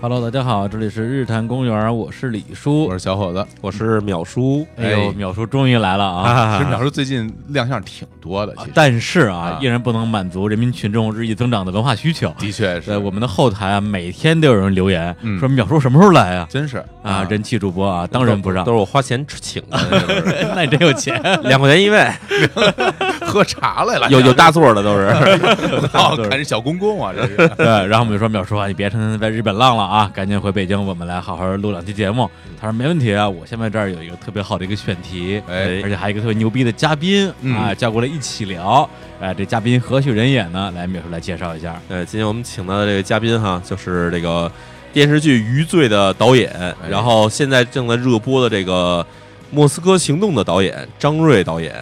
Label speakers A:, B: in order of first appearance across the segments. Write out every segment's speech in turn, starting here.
A: Hello，大家好，这里是日坛公园，我是李叔
B: 我，是小伙子。
C: 我是淼叔，
A: 哎呦，
B: 哎
A: 淼叔终于来了啊！
B: 其实
C: 啊
B: 淼叔最近亮相挺多的，其实
A: 但是啊
B: 啊，
A: 依然不能满足人民群众日益增长的文化需求。
B: 的确是
A: 在我们的后台啊，每天都有人留言
B: 嗯
A: 说淼叔什么时候来啊？
B: 真是
A: 啊，人气主播啊，当仁不让
C: 都，是我花钱请 的，
A: 那你真有钱。
C: 两块钱一位，
B: 喝茶来了，
C: 有有大座的都 是。
B: 哦，看这小公公啊，这是
A: 对，然后我们就说淼叔啊，你别天天在日本浪了啊，赶紧回北京，我们来好好录两期节目。
D: 嗯
A: 他说没问题啊，我现在这儿有一个特别好的一个选题，呃
B: 哎
A: 而且还有一个特别牛逼的嘉宾
B: 嗯
A: 啊，叫过来一起聊。哎，这嘉宾何许人也呢？来，淼叔来介绍一下。
C: 呃，今天我们请到的这个嘉宾哈，就是这个电视剧《余罪》的导演，然后现在正在热播的这个《莫斯科行动》的导演张瑞导 演。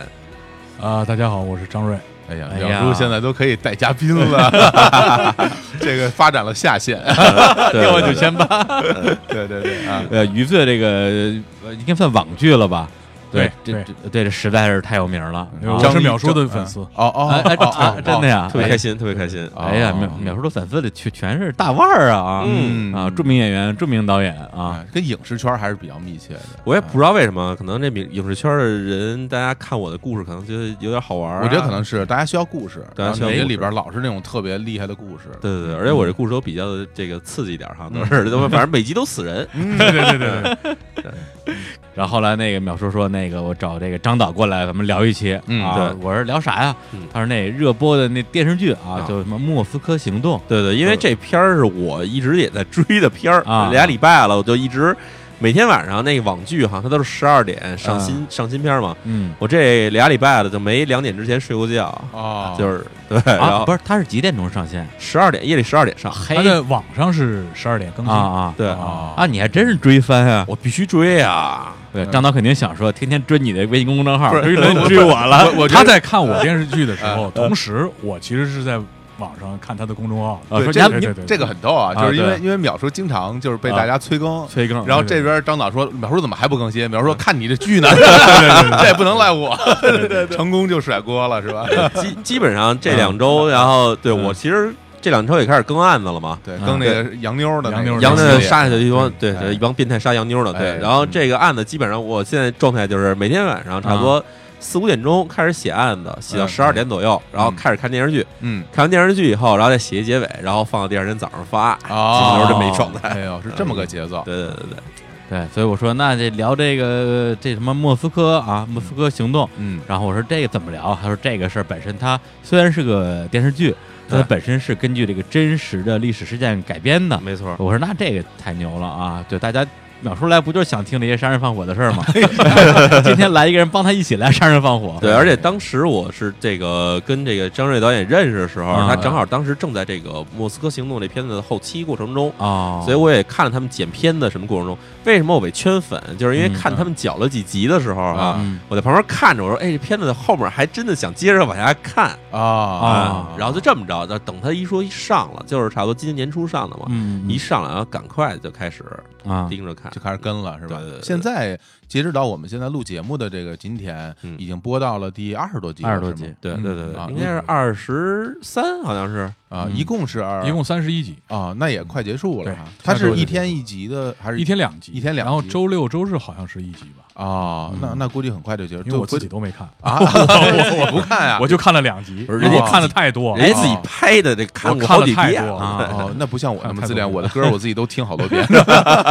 D: 啊，大家好，我是 张瑞。
B: 哎呀，
A: 哎呀
B: 淼叔现在都可以带嘉宾了，这个发展了下线，
C: 对，
A: 六万九
C: 对
A: 千八。
B: 对对对啊，
A: 呃，余罪这个呃应该算网剧了吧？
D: 对
A: 这这对，这实在是太有名了。
D: 我
B: 张
D: 是
B: 译
D: 淼叔
B: 正
D: 的粉丝，
B: 哦哦
A: 哎哎
B: 哦哦
A: 啊，真的呀，
C: 特别开心，特别开心。
B: 哦
A: 哎呀，淼淼叔的粉丝里全全是大腕儿啊，
B: 嗯
A: 啊，著名演员、著名导演啊，
B: 啊，跟影视圈还是比较密切的。啊
C: 我也不知道为什么，可能这影影视圈的人，大家看我的故事，可能觉得有点好玩儿啊。
B: 我觉得可能是大家需要故事，
C: 大家
B: 然后
C: 需要
B: 哪
C: 故
B: 个
C: 事
B: 里边老是那种特别厉害的故事，
C: 对对对，而且我这故事都比较的这个刺激一点哈，都是都反正每集都死人。
B: 嗯，对对对对，
A: 然后后来那个淼叔说，那个我找这个张导过来，咱们聊一期
B: 嗯
A: 啊。我说聊啥呀
C: 嗯？
A: 他说那热播的那电视剧啊
C: 啊，
A: 叫什么《莫斯科行动》。
C: 对对，因为这片儿是我一直也在追的片儿
A: 嗯啊
C: 俩礼拜了，我就一直每天晚上那个网剧哈，它都是十二点上新上新片儿嘛，
A: 嗯
C: 我这俩礼拜了就没两点之前睡过觉，
B: 哦，
C: 就是是对，然
A: 啊，
C: 后
A: 不是，他是几点钟上线？
C: 十二点夜里十二点上，
A: 嘿
D: 他在网上是十二点
B: 嗯
D: 更
A: 啊
D: 新，
A: 啊
C: 对，
B: 啊
A: 啊！你还真是追番啊！
C: 我必须追啊！
A: 对，张导肯定想说，天天追你的微信公众号，
B: 嗯不是
A: 追轮追我了。
B: 我我觉
D: 他
B: 得
D: 在看我电视剧的时候，同时我其实是在网上看他的公众号。
A: 啊，
B: 对
A: 说
B: 这
A: 家
B: 个
D: 对
A: 你
D: 对对，
B: 这个很逗啊，
A: 啊
B: 就是因为
A: 对
B: 因为淼叔经常就是被大家催更，
A: 催更，
B: 然后
D: 对
B: 这
D: 对
B: 边张导说：“淼叔怎么还不更新？”淼叔说：“看你这剧呢， 这也不能赖我， 成功就甩锅了是吧？
C: 基基本上这两
A: 嗯
C: 周，然后对我其实这两周也开始更案子了嘛，
B: 对，
A: 嗯
B: 更那个洋妞的那个
D: 洋妞
C: 洋
D: 的
C: 的杀下去一帮，
B: 嗯
C: 对，
B: 哎
C: 对一帮变态杀洋妞
B: 哎
C: 的，对。然后这个案子基本上，我现在状态就是每天晚上差不多四五点钟开始写案子，写到
B: 嗯
C: 十二点左右，然后开始看电视剧，
B: 嗯
C: 看完电视剧以后，然后再写一结尾，然后放到第二天早上发，
B: 啊，
C: 基本都是这么一状态。
B: 哎呦，是这么个节奏，
C: 对对对对，
A: 对，所以我说那这聊这个这什么莫斯科啊，莫斯科行动。
B: 嗯
A: 然后我说这个怎么聊？他说这个事儿本身它虽然是个电视
C: 嗯
A: 剧，但它
C: 对
A: 本身是根据这个真实的历史事件改编的。
C: 没错。
A: 我说那这个太牛了啊！对，大家秒出来不就是想听这些杀人放火的事儿 吗？今天来一个人帮他一起来杀人放火，
C: 对，而且当时我是这个跟这个张瑞导演认识的时候，
A: 嗯
C: 他正好当时正在这个《莫斯科行动》这片子的后期过程中，
A: 哦，
C: 所以我也看了他们剪片子什么过程中。为什么我被圈粉？就是因为
A: 嗯
C: 看他们剪了几集的时候啊，
A: 嗯
C: 我在旁边看着，我说：“哎，这片子后面还真的想接着往下看
B: 啊
A: 啊
C: 然后就这么着，等他一说一上了，就是差不多今年年初上的嘛，
A: 嗯
C: 一上来然后赶快就开始
A: 啊
C: 盯着看。
B: 就开始跟了是吧
C: 对对对？对
B: 现在截止到我们现在录节目的这个今天，
C: 嗯
B: 已经播到了第二十多集了，
A: 二十多
B: 是吗
A: 集，
C: 对对对
B: 啊
C: 对，应该是二十三，好像是
B: 啊，
A: 嗯
B: 一共是二，
D: 一共三十一集，
B: 啊，那也快结束了哈。
D: 对
B: 它
D: 差不
B: 是
D: 多
B: 一
D: 就
B: 天一集的还是
D: 一天两集，
B: 一天两集
D: 然后周六周日好像是一集吧，
B: 啊？那那估计很快就结啊束，
D: 因为
B: 就
D: 我自己
B: 估
D: 都没看，
B: 啊，我我不看呀，
D: 我就看了两集，
C: 不是人家
D: 我看的太多了，
C: 人家哎自己拍的，得看
D: 我
C: 过
D: 看
C: 好
D: 了
C: 几
D: 太
C: 遍
D: 多了。
A: 啊
B: 哦，那不像我那么
D: 看
B: 自恋，
D: 看不
B: 我的歌我自己都听好多遍。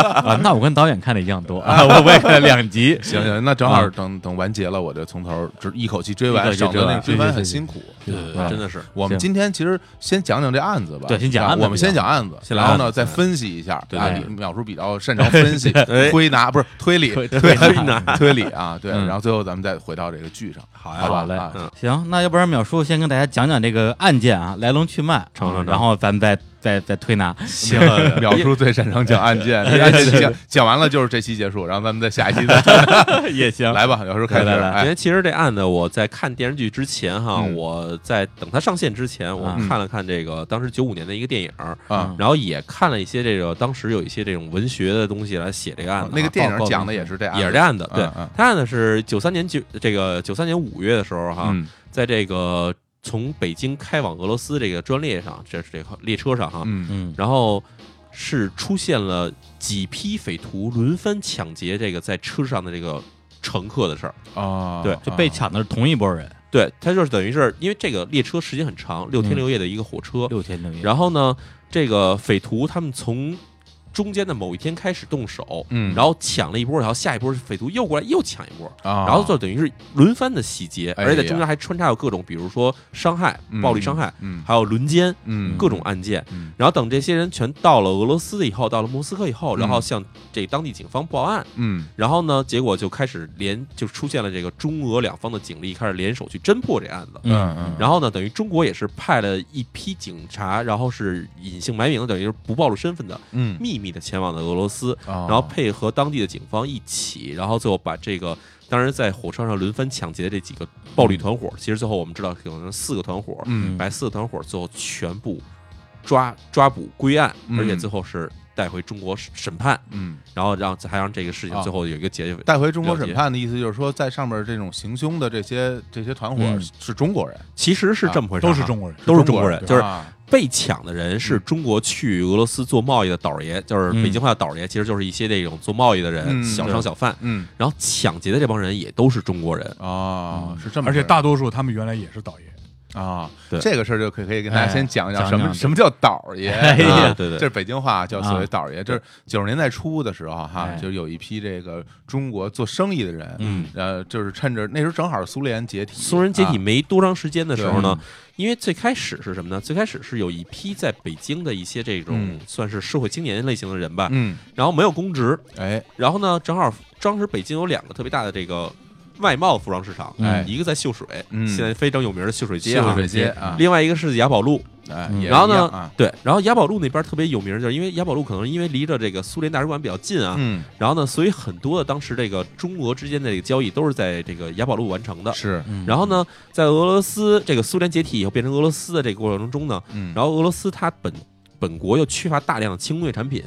A: 啊，那我跟导演看的一 样多啊，我我也看了两集。
B: 行行，那正好等等完结了，我就从头只一口气追
A: 一口
B: 完，
A: 气
B: 省
A: 追
B: 得
A: 完
B: 那个追完很辛苦。
C: 对 对
A: 啊
C: 对，真的是
B: 我们今天其实先讲讲这案子吧，
A: 对先讲
B: 啊
A: 案子
B: 我们
A: 比较
B: 先讲案子，
C: 先来
B: 然后
C: 案
B: 呢
C: 子
B: 再分析一下。
C: 对
B: 啊
A: 对
B: 你淼叔比较擅长分析、
C: 哎
B: 推拿，不是推理、
A: 推
B: 推
C: 推拿
B: 推理啊，对。
A: 嗯
B: 然后最后咱们再回到这个剧上，
C: 好呀
B: 好吧
A: 好嘞
B: 啊
C: 嗯
A: 行，那要不然淼叔先跟大家讲讲这个案件啊，来龙去脉，
C: 成成成
A: 然后咱们再再再推 拿。
B: 行，淼叔最擅长讲案件，这案件讲讲完了就是这期结束，然后咱们再下一期 再
A: 也行
B: 来吧，淼叔开始，
A: 来来来
B: 哎，
C: 因为其实这案子我在看电视剧之前哈，
B: 嗯
C: 我在等它上线之前，我
A: 嗯
C: 看了看这个当时九五年的一个电影，
B: 啊，
C: 然后也看了一些这个当时有一些这种文学的东西来写这个案子啊。
B: 那个电
A: 报
B: 影
A: 告
B: 讲的也是这案子，
C: 也是这案子，对
B: 嗯嗯，
C: 他案子是九三年九这个九三年五月的时候哈，
B: 嗯
C: 在这个从北京开往俄罗斯这个专列上，这是这个列车上哈，
B: 嗯
A: 嗯
C: 然后是出现了几批匪徒轮番抢劫这个在车上的这个乘客的事儿。
B: 啊，
C: 对
A: 就被抢的是同一波人，
C: 对，他就是等于是因为这个列车时间很长，六天
A: 嗯
C: 六夜的一个火车。
A: 六天六夜。
C: 然后呢，这个匪徒他们从中间的某一天开始动手，
B: 嗯
C: 然后抢了一波，然后下一波匪徒又过来又抢一波，
B: 啊，
C: 然后就等于是轮番的洗劫，
B: 哎呀
C: 而且中间还穿插有各种，比如说伤害、
B: 嗯
C: 暴力伤害，，
B: 嗯
C: 还有轮奸
B: 嗯，
C: 各种案件。
B: 嗯
C: 然后等这些人全到了俄罗斯以后，到了莫斯科以后，
B: 嗯
C: 然后向这当地警方报案，
B: 嗯
C: 然后呢，结果就开始联就出现了这个中俄两方的警力开始联手去侦破这案子。
A: 嗯
B: 嗯嗯，
C: 然后呢，等于中国也是派了一批警察，然后是隐姓埋名的，等于是不暴露身份的，
B: 嗯，哦
C: 秘密的前往了俄罗斯，
B: 然
C: 然后配合当地的警方一起，然后最后把这个当然在火车上轮番抢劫的这几个暴力团伙，其实最后我们知道可能四个团伙，
B: 嗯
C: 把四个团伙最后全部抓抓捕归案，
B: 嗯
C: 而且最后是带回中国审判，
B: 嗯，
C: 然后让还让这个事
B: 啊
C: 情最后有一个结尾。
B: 带回中国
C: 了解
B: 审判的意思就是说，在上面这种行凶的这些这些团伙
A: 嗯
B: 是中国人，
C: 其实是这么回事儿
D: 都
C: 啊，
D: 是中国人，
C: 都是
B: 中
C: 中
B: 国
C: 国
B: 人
C: 人，就是
B: 啊
C: 被抢的人是中国去俄罗斯做贸易的倒爷，就是北京话叫倒爷，其实就是一些这种做贸易的人，
B: 嗯
C: 小商小贩。
B: 嗯
C: 然后抢劫的这帮人也都是中国人，
B: 哦，
C: 嗯
B: 是这么回
D: 而
B: 事儿，
D: 且大多数他们原来也是导爷，
B: 啊，
C: 对
B: 这个事儿就可以可以跟大家
A: 哎
B: 先讲
A: 讲
B: 什么
A: 讲
B: 什么叫倒爷。
A: 哎
B: 啊
A: 呀
C: 啊对对啊
B: 这是北京话叫所谓倒爷，这是九十年代初的时候哈，
A: 哎
B: 就是有一批这个中国做生意的人，
C: 嗯，
B: 呃，就是趁着那时候正好苏联解体，
C: 苏联解体
B: 啊，
C: 没多长时间的时候呢
A: 嗯，
C: 因为最开始是什么呢？最开始是有一批在北京的一些这种
B: 嗯
C: 算是社会青年类型的人吧，
B: 嗯，
C: 然后没有公职，
B: 哎，
C: 然后呢，正好当时北京有两个特别大的这个外贸服装市场，
B: 哎
C: 一个在秀水，
B: 嗯
C: 现在非常有名的秀水街
B: 秀
C: 啊，
B: 水街啊，
C: 另外一个是雅宝路，
B: 哎
A: 嗯
B: 也
C: 然后
B: 一
C: 呢
B: 样啊，
C: 对，然后雅宝路那边特别有名，就是因为雅宝路可能因为离着这个苏联大使馆比较近啊，
B: 嗯，
C: 然后呢，所以很多的当时这个中俄之间的这个交易都是在这个雅宝路完成的。
B: 是，
A: 嗯
C: 然后呢，在俄罗斯这个苏联解体以后变成俄罗斯的这个过程中呢，
B: 嗯，
C: 然后俄罗斯它本本国又缺乏大量的轻工业产品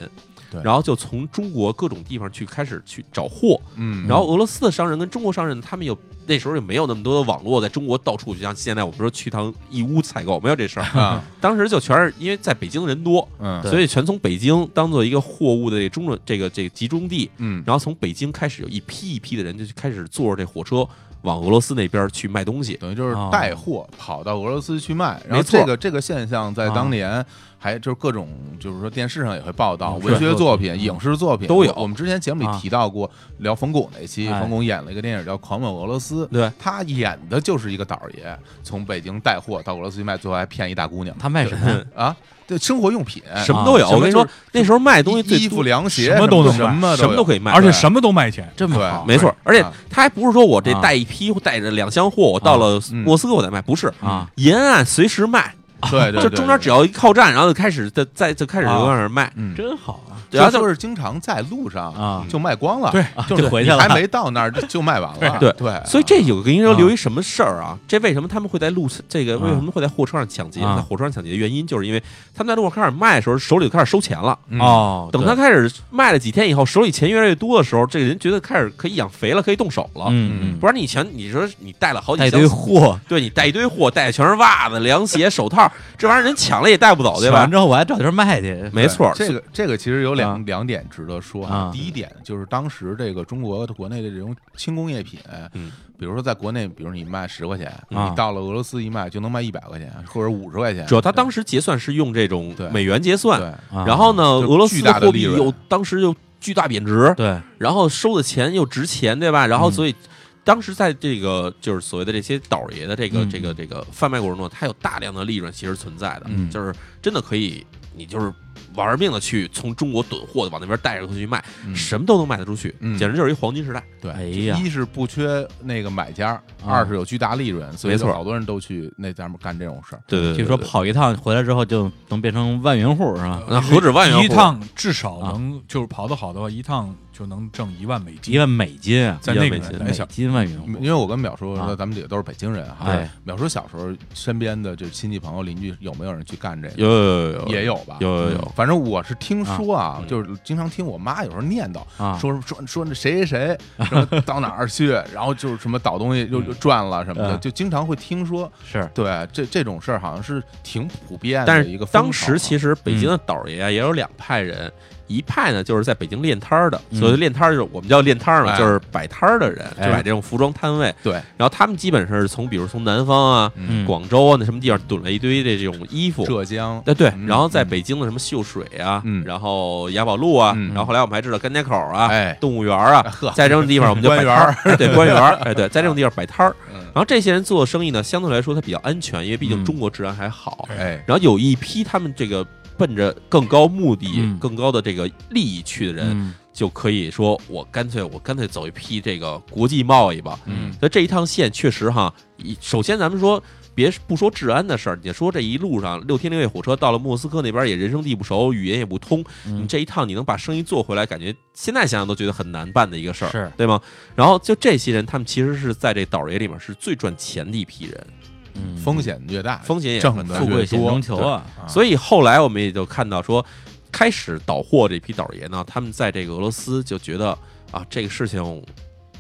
B: 对，
C: 然后就从中国各种地方去开始去找货，
B: 嗯，
C: 然后俄罗斯的商人跟中国商人，他们有那时候也没有那么多的网络，在中国到处，就像现在我们说去趟义乌采购，没有这事儿。
B: 啊，
C: 当时就全是因为在北京的人多，
B: 嗯
A: 对
C: 所以全从北京当做一个货物的这中转这个这个集中地，
B: 嗯，
C: 然后从北京开始有一批一批的人就开始坐着这火车往俄罗斯那边去卖东西。
B: 等于就是
A: 哦
B: 带货跑到俄罗斯去卖，然后
C: 没错啊
B: 这个这个现象在当年还就是各种就是说电视上也会报道，
A: 嗯
B: 文学
A: 是
B: 作品、影视作品
C: 都有
B: 我我们之前节目里
A: 啊
B: 提到过，聊冯巩那期，
A: 哎
B: 冯巩演了一个电影叫《狂吻俄罗斯》，
C: 对，
B: 他演的就是一个倒爷，从北京带货到俄罗斯去卖，最后还骗一大姑娘
A: 他卖什么？
B: 啊，对，生活用品，
C: 什么都有。
B: 啊
C: 我跟你说
B: 什么，
C: 那时候卖东西最
B: 衣服、
C: 多
B: 凉鞋
D: 什么都能
B: 什么
D: 卖
C: 什么都
B: 以，
C: 可以卖，
D: 而且
B: 对
D: 什么都卖钱，
A: 这么
B: 对
A: 好？
C: 没错。而且
B: 啊
C: 他还不是说我这
A: 啊
C: 带一批，带着两箱货，我到了
B: 嗯
C: 莫斯科我再卖，不是
A: 啊，
C: 沿岸随时卖，
B: 对对，
C: 就
B: 对
C: 中间只。
B: 对
C: 要一靠站，然后就开始在在就开始
A: 啊
C: 往那儿卖，
B: 嗯，
A: 真好啊！
C: 然后
B: 就
C: 就是
B: 经常在路上
A: 啊，
B: 就卖光了，
D: 对，
B: 就
A: 就回去了
B: 还没到那儿就就卖完了，
C: 对
B: 对，
C: 所以这有个跟你说
A: 啊
C: 留一什么事儿啊？这为什么他们会在路这
B: 啊
C: 个为什么会在货车上抢劫？
A: 啊
C: 在火车上抢劫的原因就是因为他们在路上开始卖的时候，手里就开始收钱了。
B: 嗯
A: 哦，
C: 等他开始卖了几天以后，手里钱越来越多的时候，这个人觉得开始可以养肥了，可以动手了。
A: 嗯嗯，
C: 不然你钱，你说你带了好
A: 带
C: 几
A: 一
C: 箱
A: 堆，货，
C: 对你带一堆货，带的全是袜子、凉鞋、手套，这玩意儿人抢了也带不走，对
A: 写完
C: 吧？
A: 之后我还找地儿卖去，
C: 没错，
B: 这个这个其实有两、
A: 啊
B: 两点值得说哈
A: 啊
B: 第一点就是当时这个中国国内的这种轻工业品，
C: 嗯
B: 比如说在国内，比如你卖十块钱，
A: 啊
B: 你到了俄罗斯一卖就能卖一百块钱 或者五十块钱，
C: 主要他当时结算是用这种
B: 对
C: 美元结算，
B: 对
A: 啊。
C: 然后呢，
B: 就
C: 俄罗斯
B: 巨大的
C: 货币
B: 利润
C: 又当时又巨大贬值，
A: 对，
C: 然后收的钱又值钱，对吧？然后
A: 嗯
C: 所以当时在这个就是所谓的这些倒爷的这个
A: 嗯
C: 这个这个贩卖过程中，它有大量的利润其实存在的
A: 嗯，
C: 就是真的可以，你就是玩命的去从中国囤货的往那边带着去卖，
B: 嗯
C: 什么都能卖得出去
B: 嗯，
C: 简直就是一黄金时代。
B: 对，
A: 哎呀
B: 一是不缺那个买家，二是有巨大利润，所以
C: 啊没
B: 就
C: 错
B: 好多人都去那咱们干这种事儿。
C: 对对
A: 据说跑一趟回来之后就能变成万元户是吧？
C: 那何止万元户
D: 一趟至少能、就是跑得好的话，一趟就能挣一万美
A: 一
D: 金。
A: 万美金啊，
D: 在那个
C: 一万美
D: 年
C: 金
D: 代
A: 美，
D: 小
A: 金万元
C: 嗯
A: 户
B: 因为我跟淼叔说，
A: 啊
B: 咱们几个都是北京人哈
A: 哎。
B: 淼叔小时候身边的这亲戚朋友邻居有没有人去干这个？
C: 有有有有
B: 呃也有吧？
C: 有有有有
B: 反正我是听说啊，
A: 嗯
B: 就是经常听我妈有时候念叨，
A: 啊，
B: 说说说那谁谁谁，什么到哪儿去，然后就是什么倒东西又又转了什么的，
A: 嗯
B: 就经常会听说。
A: 是
B: 对，这这种事儿好像是挺普遍
C: 但
B: 的
C: 是
B: 一个啊
C: 当时其
B: 实
C: 实北京的倒爷啊也有两派人，一派呢就是在北京练摊儿的，所谓练摊儿就是我们叫练摊儿嘛，
B: 哎
C: 就是摆摊儿的人，
A: 哎
C: 摆这种服装摊位。
B: 对，
C: 然后他们基本上是从比如从南方啊、
A: 嗯
C: 广州啊那什么地方囤了一堆的这种衣服。
B: 浙江
C: 哎对，
B: 嗯
C: 然后在北京的什么秀水啊，
B: 嗯
C: 然后雅宝路啊，
B: 嗯
C: 然后后来我们还知道甘家口啊、
B: 哎
C: 动物园啊，
B: 呵
C: 在这种地方我们就
B: 官
C: 摆
B: 员
C: 摊儿，哎 对官 员儿，哎对，在这种地方摆摊儿。
B: 嗯
C: 然后这些人做生意呢，相对来说他比较安全，因为毕竟
A: 嗯
C: 中国治安还好。
B: 哎
C: 然后有一批他们这个奔着更高目的、
A: 嗯
C: 更高的这个利益去的人，
A: 嗯
C: 就可以说我干脆我干脆走一批这个国际贸易吧。
A: 嗯
C: 所以这一趟线确实哈，一首先咱们说。别不说治安的事儿，你说这一路上六天六夜火车到了莫斯科那边也人生地不熟，语言也不通，你
A: 嗯
C: 这一趟你能把生意做回来，感觉现在想想都觉得很难办的一个事儿，
A: 是
C: 对吗？然后就这些人，他们其实是在这岛爷里面是最赚钱的一批人，
A: 嗯
B: 风险越大，
C: 风险也
B: 挣
C: 很
B: 的
C: 大
A: 富贵险中求
C: 对
A: 啊，
B: 啊
C: 所以后来我们也就看到说，开始倒货这批倒爷呢，他们在这个俄罗斯就觉得啊，这个事情，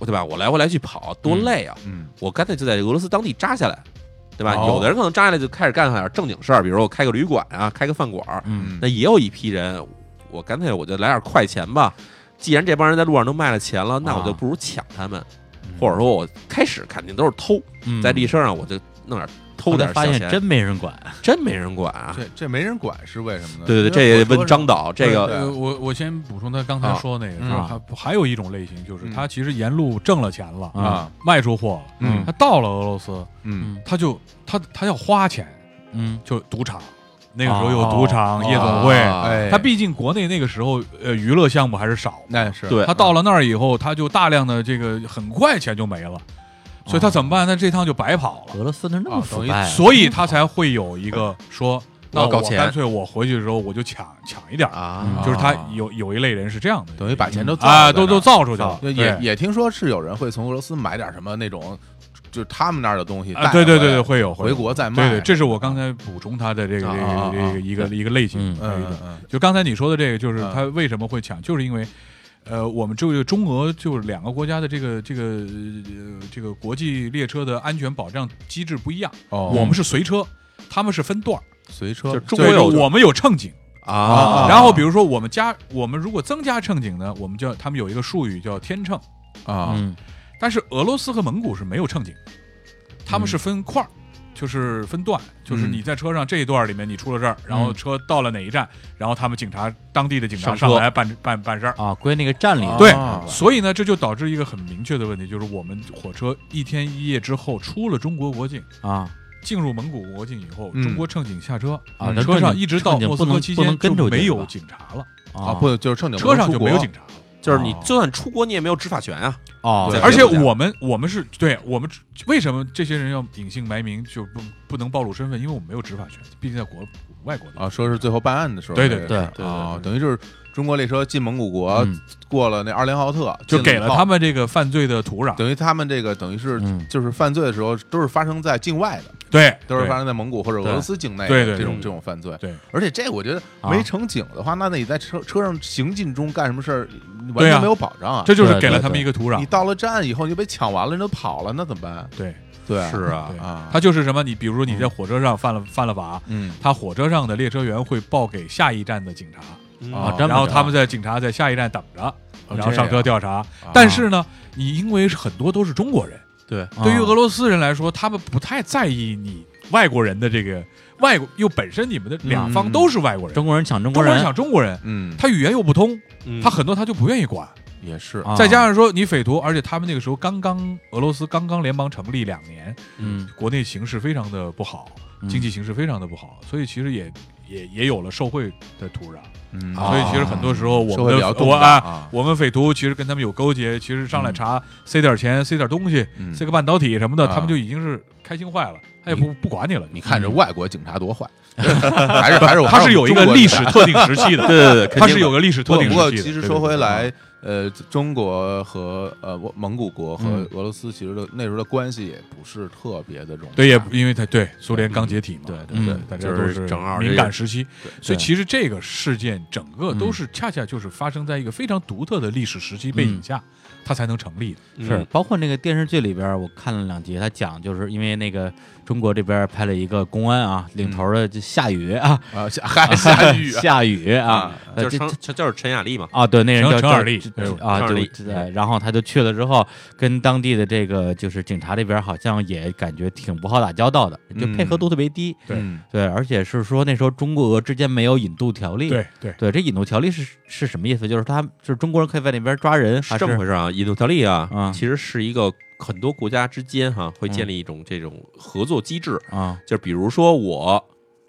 C: 对吧？我来回来去跑多累啊，
B: 嗯
C: 我干脆就在俄罗斯当地扎下来，对吧？
B: 哦
C: 有的人可能扎下来就开始干点正经事儿，比如我开个旅馆啊，开个饭馆儿。
A: 嗯
C: 那也有一批人，我干脆我就来点快钱吧。既然这帮人在路上都卖了钱了，那我就
A: 啊
C: 不如抢他们，或者说我开始肯定都是偷，
A: 嗯
C: 在历史上我就弄点偷点
A: 后来
C: 小
A: 发
C: 钱，
A: 现真没人管，
C: 真没人管啊。
B: 这这没人管是为什么呢？
C: 对对对，这也得问张
B: 导。
C: 导这个。
D: 呃，我我先补充他刚才说的那个，就
B: 啊
D: 是还还有一种类型，就是
B: 嗯
D: 他其实沿路挣了钱了，
C: 嗯
A: 啊
B: 啊，
D: 卖出货了，
B: 嗯
D: 他到了俄罗斯，
B: 嗯
D: 他就他他要花钱，
A: 嗯
D: 就赌场，那个时候有赌场、
A: 哦
D: 嗯夜总会，
C: 啊
B: 哎，
D: 他毕竟国内那个时候呃娱乐项目还是少，
B: 那是
C: 对，嗯
D: 他到了那儿以后，他就大量的这个很快钱就没
C: 哦
D: 了，所以他怎么办？他这趟就白跑了，
A: 俄罗斯那儿那么
B: 啊
A: 腐
B: 等于
A: 败啊，
D: 所以他才会有一个说，
C: 哎我
D: 那
C: 要搞
D: 我
C: 钱
D: 干脆我回去的时候我就抢抢一点儿，
C: 啊
D: 就是他
A: 啊
D: 有有一类人是这样的，
B: 等于把钱都造
D: 啊
B: 了
D: 都
B: 在那
D: 都
B: 儿
D: 造出去了，
B: 对也也听说是有人会从俄罗斯买点什么那种，就是他们那儿的东西带回
D: 啊
B: 来，
D: 对对对对会有会
B: 回
D: 有
B: 国再卖。
D: 对对，这是我刚才补充他的这个这
B: 啊
D: 个这个一个一个类型
A: 嗯，
D: 还有一种
B: 嗯嗯
D: 就刚才你说的这个，就是
B: 嗯
D: 他为什么会抢，就是因为，呃，我们这个中俄就是两个国家的这个这个呃这个国际列车的安全保障机制不一样，
B: 哦，
D: 我们是随车，他们是分段儿，
B: 随车
C: 就中国有
D: 对我们有乘警，
C: 啊，
D: 然后比如说我们加我们如果增加乘警呢，我们叫他们有一个术语叫天秤，
B: 啊，
A: 嗯
D: 但是俄罗斯和蒙古是没有乘警，他
A: 嗯
D: 们是分块儿。就是分段，就是
B: 嗯
D: 你在车上这一段里面你出了这儿，然后
A: 嗯
D: 车到了哪一站，然后他们警察当地的警察
C: 上
D: 上
C: 车
D: 来办办办事儿，
A: 啊，归那个站里
D: 对
B: 啊
D: 所以呢，这就导致一个很明确的问题，就是我们火车一天一夜之后出了中国国境，
A: 啊
D: 进入蒙古国境以后，
B: 嗯
D: 中国乘警下车，
A: 啊
D: 嗯
A: 那
D: 车
A: 正
D: 上
A: 经
D: 一直到
A: 正经
D: 莫斯
A: 不能
D: 科期
A: 不能
D: 间
A: 跟着
D: 就没
A: 进
D: 有
A: 吧
D: 警察了，
B: 啊，不就是乘警不
D: 车
B: 能
D: 上就
B: 出国
D: 没有警察了。
C: 就是你就算出国，你也没有执法权啊。
A: 哦
B: 对，
D: 而且
C: 别的国家
D: 我们我们是对我们为什么这些人要隐姓埋名就不不能暴露身份？因为我们没有执法权，毕竟在国外国的。
B: 啊，说是最后办案的时候那
D: 对
B: 个
D: 对
B: 事儿，
A: 对
C: 对对
B: 啊，等于就是中国列车进蒙古国
A: 嗯，
B: 过了那二连浩特，
D: 就
B: 进
D: 给
B: 以
D: 了
B: 后
D: 他，们这个犯罪的土壤，
B: 等于他们这个等于是
A: 嗯
B: 就是犯罪的时候都是发生在境外的，
D: 对，
B: 都是
D: 对
B: 发生在蒙古或者俄罗斯境内
D: 对
B: 的
D: 对对
B: 这种
C: 嗯
B: 这种犯罪。
D: 对，
B: 而且这我觉得
A: 啊
B: 没成警的话，那你在车车上行进中干什么事儿，完
D: 对
B: 全
D: 啊
B: 没有保障啊！
D: 这就是啊
A: 对
D: 给了
A: 对
D: 他们
A: 对
D: 一个土壤
B: 你。到了站以后，你就被抢完了，人都跑了，那怎么办？
D: 对
B: 对啊，
C: 是啊
D: 对
B: 啊，
D: 他就是什么？你比如说你在火车上犯了犯了法，
B: 嗯
D: 他火车上的列车员会报给下一站的警察，
C: 嗯
A: 啊
B: 哦，
A: 这
D: 然
A: 么
D: 后
A: 着
D: 他们在警察在下一站等着，
B: 哦
D: 然后上
B: 这
D: 车
B: 样
D: 调查
B: 啊。
D: 但是呢，你因为很多都是中国人，
C: 对，
A: 啊
D: 对于俄罗斯人来说，他们不太在意你外国人的这个外国，又本身你们的两
B: 嗯
D: 方都是外国人，
A: 中国人啊抢中国
D: 中国人啊
A: 人，
D: 想中国人，
B: 嗯，
D: 他语言又不通，
C: 嗯
D: 他很多他就不愿意管。
B: 也是
A: 啊
D: 再加上说你匪徒，而且他们那个时候刚刚俄罗斯刚刚联邦成立两年，
A: 嗯
D: 国内形势非常的不好，
A: 嗯
D: 经济形势非常的不好，所以其实也也也有了受贿的土壤。
B: 嗯
A: 啊
D: 所以其实很多时候我
B: 社会
D: 们
B: 比较
D: 的
B: 动
D: 我
B: 荡
D: 啊，
B: 啊，
D: 我们匪徒其实跟他们有勾结，其实上来查塞点钱、塞点东西、
B: 嗯
D: 塞个半导体什么的，
B: 啊
D: 他们就已经是开心坏了，他也不不管你了。
B: 你看这外国警察多坏， 还是还是我
D: 嗯他是有一个历史
B: 还是我们中国警察啊
D: 特定时期的，
C: 对对对，肯定
D: 他是
C: 的
D: 有个历史
B: 不
D: 特定时期
B: 不
D: 的。
B: 过其实说回
D: 对，
B: 来，呃，中国和呃我蒙古国和
D: 嗯
B: 俄罗斯其实的那时候的关系也不是特别的融洽
D: 对，也不因为它对苏联刚解体嘛，
B: 对对
D: 嗯
B: 对
D: 大家
C: 就
D: 都
C: 是正好这
D: 敏
C: 个
D: 感时期，所以其实这个事件整个都是恰恰就是发生在一个非常独特的历史时期背景下，它才能成立的。
C: 嗯
A: 是，包括那个电视剧里边儿，我看了两集，他讲就是因为那个中国这边儿派了一个公安啊，
D: 嗯
A: 领头的就下雨 啊，
B: 啊，下还下雨啊，
A: 下雨啊
C: 啊，，
A: 呃
C: 就是
A: 这
C: 陈
A: 这
C: 陈就是陈雅丽嘛，
A: 啊，对，那人
D: 陈
A: 叫
D: 哎陈
A: 叫
D: 尔利
A: 这
D: 对
A: 啊，
C: 陈尔利
A: 就对，然后他就去了之后，跟当地的这个就是警察这边儿好像也感觉挺不好打交道的，就配合度特别低，
D: 对
B: 嗯
A: 对，而且是说那时候中国俄之间没有引渡条例，
D: 对对，
A: 对，这引渡条例是是什么意思？就是他就是中国人可以在那边抓人，还是
C: 是这么回事啊？引渡条例啊，
A: 嗯
C: 其实是一个很多国家之间哈、会建立一种这种合作机制，
A: 啊？
C: 就比如说我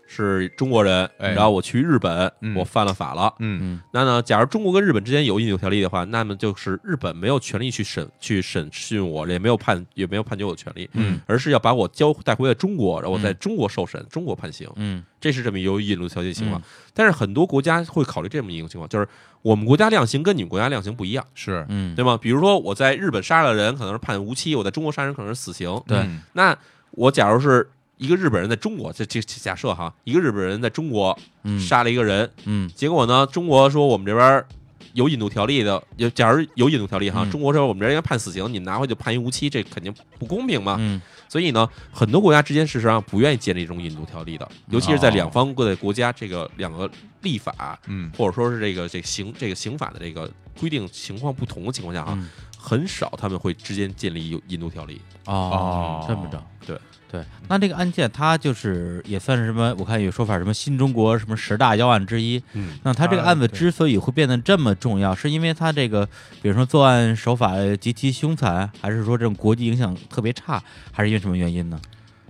C: 是中国人，
B: 哎
C: 然后我去日本，
B: 嗯
C: 我犯了法了。
B: 嗯
A: 嗯
C: 那呢？假如中国跟日本之间有引渡条例的话，那么就是日本没有权利去审去审讯我，也没有判也没有判决我的权利，
A: 嗯
C: 而是要把我交带回了中国，然后我在中国受审，中国判刑。
A: 嗯
C: 这是这么有引入条件情况。但是很多国家会考虑这么一种情况，就是我们国家量刑跟你们国家量刑不一样，
B: 是，
A: 嗯，
C: 对吗？比如说我在日本杀了人，可能是判无期；我在中国杀人可能是死刑。
A: 对
B: 嗯
C: 那我假如是一个日本人在中国，这这这假设哈，一个日本人在中国
A: 嗯
C: 杀了一个人，
A: 嗯
C: 结果呢，中国说我们这边儿有引渡条例的，有假如有引渡条例哈，
A: 嗯
C: 中国说我们这儿应该判死刑，你们拿回去判一无期，这肯定不公平嘛。
A: 嗯
C: 所以呢，很多国家之间事实上不愿意建立这种引渡条例的，尤其是
A: 哦
C: 在两方各的国家这个两个立法
B: 嗯
C: 或者说是这个这个刑这个刑法的这个规定情况不同的情况下啊，
A: 嗯
C: 很少他们会之间建立有引渡条例。
A: 哦
B: 哦，
A: 这么着，
C: 对
A: 对。那这个案件，它就是也算是什么？我看有说法，什么新中国什么十大要案之一。
C: 嗯，
A: 那他这个案子
D: 啊对
A: 之所以会变得这么重要，是因为他这个，比如说作案手法极其凶残，还是说这种国际影响特别差，还是因为什么原因呢？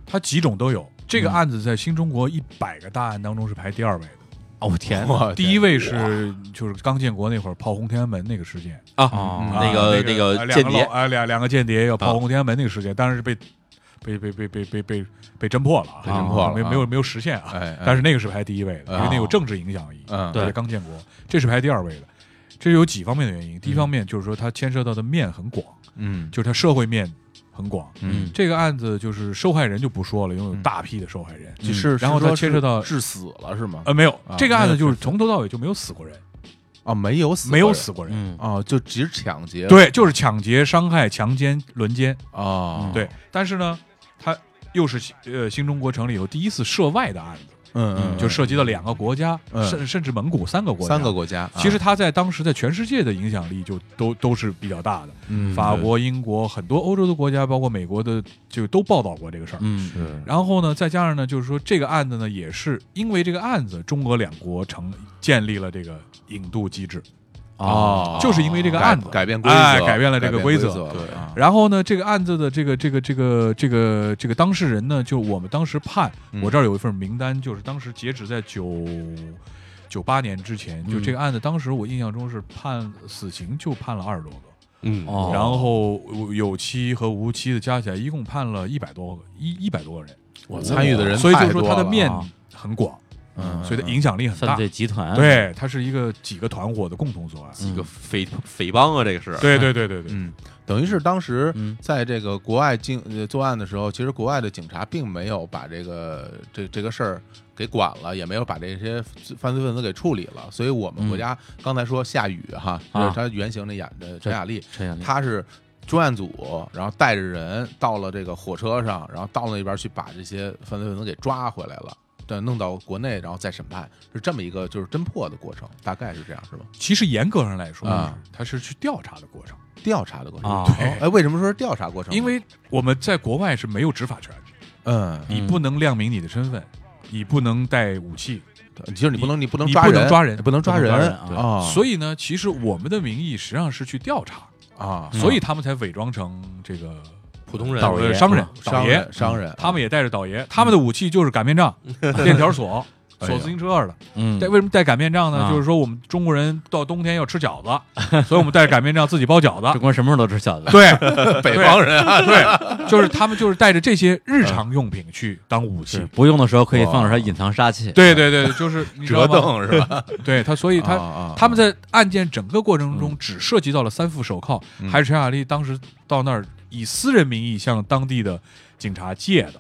D: 它几种都有。这个
A: 嗯
D: 案子在新中国一百个大案当中是排第二位的，
A: 哦，我天
B: 啊哇
D: 第一位是就是刚建国那会儿炮轰天安门那个事件，
C: 啊，
A: 哦
C: 那
D: 个
C: 个那个
D: 呃两
C: 间
D: 老
C: 谍
D: 啊，两两个间谍要炮轰天安门那个事件，当然是被被被被被被被被侦破了啊，
B: 被侦破了
D: 没有
B: 啊
D: 没有没有实现啊，
B: 哎，哎
D: 但是那个是排第一位的，因为
B: 啊
D: 那有政治影响意义，
B: 嗯
A: 对
D: 而且啊刚建国，这是排第二位的。这有几方面的原因，第一方面就是说它牵涉到的面很广，
B: 嗯
D: 就是它社会面很广。
A: 嗯
D: 这个案子就是受害人就不说了，因为有
B: 嗯
D: 大批的受害人，
A: 嗯
B: 是，
D: 然后
B: 是
D: 它
B: 说
D: 牵
B: 是
D: 涉到
B: 致死了是吗？
D: 呃，没有
B: 啊，
D: 这个案
B: 没
D: 子
B: 有
D: 就是
B: 是
D: 从头到尾就没有死过人，
B: 啊，没有死，
D: 没有死过人。
A: 嗯
B: 啊，就只是抢劫，
D: 对，就是抢劫、伤害、强奸、轮奸。
B: 啊，
D: 嗯对，但是呢，它又是呃新中国成立以后第一次涉外的案子，
B: 嗯，嗯嗯，
D: 就涉及到两个国家，
B: 嗯
D: 甚甚至蒙古三个国家。
B: 三个。国家，啊
D: 其实它在当时在全世界的影响力就都都是比较大的，
B: 法
D: 法国、英国很多欧洲的国家，包括美国的，就都报道过这个事儿。
A: 嗯
B: 是
D: 然后呢，再加上呢，就是说这个案子呢，也是因为这个案子，中俄两国成建立了这个引渡机制。
A: 哦，
D: 啊就是因为这个案子
B: 改变规则，
D: 哎改变了这个
B: 规
D: 规则
B: 对啊，
D: 然后呢，这个案子的这个这个这个这个这个当事人呢，就我们当时判，
B: 嗯
D: 我这儿有一份名单，就是当时截止在九九八年之前，就
A: 嗯
D: 这个案子，当时我印象中是判死刑就判了二十多个，
C: 嗯
A: 哦
D: 然后有期和无期的加起来一共判了一百多个一一百多个人，
B: 我参与的人
D: 所以就
B: 太
D: 说
B: 多
D: 他的
B: 了
D: 面
A: 啊
D: 很广，
B: 嗯
D: 所以它影响力很
A: 犯
D: 大。
A: 罪集团，
D: 对，它是一个几个团伙的共同作案。
A: 嗯
C: 一个匪匪帮啊，这个是
D: 对对对对对，
B: 嗯，等于是当时
A: 嗯
B: 在这个国外进呃作案的时候，其实国外的警察并没有把这个这这个事儿给管了，也没有把这些犯罪分子给处理了。所以我们国家刚才说夏雨哈，
A: 啊
B: 就是他原型的雅呃陈雅丽，
A: 陈小丽，
B: 他是。专案组，然后带着人到了这个火车上，然后到了那边去把这些犯罪分子给抓回来了，对，弄到国内，然后再审判，是这么一个就是侦破的过程，大概是这样，是吧？
D: 其实严格上来说
B: 啊，
D: 它是去调查的过程。
B: 调查的过程，
A: 啊
D: 对
B: 哎，为什么说是调查过程呢？
D: 因为我们在国外是没有执法权，
B: 嗯，
D: 你不能亮明你的身份，你不能带武器，
B: 对就是你不能，你不能
D: 你
B: 抓
D: 不
B: 人，
D: 能抓人
B: 不能抓
A: 不能抓人
B: 人
A: 啊
B: 啊！
D: 所以呢，其实我们的名义实际上是去调查，
B: 啊，
A: 嗯
D: 所以他们才伪装成这个
C: 普通人
A: 导
D: 呃
A: 爷
D: 商人、
B: 嗯商
D: 倒爷
B: 人，，商人，嗯
D: 他们也带着倒爷，他们的武器就是擀面杖、链条锁、
B: 哎呦
D: 锁自行车二了。
A: 嗯，
D: 带为什么带擀面杖呢
A: 啊？
D: 就是说我们中国人到冬天要吃 饺子，所以我们带着擀面杖自己包饺
A: 中
D: 子。
A: 国人什么时候都吃饺子，
D: 对，
B: 北方人 啊，嗯
D: 对，就是他们就是带着这些日常用品去当武器
A: 是。不用的时候可以放着它隐藏杀气。
D: 对对对，就是你知道
B: 折
D: 吗？
B: 凳是吧？
D: 对他，所以他、
B: 啊
D: 他们在案件整个过程中只涉及到了三副手铐，
B: 嗯
D: 还是陈雅丽当时到那儿以私人名义向当地的警察借的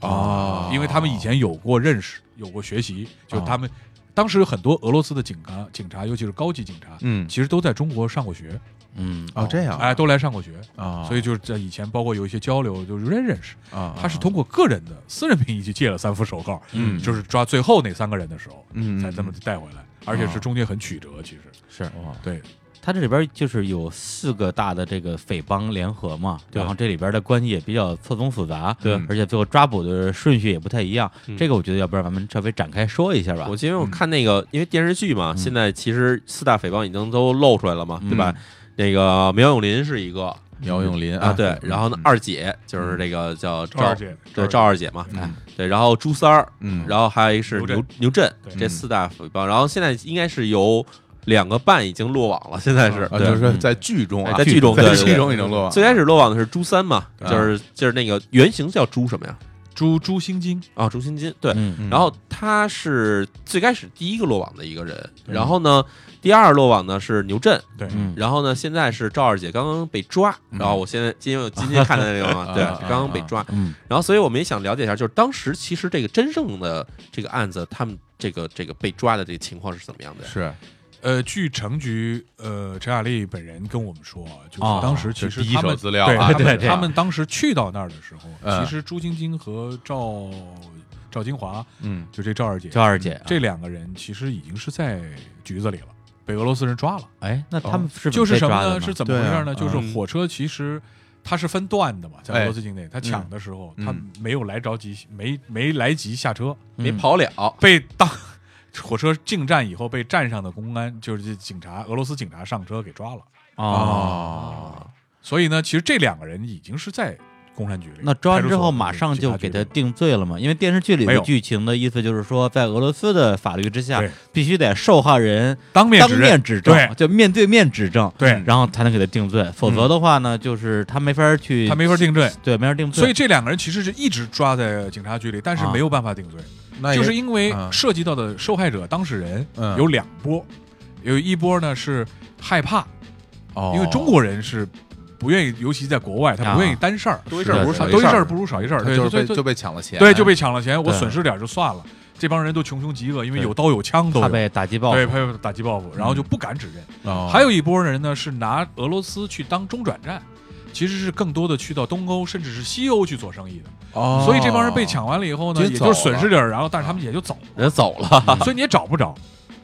D: 啊
B: 哦
D: 因为他们以前有过认识，有过学习，
B: 啊
D: 就是他们、当时有很多俄罗斯的警察，警察尤其是高级警察，
B: 嗯
D: 其实都在中国上过学，
A: 嗯，
B: 哦这样
D: 哎，都来上过学。
B: 啊，
D: 所以就是在以前，包括有一些交流，就是认认识。
B: 啊，
D: 他是通过个人的私人名义去借了三副手铐，
B: 嗯
D: 就是抓最后那三个人的时候，
B: 嗯
D: 才这么带回来，而且是中间很曲折，其实
A: 是
B: 哦
D: 对，
A: 它这里边就是有四个大的这个匪帮联合嘛，
C: 对
A: 然后这里边的关系也比较错综复杂，
C: 对
A: 而且最后抓捕的顺序也不太一样。
C: 嗯
A: 这个我觉得，要不然咱们稍微展开说一下吧
C: 我。因为我看那个，因为电视剧嘛，现在其实四大匪帮已经都露出来了嘛，
B: 嗯
C: 对吧？那个苗永林是一个
B: 苗嗯永林
C: 啊，对，然后呢，
B: 嗯
C: 二姐就是这个叫赵
D: 赵二，姐，
C: 对，赵二姐嘛，
B: 嗯
C: 对，然后朱三儿，
B: 嗯，
C: 然后还有一个是
D: 牛
C: 牛
D: 震
C: 牛震，
D: 对
C: 这四大匪帮，然后现在应该是有两个半已经落网了，现在是
B: 啊，
C: 对
B: 就是说
D: 嗯
B: 在剧中啊，
C: 哎在剧中
B: 在
C: 对对
B: 剧
C: 对
B: 中已经落网，
C: 最开始落网的是朱三嘛，
B: 啊
C: 就是就是那个原型叫朱什么呀？
D: 朱朱星金，
C: 啊，朱新金，对。
A: 嗯，
C: 然后他是最开始第一个落网的一个人，
D: 对
C: 然后呢，第二落网呢是牛震，
D: 对，
A: 嗯，
C: 然后呢，现在是赵二姐刚刚被抓，
B: 嗯
C: 然后我现在今天我今天看的那个嘛，对
B: 啊啊，啊
C: 刚刚被抓，
A: 嗯
C: 然后所以我们也想了解一下，就是当时其实这个真正的这个案子，他们这个这个被抓的这个情况是怎么样的呀？
B: 是
D: 呃，据城局呃陈雅丽本人跟我们说，啊，就是
A: 哦
D: 当时其实
B: 这第一
D: 他们
B: 手资料
D: 对
B: 啊
D: 他们
A: 对对
D: 他们当时去到那儿的时候，
B: 嗯
D: 其实朱晶晶和赵赵金华，
B: 嗯
D: 就这赵二姐，
A: 赵二姐啊
D: 这两个人其实已经是在局子里了，被俄罗斯人抓了。
A: 哎，那他们是怎
D: 就是
A: 被
D: 什么
A: 抓的呢？
D: 是怎么回事
B: 对
D: 呢？就
B: 啊
D: 是
C: 嗯
D: 火车其实它是分段的嘛，
A: 哎
D: 在俄罗斯境内，他抢的时候
B: 嗯
D: 他没有来着急，没没来及下车，
C: 没
A: 嗯
C: 跑了，
D: 被当火车进站以后被站上的公安就是警察，俄罗斯警察上车给抓了。
A: 哦。
D: 啊
B: 哦，
D: 所以呢，其实这两个人已经是在公安局里，
A: 那抓完之
D: 派出
A: 后
D: 所
A: 马上就
D: 警察局
A: 给
D: 里
A: 他定罪了嘛？因为电视剧里
D: 没
A: 的
D: 有
A: 剧情的意思就是说，在俄罗斯的法律之下
D: 对，
A: 必须得受害人
D: 当面
A: 当
D: 指
A: 面
D: 认，
A: 指证，
D: 对
A: 就面对面指证，
D: 对嗯
A: 然后才能给他定罪。否则的话呢，就是他没法去，
D: 他没法定罪。
A: 对，没法定罪。
D: 所以这两个人其实是一直抓在警察局里，但是
A: 啊
D: 没有办法定罪。
B: 那
D: 就是
B: 也
D: 因为
B: 啊
D: 涉及到的受害者当事人
B: 嗯
D: 有两波，有一波呢是害怕，
B: 哦啊
D: 因为中国人是不愿意，尤其在国外，他不愿意担事儿，
C: 多一
A: 事儿不
D: 不
A: 如
B: 少一
D: 多一
B: 事儿
D: 事儿不如少一事儿，
B: 他
D: 对，
B: 就是
D: 所以
B: 被就被抢了钱，啊
D: 对就被抢了钱，我
A: 对
D: 损失点儿就算了，这帮人都穷凶极恶，因为
A: 对
D: 有刀有枪都
A: 怕
D: 有，
A: 被打击报复
D: 对，怕被打击报复，然后就不敢指认。
B: 嗯哦
D: 还有一波人呢是拿俄罗斯去当中转站。其实是更多的去到东欧，甚至是西欧去做生意的，
B: 哦，
D: 所以这帮人被抢完了以后呢，
B: 直
D: 也
B: 接
D: 就是
B: 走
D: 损
B: 了
D: 失点儿，然后但是他们也就走了，
C: 人走了，
D: 所以你也找不着。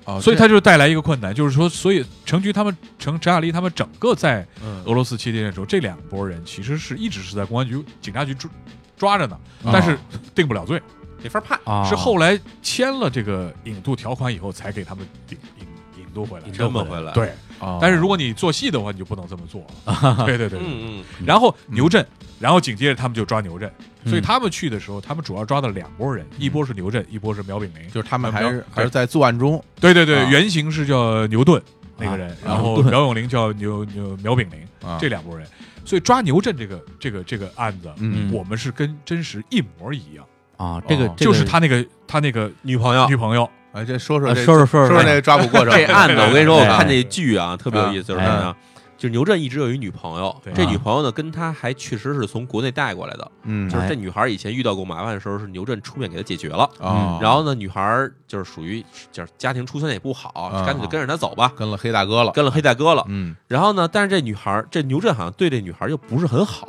B: 哦，
D: 所以
B: 这
D: 他就带来一个困难，就是说，所以程局他们、程陈亚丽他们整个在
B: 嗯
D: 俄罗斯期间的时候，这两拨人其实是一直是在公安局、警察局抓抓着呢，
B: 啊
D: 但是定不了罪，
C: 没法判。
A: 啊，
D: 是后来签了这个引渡条款以后，才给他们引引引渡回来。
C: 引渡回来
D: 对，
B: 哦
D: 但是如果你做戏的话，你就不能这么做了。对对对对。
C: 嗯嗯，
D: 然后牛震，然后紧接着他们就抓牛震，
A: 嗯
D: 所以他们去的时候，他们主要抓的两拨人，一波是牛震，一波是苗炳林。
B: 就是他们
D: 没
B: 还
D: 有
B: 是
D: 对
B: 还是在作案中，
D: 对对对
B: 啊，
D: 原型是叫牛顿那个人，然
A: 牛
D: 后
A: 顿
D: 苗永林叫牛牛苗炳林，
B: 啊
D: 这两拨人，所以抓牛震这个这个这个案子，
B: 嗯
D: 我们是跟真实一模一样，
A: 啊，这个
B: 哦
A: 这个
D: 就是他那个他那个
C: 女朋友
D: 女朋友，
B: 哎，这说说
A: 呃
B: 这
A: 说说
B: 说
A: 说
B: 说这个抓捕过程，
C: 这案 子，我跟你说，我
A: 对
C: 看这剧啊，特别有意思，就是什么
B: 哎
C: 呀？就是牛震一直有一女朋友
D: 对，
C: 这
A: 啊
C: 女朋友呢，跟他还确实是从国内带过来的。
B: 嗯
C: 就是
A: 哎
C: 这女孩以前遇到过麻烦的时候，是牛震出面给她解决了。
B: 啊，
C: 嗯然后呢，女孩就是属于就是家庭出身也不好，
B: 嗯
C: 干脆就跟着他走吧，
B: 跟了黑大哥了，
C: 跟了黑大哥了。
B: 嗯
C: 然后呢，但是这女孩，这牛震好像对这女孩又不是很好，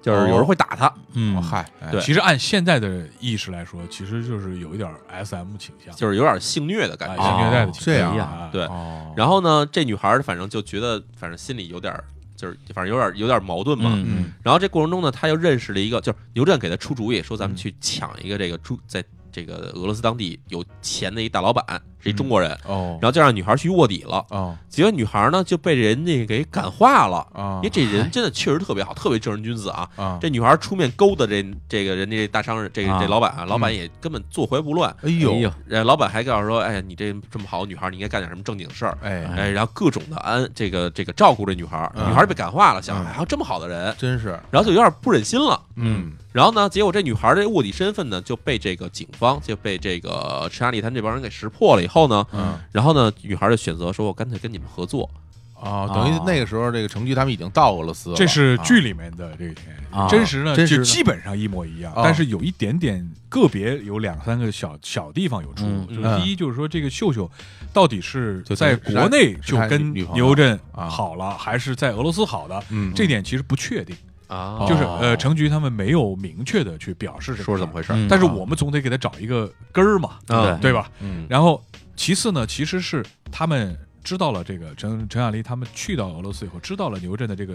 C: 就是有人会打她。
A: 嗯，
B: 嗨，哎
C: 对
D: 其实按现在的意识来说，其实就是有一点 S M 倾向，
C: 就是有点性虐的感
D: 啊
B: 哎
C: 觉。
A: 哦
D: 像虐待的倾向
B: 这样
D: 啊，
C: 对
B: 哦，
C: 然后呢，这女孩反正就觉得，反正心里有点儿，就是反正有点儿有点儿矛盾嘛。
A: 嗯
C: 然后这过程中呢，她又认识了一个，就是牛震给她出主意，说咱们去抢一个这个猪，在这个俄罗斯当地有钱的一大老板，是一中国人，
A: 嗯
B: 哦
C: 然后就让女孩去卧底了。
B: 哦
C: 结果女孩呢就被人家给感化了，
B: 啊
C: 因为这人真的确实特别好，特别正人君子啊。
B: 啊！
C: 这女孩出面勾搭这这个人家这大商人，这
A: 嗯
C: 个
A: 啊
C: 这老板啊，老板也根本坐怀不乱。
B: 哎
A: 哎
B: 呦
A: 呦
C: 呃，老板还告诉说，哎呀，你这这么好的女孩，你应该干点什么正经事儿。
B: 哎，
A: 哎
C: 哎，然后各种的安这个这个照顾这女孩儿，
B: 嗯
C: 女孩儿被感化了，想
B: 嗯
C: 哎还有这么好的人，
B: 真是
C: 然后就有点不忍心了。
B: 嗯
C: 然后呢，结果这女孩儿这卧底身份呢就被这个警方就被这个陈阿丽他们这帮人给识破了以后呢，
B: 嗯
C: 然后呢，女孩儿就选择说，我干脆跟你们合作。
B: 哦，等于
A: 啊
B: 那个时候这个程居他们已经到俄罗斯了，
D: 这是
B: 啊
D: 剧里面的这一天，
A: 啊
D: 真实呢
B: 真实
D: 就
B: 呢
D: 基本上一模一样，
B: 啊
D: 但是有一点点个别有两三个小小地方有出入。
A: 嗯
D: 就是第一就是说这个秀秀到底是
B: 就
D: 在
B: 是
D: 国内
B: 是
D: 就
B: 他
D: 跟
B: 女朋友
D: 牛振
B: 啊
D: 好了，还是在俄罗斯好的，
B: 嗯
D: 这点其实不确定。
C: 啊
D: 就是
B: 哦
D: 呃，程局他们没有明确的去表示这个
C: 说是怎么回事儿？
A: 嗯
D: 但是
B: 啊
D: 我们总得给他找一个根儿嘛，
C: 啊
D: 对吧？
B: 嗯
D: 然后其次呢，其实是他们知道了这个陈陈亚丽他们去到俄罗斯以后，知道了牛振的这个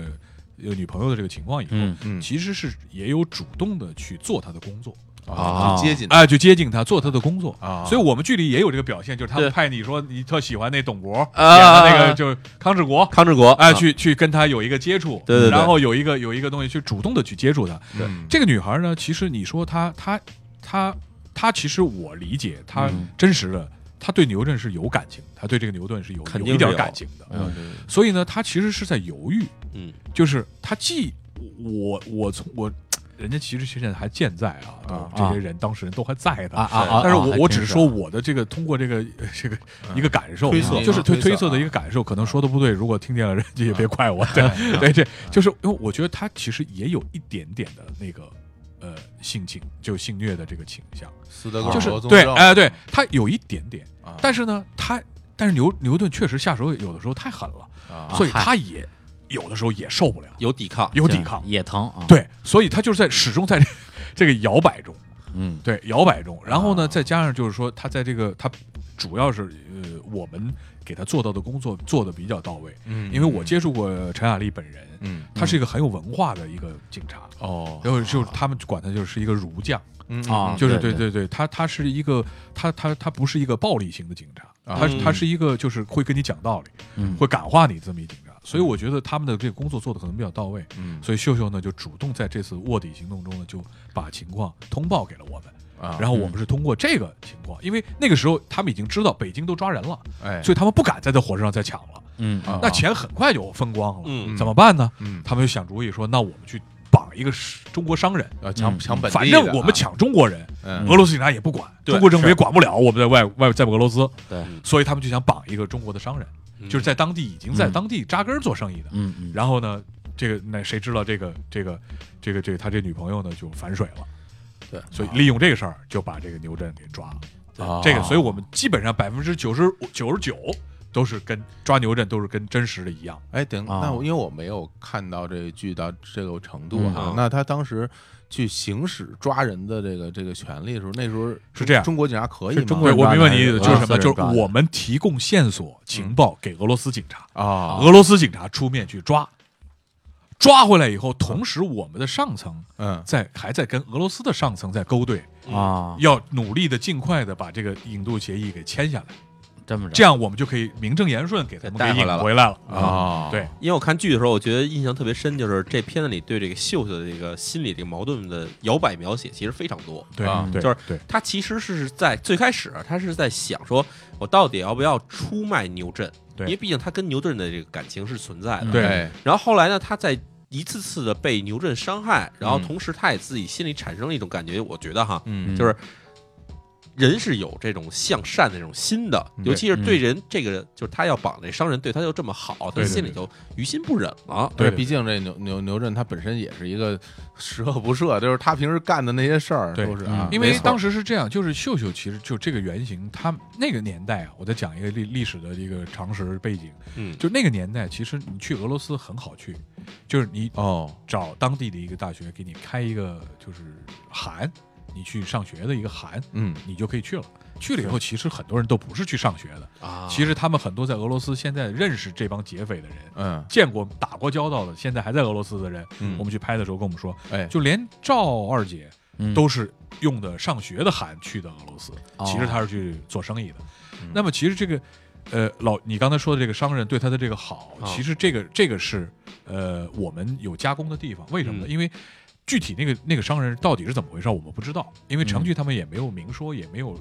D: 有女朋友的这个情况以后，
A: 嗯
B: 嗯
D: 其实是也有主动的去做他的工作，
B: 啊
A: 啊
B: 接
C: 嗯
B: 近
D: 哎、就接近他，做他的工作。
B: 啊，
D: 所以我们剧里也有这个表现，就是他们
C: 对
D: 派你说你特喜欢那董博演
C: 啊
D: 的那个，就是康志国。
C: 康志国
D: 哎，去去跟他有一个接触，
C: 对对对
D: 然后有一个有一个东西去主动的去接触他，
B: 对
D: 这个女孩呢，其实你说她她她她，其实我理解她
A: 嗯
D: 真实的，她对牛顿是有感情，她对这个牛顿是有
C: 肯定是
D: 有一点
C: 有
D: 感情的，
A: 嗯
D: 所以呢，她其实是在犹豫，
C: 嗯
D: 就是她既我我从我。人家其实现在还健在啊，都
B: 啊
D: 这些人当事人都还在的
A: 啊啊啊！
D: 但是
A: 啊
D: 我
A: 还
D: 我
A: 真
D: 只
A: 是
D: 说我的这个通过这个 呃这个一个感受啊，
B: 推测
D: 就是推
B: 推测
D: 推测的
B: 啊
D: 一个感受，可能说的不对，如果听见了人家也别怪我。
B: 哎啊
D: 对对，这就是因为我觉得他其实也有一点点的那个呃性情，就性虐的这个倾向，
B: 斯德哥
D: 就
B: 尔
D: 是
B: 摩综
D: 对，
B: 症
D: 哎，对他有一点点，
B: 啊
D: 但是呢，他但是牛牛顿确实下手有的时候太狠了，
B: 啊
D: 所以他也有的时候也受不了，
C: 有抵抗，
D: 有抵抗。
A: 也疼啊。，
D: 对，所以他就是在始终在这 这个摇摆中。
A: 嗯
D: 对，摇摆中。然后呢，
B: 啊
D: 再加上就是说，他在这个他主要是呃，我们给他做到的工作做的比较到位，
B: 嗯
D: 因为我接触过陈雅丽本人，
B: 嗯
D: 他是一个很有文化的一个警察。
B: 哦
D: 然后就是他们管他就是一个儒将，
B: 嗯
A: 啊
D: 就是
A: 对
D: 对对，他他是一个他他他不是一个暴力型的警察，
B: 啊
D: 他
C: 嗯
D: 他是一个就是会跟你讲道理，
A: 嗯
D: 会感化你这么一警察，所以我觉得他们的这个工作做的可能比较到位，
B: 嗯
D: 所以秀秀呢就主动在这次卧底行动中呢就把情况通报给了我们，
B: 啊，
D: 然后我们是通过这个情况，因为那个时候他们已经知道北京都抓人了，
B: 哎
D: 所以他们不敢再在火车上再抢了，
A: 嗯
B: 啊
D: 那钱很快就风光了，
C: 嗯
D: 怎么办呢？
B: 嗯
D: 他们就想主意说，那我们去绑一个中国商人，
B: 要抢
A: 嗯
B: 抢本地的啊，
D: 反正我们抢中国人，
B: 嗯
D: 俄罗斯警察也不管，
C: 对
D: 中国政府也管不了，我们在外外在俄罗斯，
A: 对，
D: 所以他们就想绑一个中国的商人，
B: 嗯
C: 嗯
D: 就是在当地已经在
A: 嗯
D: 当地扎根做生意的，
A: 嗯嗯，
D: 然后呢，这个那谁知道这个这个这个这个他这女朋友呢就反水
B: 啊
D: 了。
C: 对，
D: 所以利用这个事儿就把这个牛振给抓了。
B: 啊
D: 这个，所以我们基本上百分之九十九十九都是跟抓牛振都是跟真实的一样。
B: 哎，等
A: 啊
B: 那我因为我没有看到这剧到这个程度
A: 嗯
B: 哈、
C: 啊
B: 那他当时去行使抓人的这个这个权利的时候，那时候
D: 是这样
B: 中国警察可以
A: 是
B: 吗？
A: 中国
D: 对，
A: 人
D: 我
A: 抓
D: 明
A: 的
D: 白
A: 还
D: 你
A: 是俄
D: 意思就
A: 罗
D: 是什
A: 斯
D: 么，
A: 人
D: 啊就是
A: 抓的
D: 我们提供线索、情报给俄罗斯警察，
B: 啊，
D: 俄罗斯警察出面去抓，抓回来以后，同时我们的上层
B: 嗯
D: 在还在跟俄罗斯的上层在勾兑，
A: 啊，
D: 要努力的尽快的把这个引渡协议给签下来，
A: 这么着，
D: 这样我们就可以名正言顺给他们
C: 带
D: 给
C: 回
D: 引
C: 来了
D: 回来了。
B: 啊，
D: 对，
C: 因为我看剧的时候，我觉得印象特别深，就是这片子里对这个秀秀的这个心理这个矛盾的摇摆描写其实非常多。
D: 对
B: 啊
D: 对
C: 就是
D: 对
C: 他其实是在最开始，他是在想说，我到底要不要出卖牛振？
D: 对
C: 因为毕竟他跟牛振的这个感情是存在的。
A: 嗯
D: 对
B: 哎
C: 然后后来呢，他在一次次的被牛振伤害，然后同时他也自己心里产生了一种感觉，我觉得哈，
B: 嗯
C: 就是人是有这种向善的这种心的，
B: 嗯
C: 尤其是对人这个，就是他要绑这商人对他又这么好，他
D: 对对
C: 心里就于心不忍了。
D: 对
B: 对，毕竟这牛牛牛振他本身也是一个十恶不赦，就是他平时干的那些事儿
D: 对
B: 都是啊，
A: 嗯
D: 因为当
B: 时
D: 时是这样，就是秀秀其实就这个原型，它那个年代啊，我再讲一个历历史的一个常识背景，
C: 嗯，
D: 就那个年代，其实你去俄罗斯很好去，就是你
B: 哦
D: 找当地的一个大学给你开一个就是函，你去上学的一个函，
B: 嗯
D: 你就可以去了。去了以后，其实很多人都不是去上学的，
C: 啊，
D: 其实他们很多在俄罗斯现在认识这帮劫匪的人。
B: 嗯
D: 见过打过交道的，现在还在俄罗斯的人，
B: 嗯
D: 我们去拍的时候跟我们说，
B: 哎
D: 就连赵二姐
A: 嗯
D: 都是用的上学的函去的俄罗斯，
A: 哦
D: 其实他是去做生意的。
A: 嗯
D: 那么其实这个，呃，老你刚才说的这个商人对他的这个好，
A: 哦
C: 啊
D: 其实这个这个是呃我们有加工的地方。为什么呢？
C: 嗯
D: 因为具体那个那个商人到底是怎么回事，我们不知道，因为程
A: 嗯
D: 序他们也没有明说，也没有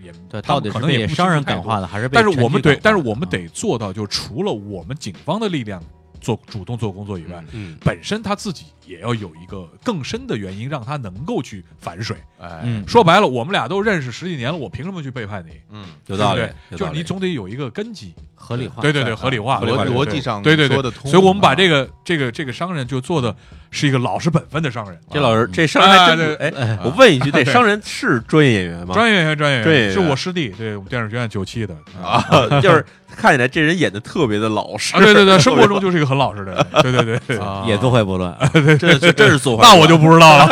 D: 也
A: 对，
D: 他
A: 到
D: 们
A: 底
D: 可
A: 是
D: 能也
A: 被
D: 不
A: 商人
D: 清楚太
A: 感
D: 多
A: 化的，还是被
D: 但是
A: 程
D: 我们
A: 序感
D: 得，但是
A: 化的
D: 我们
A: 啊
D: 得做到，就除了我们警方的力量做主动做工作以外，
C: 嗯
D: 本身他自己也要有一个更深的原因，让他能够去反水。
B: 哎，
A: 嗯
D: 说白了，我们俩都认识十几年了，我凭什么去背叛你？
B: 嗯，
C: 有道理
D: 对不，对
C: 有
D: 就
C: 道
D: 是
C: 理
D: 你总得有一个根基，
A: 合理化，
D: 对对对，合理化，
B: 合
C: 理化
D: 啊对对
B: 逻
D: 对
B: 辑上
D: 对对对
B: 说得通
D: 所以我们把
B: 啊
D: 这个这个这个商人就做的是一个老实本分的商人，
C: 这老师这商人还真不
D: 哎
C: 哎，我问一句，这商人是专业演员吗？
D: 专业演员，专业
C: 专业
D: 员
C: 演
D: 是
C: 员
D: 我师弟，对我们电影学院九七的啊，
C: 啊，就是看起来这人演的特别的老实，
D: 对对对，生活中就是一个很老实的人，对对对对。
B: 啊
A: 也做坏不论，
C: 这这真是做坏 事。
D: 那我就不知道了，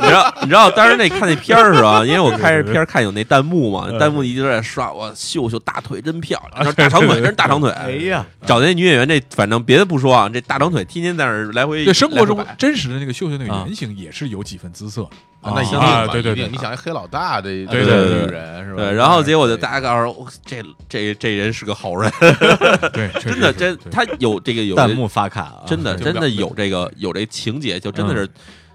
C: 你知道，你 知道当时那看那片儿是吧？因为我开着片儿看有那弹幕嘛，
D: 嗯
C: 弹幕一直在刷，我秀秀大腿真漂亮，然后大长腿真是大长腿。
A: 哎呀，
C: 找那女演员，这反正别的不说啊，这大长腿天天在那儿来回
D: 对生活中
C: 来回摆
D: 真实的那个秀秀那个
A: 啊
D: 原型也是有几分姿色的，
B: 啊那一定
D: 啊
B: 嘛
D: 对对
B: 一
D: 对
B: 定你想一黑老大这
D: 对
B: 这
D: 对
B: 个
C: 对
B: 女人是吧？
C: 对，然后结果就大家告诉我，哦这这这人是个好人，
D: 对，确实
C: 真的，
D: 是
C: 这
D: 对
C: 他有这个有
A: 弹幕发卡啊，
C: 真的
B: 对
C: 真的有这个有这情节，就真的是。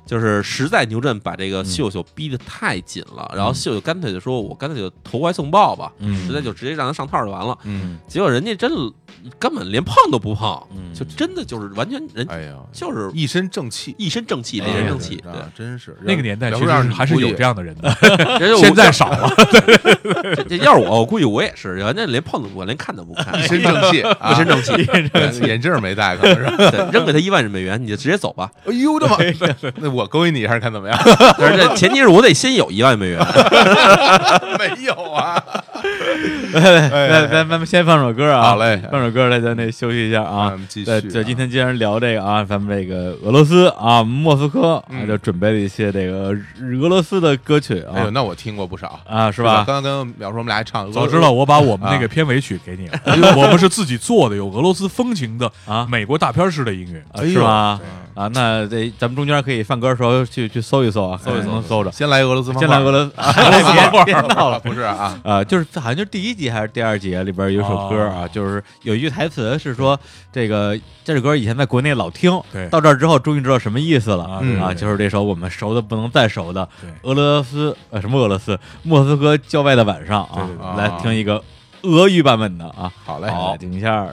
C: 就是实在牛振把这个秀秀逼得太紧了，然后秀秀干脆就说：“我干脆就投怀送抱吧，
A: 嗯
C: 实在就直接让他上套就完了。”
A: 嗯
C: 结果人家真根本连碰都不碰，
A: 嗯
C: 就真的就是完全人
B: 哎呀，
C: 就是
B: 一身正气，
C: 一身正气，
B: 哎
C: 没人
B: 呀
C: 正气。
B: 对啊真是
D: 那个年代
B: 要
D: 其
B: 不
D: 实
B: 让
D: 是还是有这
B: 样，
D: 样的人的，
C: 人家我
D: 现在少了。
C: 这这要是我，我估计我也是，人家连碰都不碰，连看都不看，
B: 一身正气，啊
C: 一身正气。
B: 对眼镜儿没戴，可能是。
C: 对扔给他一万美元，你就直接走吧。
B: 哎呦我的妈！那我勾引你还是看怎么样？
C: 但是这前提是我得先有一万美元。
B: 哎没有啊，
A: 来来，咱咱们先放首歌啊，
B: 好嘞
A: 放首歌来，咱得休息一下
B: 那
A: 啊
B: 我。们继续啊。
A: 对，就今天既然聊这个啊，咱们这个俄罗斯啊，莫斯科啊，
B: 嗯
A: 就准备了一些这个日俄罗斯的歌曲
B: 哎呦，
A: 啊
B: 那我听过不少，
A: 啊，是
B: 是
A: 吧？
B: 刚刚跟淼叔我们俩还唱，
D: 早知道我把我们
B: 啊
D: 那个片尾曲给你了，我们是自己做的，有俄罗斯风情的
A: 啊
D: 美国大片式的音乐。
B: 哎
A: 啊是吗？啊，那这咱们中间可以放歌的时候去去搜一搜啊，
B: 搜一搜
A: 能搜着。
B: 先来俄罗斯方
A: 先来俄罗斯，别别 闹了
B: 不是啊？
A: 啊，就是好像就是第一集还是第二集里边有一首歌啊，就是有一句台词是说这个这首歌以前在国内老听，
D: 对
A: 到这儿之后终于知道什么意思了
D: 啊
B: 对
A: 啊，
D: 对
A: 就是这首我们熟的不能再熟的
D: 对
A: 俄罗斯呃什么俄罗斯莫斯科郊外的晚上啊
D: 对对，
B: 对
A: 来听一个俄语版本的啊，
B: 好嘞，
A: 来听一下。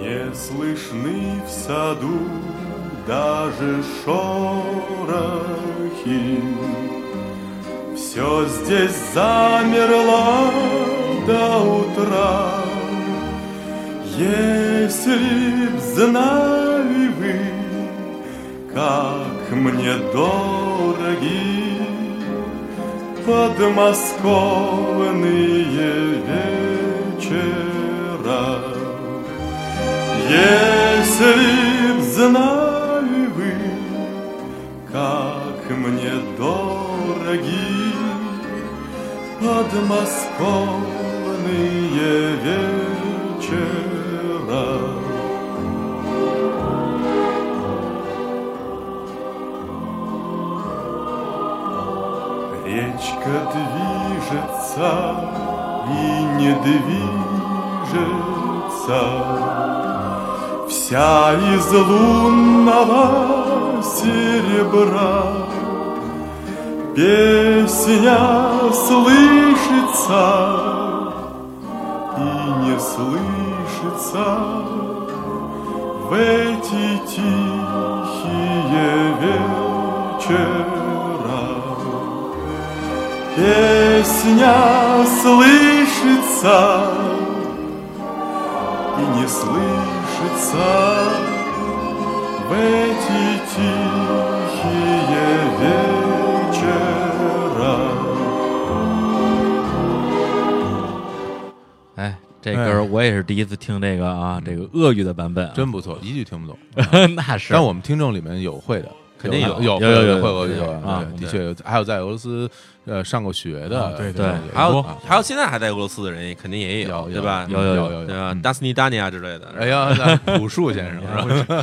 E: Не слышны в саду даже шорохи. Все здесь замерло до утра. Если б знали вы, как мне дороги подмосковные вечера. Если б знали вы, как мне дороги подмосковные вечера. Речка движется и не движется Вся из лунного серебра. Песня слышится и не слышится в эти тихие вечера. Песня слышится и не слышится в эти тихие вечера.
A: 哎，这歌儿我也是第一次听这个啊，这个俄语的版本啊，
B: 真不错，一句听不懂。
A: 那是
B: 但我们听众里面有会的，
A: 肯定
B: 有
A: 有有
B: 会
A: 有有
B: 有
A: 有
B: 会俄
A: 有
B: 语
A: 有
B: 的
A: 啊
B: 对的确有，还有在俄罗斯呃上过学
D: 啊
B: 的，
D: 对
A: 对
B: 也
C: 还有
B: 啊
C: 还有现在还在俄罗斯的人也肯定也
B: 有
C: 对吧？
B: 有有
C: 对
B: 有有。
C: 吧？达斯尼达尼亚之类的，
B: 哎呀，那朴树先生是吧？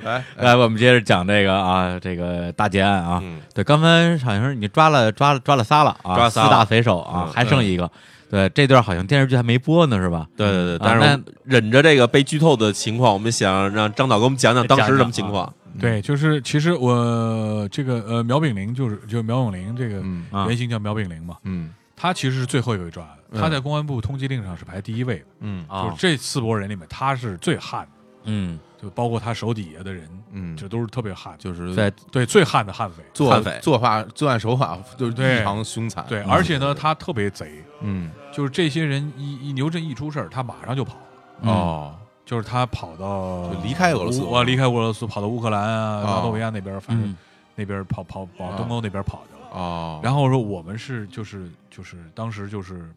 B: 来，
A: 来，我们接着讲这个啊，这个大劫案啊。
C: 嗯
A: 对，刚才好像是你抓了抓了抓了仨了啊，
C: 抓仨
A: 四大
C: 了
A: 匪首啊，
C: 嗯
A: 还剩一个。对，这段好像电视剧还没播呢，是吧？
C: 对对
B: 嗯
C: 对，
A: 啊
C: 但是我们忍着这个被剧透的情况，我们想让张导给我们讲讲当时什么情
B: 啊
C: 况。
B: 嗯
D: 对，就是其实我这个呃苗炳麟就是就苗永林这个
B: 嗯
A: 啊
D: 原型叫苗炳麟嘛，
B: 嗯
D: 他其实是最后一个抓的，
B: 嗯
D: 他在公安部通缉令上是排第一位的，
B: 嗯
D: 就是这四拨人里面他是最悍的，
A: 嗯，
D: 就包括他手底下的人，
B: 嗯，
D: 这都是特别悍，
B: 就是
A: 在
D: 对最悍的悍匪。
B: 做
C: 悍匪
B: 做法作案手法就是
D: 对
B: 异常凶残，
D: 对，
B: 嗯
D: 而且呢，他特别贼，
B: 嗯
D: 就是这些人一一牛振一出事儿，他马上就跑，
A: 嗯
B: 哦，
D: 就是他跑到
B: 就离开俄罗斯
D: 乌我离开俄罗斯，跑到乌克兰啊、
B: 哦
D: 拉脱维亚那边，反正
A: 嗯
D: 那边跑跑往
B: 啊
D: 东欧那边跑去了。
B: 哦，
D: 然后说我们是就是就是当时就是，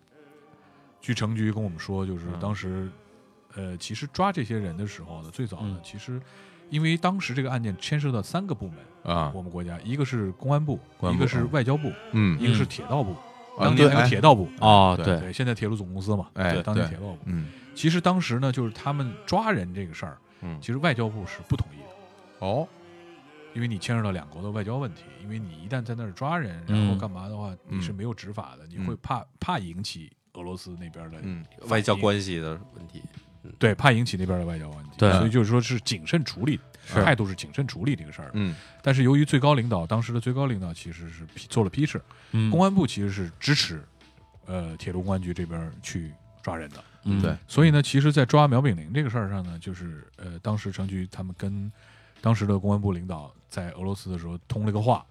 D: 据城局跟我们说，就是
B: 嗯
D: 当时，呃，其实抓这些人的时候呢，最早呢
A: 嗯，
D: 其实因为当时这个案件牵涉到三个部门，
B: 啊，
D: 我们国家一个是公安部，
B: 公安
D: 一
B: 部
D: 个是外交部，
B: 嗯
D: 一个是铁道部，
B: 啊
D: 当年
B: 对
D: 还有
B: 哎
D: 铁道部，
A: 哦，
B: 对
A: 对，
D: 对，现在铁路总公司嘛，
B: 哎
D: 对当年
B: 对
D: 铁道部。
B: 嗯
D: 其实当时呢，就是他们抓人这个事儿，
B: 嗯
D: 其实外交部是不同意的，
B: 哦，
D: 因为你牵涉到两国的外交问题，因为你一旦在那儿抓人，然后干嘛的话，
B: 嗯
D: 你是没有执法的，你会怕怕引起俄罗斯那边的，
B: 嗯
C: 外交关系的问题，
D: 对，怕引起那边的外交问题，
A: 对
D: 所以就是说是谨慎处理，
B: 是
D: 态度是谨慎处理这个事儿。
B: 嗯
D: 但是由于最高领导当时的最高领导其实是批做了批示，
A: 嗯
D: 公安部其实是支持，呃，铁路公安局这边去抓人的。
A: 嗯
B: 对
D: 所以呢，其实，在抓苗炳麟这个事儿上呢，就是呃，当时程局他们跟当时的公安部领导在俄罗斯的时候通了个话，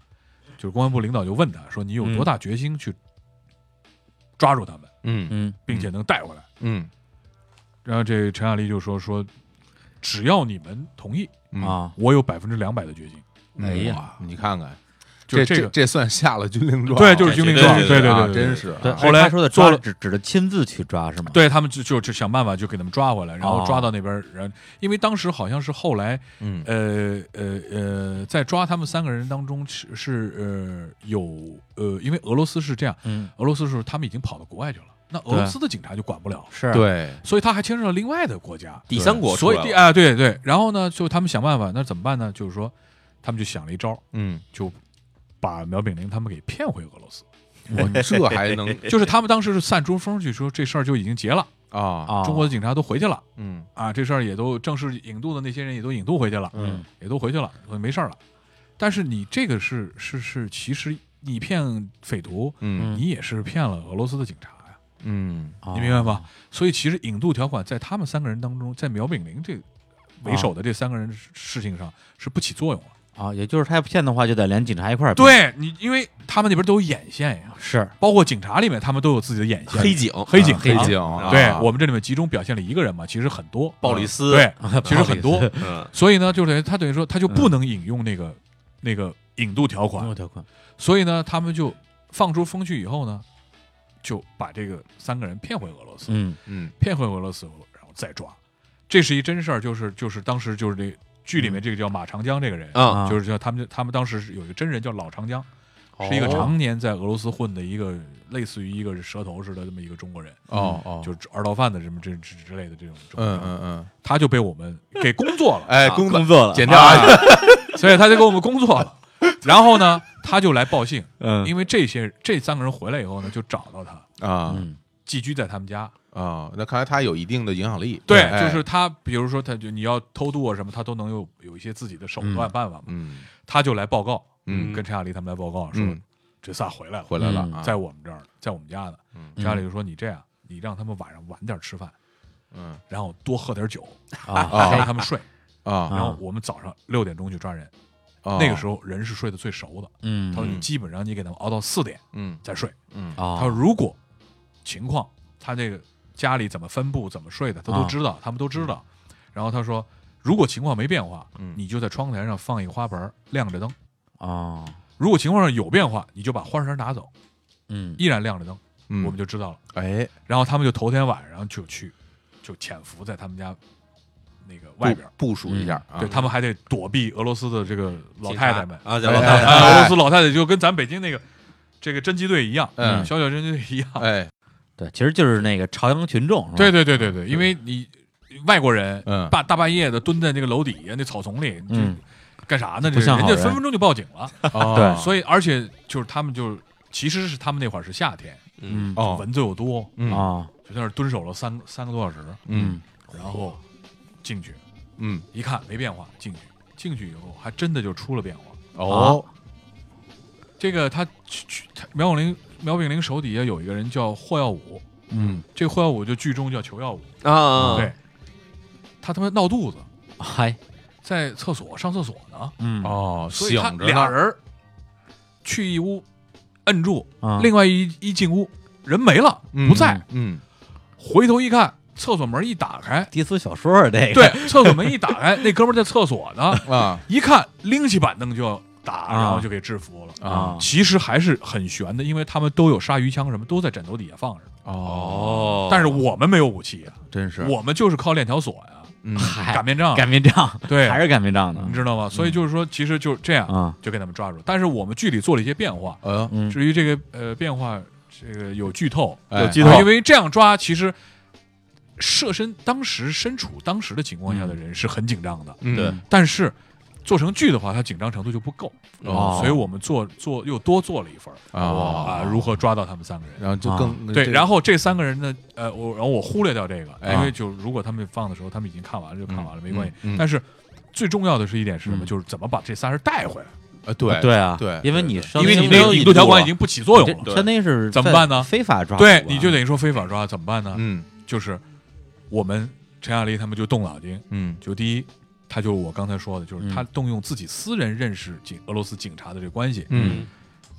D: 就是公安部领导就问他说：“你有多大决心去抓住他们，
B: 嗯
A: 嗯
D: 并且能带回来
B: 嗯？”
D: 然后这陈亚丽就说：“说只要你们同意，
B: 嗯，
A: 啊，
D: 我有百分之两百的决心。
B: 嗯
A: 哎呀
B: 哇你看看。
D: 就是
B: 这
D: 这个
B: 这算下了军令状，
D: 对就是
C: 军令
B: 这绝
C: 状
B: 是
C: 对对
B: 啊
D: 对对对
B: 真是啊。
A: 对，
D: 后来
A: 他说的
D: 做
A: 抓
D: 了
A: 指指着亲自去抓是吗？
D: 对”他们就就就想办法就给他们抓回来，然后
A: 哦
D: 抓到那边儿，然后因为当时好像是后来
B: 嗯
D: 呃呃呃，在抓他们三个人当中是是呃有呃，因为俄罗斯是这样，
A: 嗯，
D: 俄罗斯是他们已经跑到国外去了，那俄罗斯的警察就管不了，
A: 是，
B: 对，
D: 所以他还牵涉到另外的国家，
C: 第三国出
D: 所
C: 来
D: 以
C: 了
D: 第啊对对，然后呢，就他们想办法，那怎么办呢？就是说，他们就想了一招，
B: 嗯，
D: 就把苗炳麟他们给骗回俄罗斯，嗯
B: 我这还 能
D: 就是他们当时是散出风去说这事儿就已经结了，
B: 啊，
C: 哦
A: 啊，
D: 中国的警察都回去了。
B: 嗯
D: 啊，这事儿也都正式引渡的那些人也都引渡回去了，
A: 嗯，
D: 也都回去了，没事儿了。但是你这个是是是，其实你骗匪徒，
B: 嗯
D: 你也是骗了俄罗斯的警察呀，
B: 嗯
A: 哦
D: 你明
C: 啊
D: 白吗？？所以其实引渡条款在他们三个人当中，在苗炳麟
C: 啊
D: 这为首的这三个人事情上是不起作用的。
A: 啊，也就是他要骗的话，就得连警察一块儿骗，
D: 对你，因为他们那边都有眼线呀，
A: 是，
D: 包括警察里面，他们都有自己的眼线。
C: 黑警
D: 黑警，
B: 啊黑
D: 啊
B: 警，
D: 对
B: 啊
D: 我们这里面集中表现了一个人嘛，其实很多，啊
C: 鲍里斯，
D: 对，其实很多。
C: 嗯，
D: 所以呢，就等于他等于说他就不能引用那个、那个引渡条
A: 没
D: 款
A: 有，条款，
D: 所以呢，他们就放出风去以后呢，就把这个三个人骗回俄罗斯，
A: 嗯
B: 嗯
D: 骗回俄罗斯，然后再抓。这是一真事儿，就是就是当时就是这剧里面这个叫马长江这个人，
C: 啊，
D: 就是叫他们他们当时是有一个真人叫老长江，
C: 哦
D: 是一个常年在俄罗斯混的一个类似于一个蛇头似的这么一个中国人，
B: 哦哦，
D: 就是二道贩子什么这之之类的这种中国人，
B: 嗯嗯嗯，
D: 他就被我们给工作了，
B: 哎，
C: 啊
B: 工作
A: 工作了，
B: 剪掉啊，
D: 所以他就给我们工作了。然后呢，他就来报信，
A: 嗯
D: 因为这些这三个人回来以后呢，就找到他，
B: 啊，
A: 嗯
D: 寄居在他们家，
B: 啊、那看来他有一定的影响力。
D: 嗯对，
B: 哎
D: 就是他，比如说他就你要偷渡啊什么，他都能有有一些自己的手
A: 嗯
D: 段办法嘛。
B: 嗯
D: 他就来报告，
B: 嗯
D: 跟陈亚丽他们来报告说
B: 嗯，，
D: 这仨回来了，
B: 回来了
A: 嗯
B: 啊，
D: 在我们这儿，在我们家呢。
B: 嗯
D: 陈亚丽就说你这样，你让他们晚上晚点吃饭，
B: 嗯
D: 然后多喝点酒，
A: 啊
B: 啊
D: 让他们睡，
B: 啊
D: 然后我们早上六点钟去抓人。
B: 啊
D: 那个时候人是睡得最熟的，
A: 嗯
D: 他说你
B: 嗯
D: 基本上你给他们熬到四点
B: 嗯
D: 再睡。
B: 嗯
D: 他
A: 哦，
D: 说如果情况，他这个家里怎么分布、怎么睡的，他都
A: 啊
D: 知道，他们都知道。然后他说，如果情况没变化，
B: 嗯
D: 你就在窗台上放一个花盆儿，亮着灯；
A: 哦，
D: 如果情况上有变化，你就把花绳拿走，
A: 嗯
D: 依然亮着灯，
B: 嗯，
D: 我们就知道了。
B: 哎
D: 然后他们就头天晚上就去，就潜伏在他们家那个外边儿。嗯
B: 部部署一下啊，
D: 对他们还得躲避俄罗斯的这个老
C: 警
D: 太
C: 察
D: 太们，
C: 啊，
B: 哎哎
C: 老太太
B: 哎
D: 啊，俄罗斯老太太就跟咱北京那个这个侦缉队一样，
B: 嗯
D: 小小侦缉队一样。
B: 哎
A: 对，其实就是那个朝阳群众，是吧
D: 对对对对对，
A: 嗯
D: 因为你外国人
B: 嗯
D: 半大半夜的蹲在那个楼底下那草丛里，你
A: 嗯
D: 这干啥呢？这
A: 不像好
D: 家
A: 人啊
D: 分分钟就报警了。
B: 哦
A: 对
D: 所以，而且就是他们就是其实是他们那会儿是夏天，
C: 嗯，
B: 哦
D: 蚊子又多，
B: 嗯
A: 啊，
D: 就在那儿蹲守了三个三个多小时，
B: 嗯
D: 然
A: 哦
D: 后进去
B: 嗯
D: 一看没变化，进去进去以后还真的就出了变化。
B: 哦
D: 这个他去去他苗永林苗炳林手底下有一个人叫霍耀武，
A: 嗯，
D: 这霍耀武就剧中叫裘耀武，
C: 啊啊，啊
D: 对，他他妈闹肚子，
A: 嗨，
D: 在厕所上厕所呢，
A: 嗯
B: 哦
D: 所以
B: 醒
D: 他
B: 着
D: 俩
B: 呢，
D: 人儿去一屋摁住，
A: 啊，
D: 另外一一进屋人没了，
B: 嗯
D: 不在，
B: 嗯
D: 回头一看，厕所门一打开
A: 低俗小说啊，这个
D: 对，厕所门一打开， 那哥们儿在厕所呢，
B: 啊
D: 一看拎起板凳就要打，
A: 啊
D: 然后就给制服了。
A: 啊，
D: 其实还是很悬的，因为他们都有鲨鱼枪，什么都在枕头底下放着，
B: 哦，
C: 哦，
D: 嗯但是我们没有武器啊，
B: 真是
D: 我们就是靠链条索呀、
B: 嗯
A: 嗨，
D: 擀面杖，
A: 擀面杖，
D: 对嗯
A: 还是嗯擀面杖
D: 你
A: 呢
D: 知道吗？所以就是说，其实就是这样，
A: 啊，
D: 就给他们抓住。但是我们剧里做了一些变化，
B: 呃
A: 嗯
D: 至于这个呃变化，这个有剧透，啊
B: 哎
C: 有鸡头
D: 因为这样抓其实设身当时身处当时的情况下的人是很紧张的，
B: 嗯
C: 对
D: 但是做成剧的话，它紧张程度就不够，
B: 哦
D: 所以我们做做又多做了一份儿
B: 啊，
D: 啊，如何抓到他们三个人。
B: 然后就更
D: 对，然
B: 后
D: 后这三个人呢，呃，我然后我忽略掉这个，
B: 哎
D: 因为就如果他们放的时候，他们已经看完了就看完了，没关系。
B: 嗯嗯
D: 但是最重要的是一点是什么？
A: 嗯
D: 就是怎么把这仨人带回来，
B: 呃对
A: 对啊，
B: 对
A: 因为
B: 对
A: 你
B: 对
A: 相
D: 因为
A: 当
D: 你
A: 于
D: 那个
A: 没有
D: 引渡条款已
A: 啊
D: 经不起作用
A: 这
D: 了。
A: 相当于是
D: 怎么
A: 犯
D: 办呢
A: 非法抓捕啊
D: 对
A: 吧，
D: 你就等于说非法抓怎么办呢？
B: 嗯
D: 就是我们陈亚丽他们就动脑筋，
B: 嗯
D: 就第一，他就是我刚才说的，就是他动用自己私人认识警俄罗斯警察的这个关系，
B: 嗯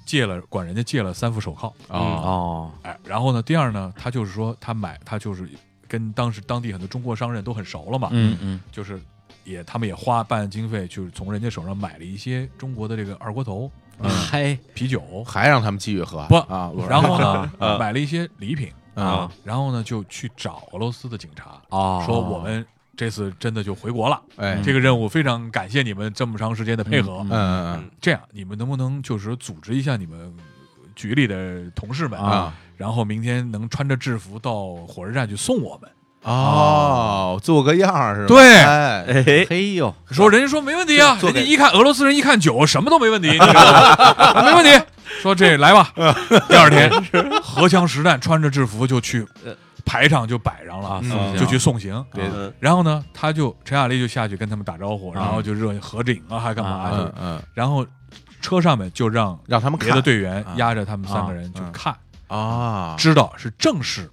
D: 借了管人家借了三副手铐，
B: 啊
A: 哦，
D: 哎，然后呢，第二呢，他就是说他买他就是跟当时当地很多中国商人都很熟了嘛，
A: 嗯嗯
D: 就是也他们也花办案经费，就是从人家手上买了一些中国的这个二锅头、
B: 嗯
A: 嗨，
D: 啤酒，
B: 还让他们继续喝
D: 不
B: 啊，我说
D: 然后呢、
C: 啊
D: 买了一些礼品，
B: 啊
D: 然后呢就去找俄罗斯的警察，
A: 哦，
D: 说我们这次真的就回国了，
B: 哎
D: 这个任务非常感谢你们这么长时间的配合。
A: 嗯
B: 嗯嗯
D: 这样，你们能不能就是组织一下你们局里的同事们
B: 嗯，啊
D: 然后明天能穿着制服到火车站去送我们？
B: 哦，做个样儿是吧？
D: 对
B: 哎
C: 哎，
A: 嘿呦，
D: 说人家说没问题啊，
B: 做
D: 人
B: 给
D: 家一看俄罗斯人一看酒什么都没问题，你知道吗 啊没问题。说这来吧，
B: 嗯
D: 第 二天荷枪实弹，穿着制服就去
B: 呃
D: 排场就摆上了啊
B: 送行
D: 就去送行。
B: 别
D: 啊
C: 嗯
D: 然后呢，他就陈亚丽就下去跟他们打招呼，然后就热合影啊，还干嘛
A: 啊
D: 就
B: 嗯嗯，
D: 然后车上面就让
B: 让他们
D: 别的
B: 看
D: 队员
B: 啊
D: 压着他们三个人
B: 啊
D: 就看，
B: 啊，
D: 知道是正式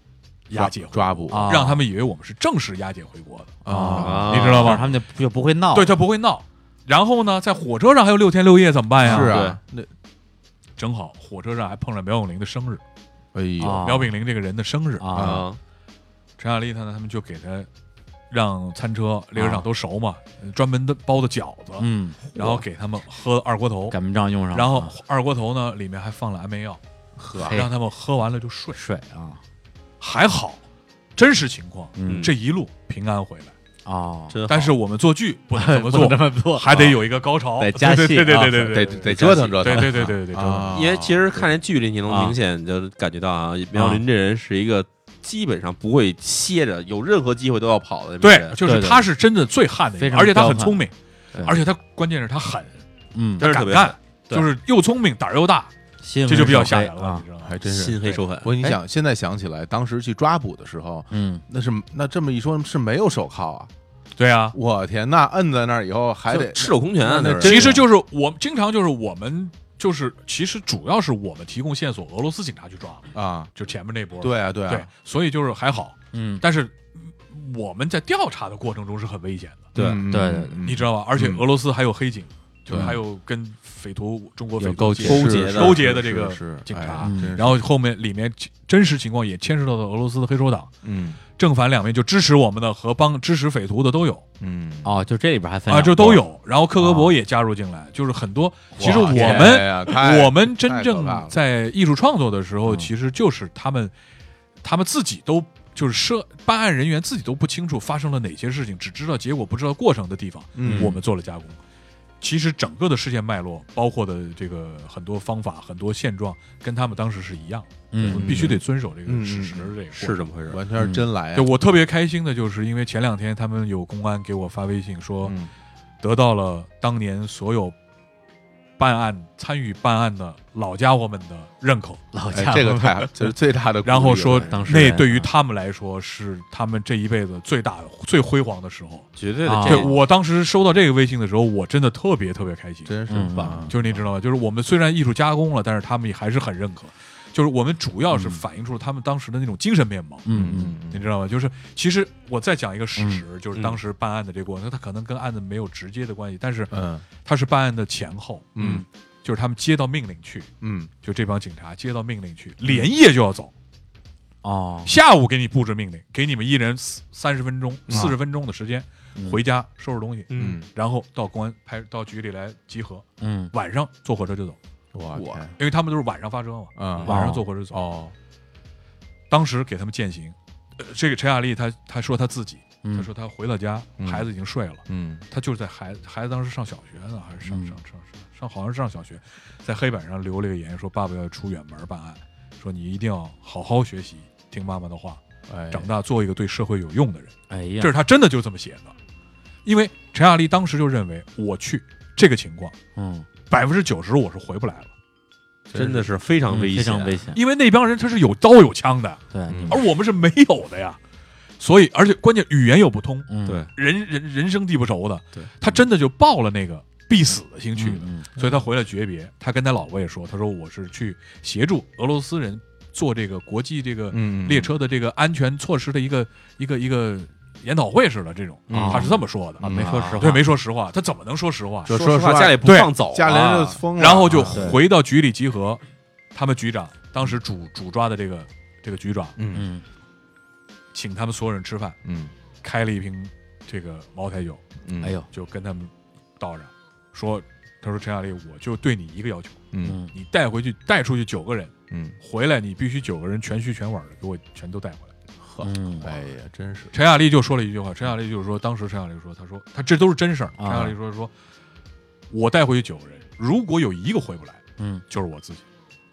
D: 押
B: 抓
D: 解回
B: 抓捕
A: 啊
D: 让他们以为我们是正式押解回国的，
B: 啊，
C: 啊
D: 你知道
A: 这样
D: 吗？
A: 他们就就不会闹，
D: 对，他不会闹。然后呢，在火车上还有六天六夜怎么办呀？
B: 是啊，那
D: 正好火车上还碰上苗永玲的生日，
B: 哎
A: 啊
B: 呦，
D: 苗炳玲这个人的生日，
A: 啊，
C: 啊，
D: 陈亚丽他呢，他们就给他让餐车列车长都熟嘛，专门的包的饺子，
A: 啊嗯，
D: 然后给他们喝二锅头，
A: 擀面杖用上了，
D: 嗯然后
A: 啊
D: 二锅头呢里面还放了安眠药，
B: 呵
A: 嘿
D: 让他们喝完了就睡。
A: 水啊，
D: 还好，真实情况，
A: 嗯
D: 这一路平安回来。
A: 哦，
C: 真好
D: 但是我们做剧不能这 么
A: 不能
D: 做，
A: 这么做，啊
D: 还得有一个高潮，
A: 得加戏
D: 对对对
A: 啊
D: 对对对
B: 得
D: 对
B: 得折腾折腾，
D: 对对对对对
B: 啊
C: 因为其实看这剧里，你
D: 啊
C: 能明显就感觉到啊，苗小林这人是一个基本上不会歇着，有任何机会都要跑的这么一个
D: 对，
C: 人。
D: 就是
A: 对对
D: 他是真的最悍的一
A: 非
D: 个，
A: 常
D: 而且他很
A: 彪悍
D: 聪明
A: 对，
D: 而且他关键是他狠，
A: 嗯
C: 真
D: 他
C: 是特
D: 敢
C: 别
D: 干，
C: 对
D: 就是又聪明胆儿又大，
A: 新闻
D: 这就比较
A: 手
D: 吓人
A: 黑
D: 了，
A: 啊
D: 你。知道吗？
B: 还真是。
C: 心黑手狠。
B: 我跟你想，现在想起来，当时去抓捕的时候，
A: 嗯，
B: 那是那这么一说是没有手铐啊！
D: 对啊，
B: 我天，那摁在那儿以后还
C: 就
B: 得
C: 赤手空拳啊，
B: 那
C: 那
B: 真
D: 其
B: 是
D: 实就是我经常就是我们就是其实主要是我们提供线索，俄罗斯警察去抓了，
B: 啊！
D: 就前面那波。
B: 对啊，对
D: 对
B: 啊，，
D: 所以就是还好，
A: 嗯，
D: 但是嗯我们在调查的过程中是很危险的，
A: 对
B: 嗯
A: 对对，
B: 嗯
D: 你知道吧？而且
B: 嗯
D: 俄罗斯还有黑警，就是
B: 对啊
D: 还有跟匪徒中国匪
A: 有
D: 徒
A: 勾
D: 结
A: 结
C: 勾结
D: 识
C: 的
D: 勾结的这个
B: 是是
D: 警
B: 哎
D: 察
B: 真是
D: 然后后面里面真实情况也牵涉到了俄罗斯的黑手党，
B: 嗯
D: 正反两面就支持我们的和帮支持匪徒的都有
B: 嗯
A: 哦，就这里边还分
D: 啊，这
A: 这
D: 都。有。然后克格勃也加入进来，就是很多。其实我
B: 啊天
D: 们
B: 呀太
D: 我们真
B: 哎太可
D: 正
B: 怕了
D: 在艺术创作的时候，
A: 嗯
D: 其实就是他们他们自己都。就是涉办案人员自己都不清楚发生了哪些事情，只知道结果不知道过程的地方，
B: 嗯
D: 我们做了加工。其实整个的事件脉络，包括的这个很多方法、很多现状，跟他们当时是一样的。我
A: 嗯
D: 们必须得遵守这个
B: 嗯
D: 事实，这个
C: 是这么回事。
B: 完全是真来啊
D: 对我特别开心的就是，因为前两天他们有公安给我发微信说，
B: 嗯
D: 得到了当年所有办案参与办案的老家伙们的认可，
A: 老
B: 哎
A: 家
B: 这个
A: 伙
B: 太这是最大 的鼓励了，
D: 然后说
A: 当时啊
D: 那对于他们来说是他们这一辈子最大的、最辉煌的时候。
C: 绝对
A: 啊
C: 的，
D: 对
C: 这
D: 我当时收到这个微信的时候，我真的特别特别开心。
B: 真是
A: 嗯
B: 棒，
D: 就是你知道吗？就是我们虽然艺术加工了，但是他们也还是很认可。就是我们主要是反映出了他们当时的那种精神面貌。
A: 嗯
D: 你知道吗？就是其实我再讲一个史实，就是当时办案的这个过程，它可能跟案子没有直接的关系，但是
B: 嗯
D: 它是办案的前后，
B: 嗯，
D: 就是他们接到命令去，
B: 嗯
D: 就这帮警察接到命令去，连夜就要走，
A: 哦，
D: 下午给你布置命令，给你们一人三十分钟、四十分钟的时间回家收拾东西，
B: 啊嗯，
D: 然后到公安派到局里来集合，
A: 嗯
D: 晚上坐火车就走，
B: 我嗯
C: 我
B: 天
D: 因为他们都是晚上发车嘛，
B: 啊
D: 晚上坐火车走。
B: 哦
D: 当时给他们践行，呃这个陈雅丽她她说她自己，
A: 嗯
D: 她说她回到家，
B: 嗯
D: 孩子已经睡了。
B: 嗯
D: 他就是在孩子孩子当时上小学呢，还是上
A: 嗯
D: 上上上上好像是上小学，在黑板上留了个言，说爸爸要出远门办案，说你一定要好好学习，听妈妈的话，
B: 哎
D: 长大做一个对社会有用的人。
A: 哎
D: 这
A: 呀，
D: 是他真的就这么写的，因为陈亚丽当时就认为我去这个情况，
A: 嗯，
D: 百分之九十我是回不来了，
C: 真的是非
D: 嗯
C: 常危
A: 嗯非
C: 险，啊
A: 常危险。
D: 因为那帮人他是有刀有枪的，
A: 对，你们
D: 而我们是没有的呀，所以而且关键语言又不通，
A: 嗯
C: 对，
D: 人人人生地不熟的，
C: 对
D: 他真的就抱了那个必死的心去的。
A: 嗯
D: 所以他回来诀别，他跟他老婆也说，他说我是去协助俄罗斯人做这个国际这个
B: 嗯
D: 列车的这个安全措施的一个一个一个研讨会似的这种，
B: 嗯
D: 他是这么说的
A: 啊，。没说实话，
D: 对，没说实话，他怎么能嗯说实话？
B: 就
C: 说
B: 说
C: 实话，
B: 实话
C: 家里不
D: 对
C: 放走啊，
B: 家里人就疯了，
D: 然后就
B: 啊
D: 回到局里集合，他们局长当时主主抓的这个这个局长，
B: 嗯
A: 嗯
D: 请他们所有人吃饭，
B: 嗯
D: 开了一瓶这个茅台酒，
B: 嗯，
A: 哎呦，
D: 就跟他们倒上，说，他说陈亚丽，我就对你一个要求，
B: 嗯
A: 嗯
D: 你带回去带出去九个人。
B: 嗯，
D: 回来你必须九个人全虚全碗的给我全都带回来。
A: 嗯，
B: 哎呀，真是
D: 陈雅丽就说了一句话，陈雅丽就是说，当时陈雅丽说，她说她这都是真事儿。陈
A: 啊
D: 雅丽说说，我带回去九个人，如果有一个回不来，
A: 嗯，
D: 就是我自己。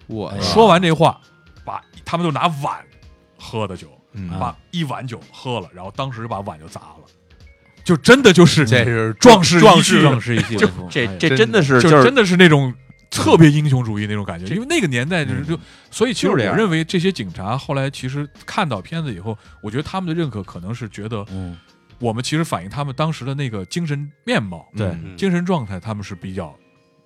B: 我
A: 哎呀
D: 说完这话，把他们都拿碗喝的酒，
B: 嗯
A: 啊
D: 把一碗酒喝了，然后当时把碗就砸了，就真的就是
B: 这是
D: 壮士
B: 壮
D: 一
B: 士
D: 世，
A: 壮士一句
D: 就
A: 不服
C: 这
A: 哎呀
C: 这
B: 真
C: 真的是
D: 就
C: 就是
D: 真的是那种特别英雄主义那种感觉，因为那个年代就是就，所以其实
C: 就
D: 我
C: 是这样
D: 认为这些警察后来其实看到片子以后，我觉得他们的认可可能是觉得
A: 嗯
D: 我们其实反映他们当时的那个精神面貌、
A: 对
B: 嗯
D: 精神状态，他们是比较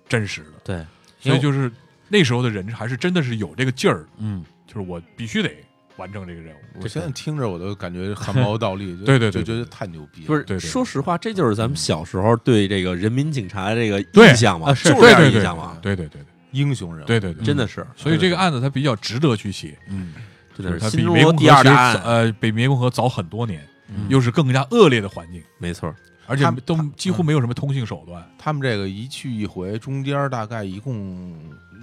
D: 真实的，
A: 对，
D: 所以就是那时候的人还是真的是有这个劲儿，
A: 嗯
D: 就是我必须得完成这个任务。
B: 我现在听着我都感觉汗毛倒立，就
D: 对对
B: 就
D: 对
B: 觉
D: 对
B: 得
D: 对
B: 太牛逼了，
C: 不是
D: 对对对
C: 说实话，这就是咱们小时候对这个人民警察这个
D: 对
C: 印象嘛，
A: 啊
C: 就是是这样
D: 对对
C: 印
D: 对
C: 象嘛，
D: 对对对对
B: 英雄人物，
D: 对对嗯对，
C: 真的是，
D: 所以这个案子它比较值得去写，
A: 嗯
C: 真
D: 就
C: 的
D: 是它
C: 是
D: 比
C: 新中
D: 湄
C: 国
D: 公河
C: 第二大
D: 其实早
C: 案，
D: 呃，比湄公河早很多年，
A: 嗯
D: 又是更加恶劣的环境。
C: 没错，
D: 而且
B: 他们
D: 都几乎没有什么通信手段。
B: 他们这个一去一回，中间大概一共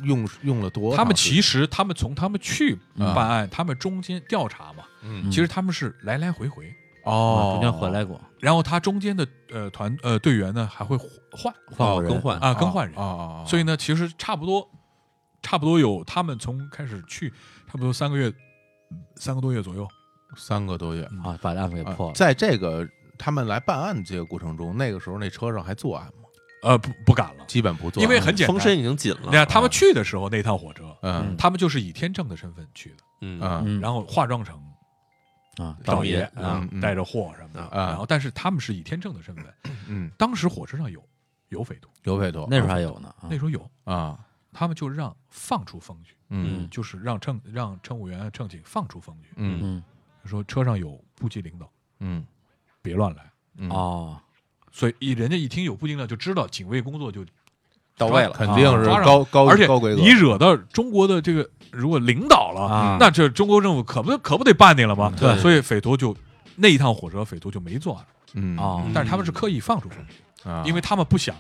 B: 用用了多长时间？
D: 他们其实，他们从他们去
B: 嗯
D: 办案，他们中间调查嘛，
B: 嗯
A: 嗯
D: 其实他们是来来回回，
A: 啊
B: 哦，
A: 中间回来过，
D: 然后他中间的呃团呃队员呢还会换
A: 换过
C: 哦
A: 人
C: 更换
D: 啊更换人，
B: 啊，
D: 所以呢，其实差不多差不多有他们从开始去差不多三个月三个多月左右，
B: 三个多月
A: 啊，把案子给
B: 啊
A: 破了，
B: 在这个他们来办案这个过程中，那个时候那车上还作案吗？
D: 呃，不不敢了。
B: 基本不做，
D: 因为很简单
C: 风声已经紧
D: 你
C: 了。
D: 看他们去的时候，那趟火车，
B: 嗯
D: 他们就是以天正的身份去的，
C: 嗯
B: 啊
A: 嗯
D: 然后化妆成
A: 啊，
C: 导
D: 道
C: 演
D: 爷
C: 啊
D: 啊
B: 嗯，
D: 带着货什么的，
B: 啊
D: 然后但是他们是以天正的身份，
B: 嗯，
D: 当时火车上有有匪徒，
B: 刘匪徒
A: 那时候还有呢，啊
D: 那时候有，
B: 啊，
D: 他们就让放出风去，
B: 嗯
D: 就是让乘让乘务员啊乘警放出风去，
B: 嗯
A: 嗯
D: 说车上有部级领导，
B: 嗯
D: 别乱来。
B: 嗯，
A: 哦，
D: 所以一人家一听有部级领导，就知道警卫工作就
C: 到位了，
B: 嗯肯定是啊高高
D: 而且
B: 高规格
D: 你，惹到中国的这个如果领导了，
A: 啊
D: 那这中国政府可不可不得办你了吗？
C: 对
D: 所以匪徒就那一趟火车，匪徒就没作案，
B: 嗯
A: 哦
D: 但是他们是刻意放出风去，
B: 啊
D: 因为他们不想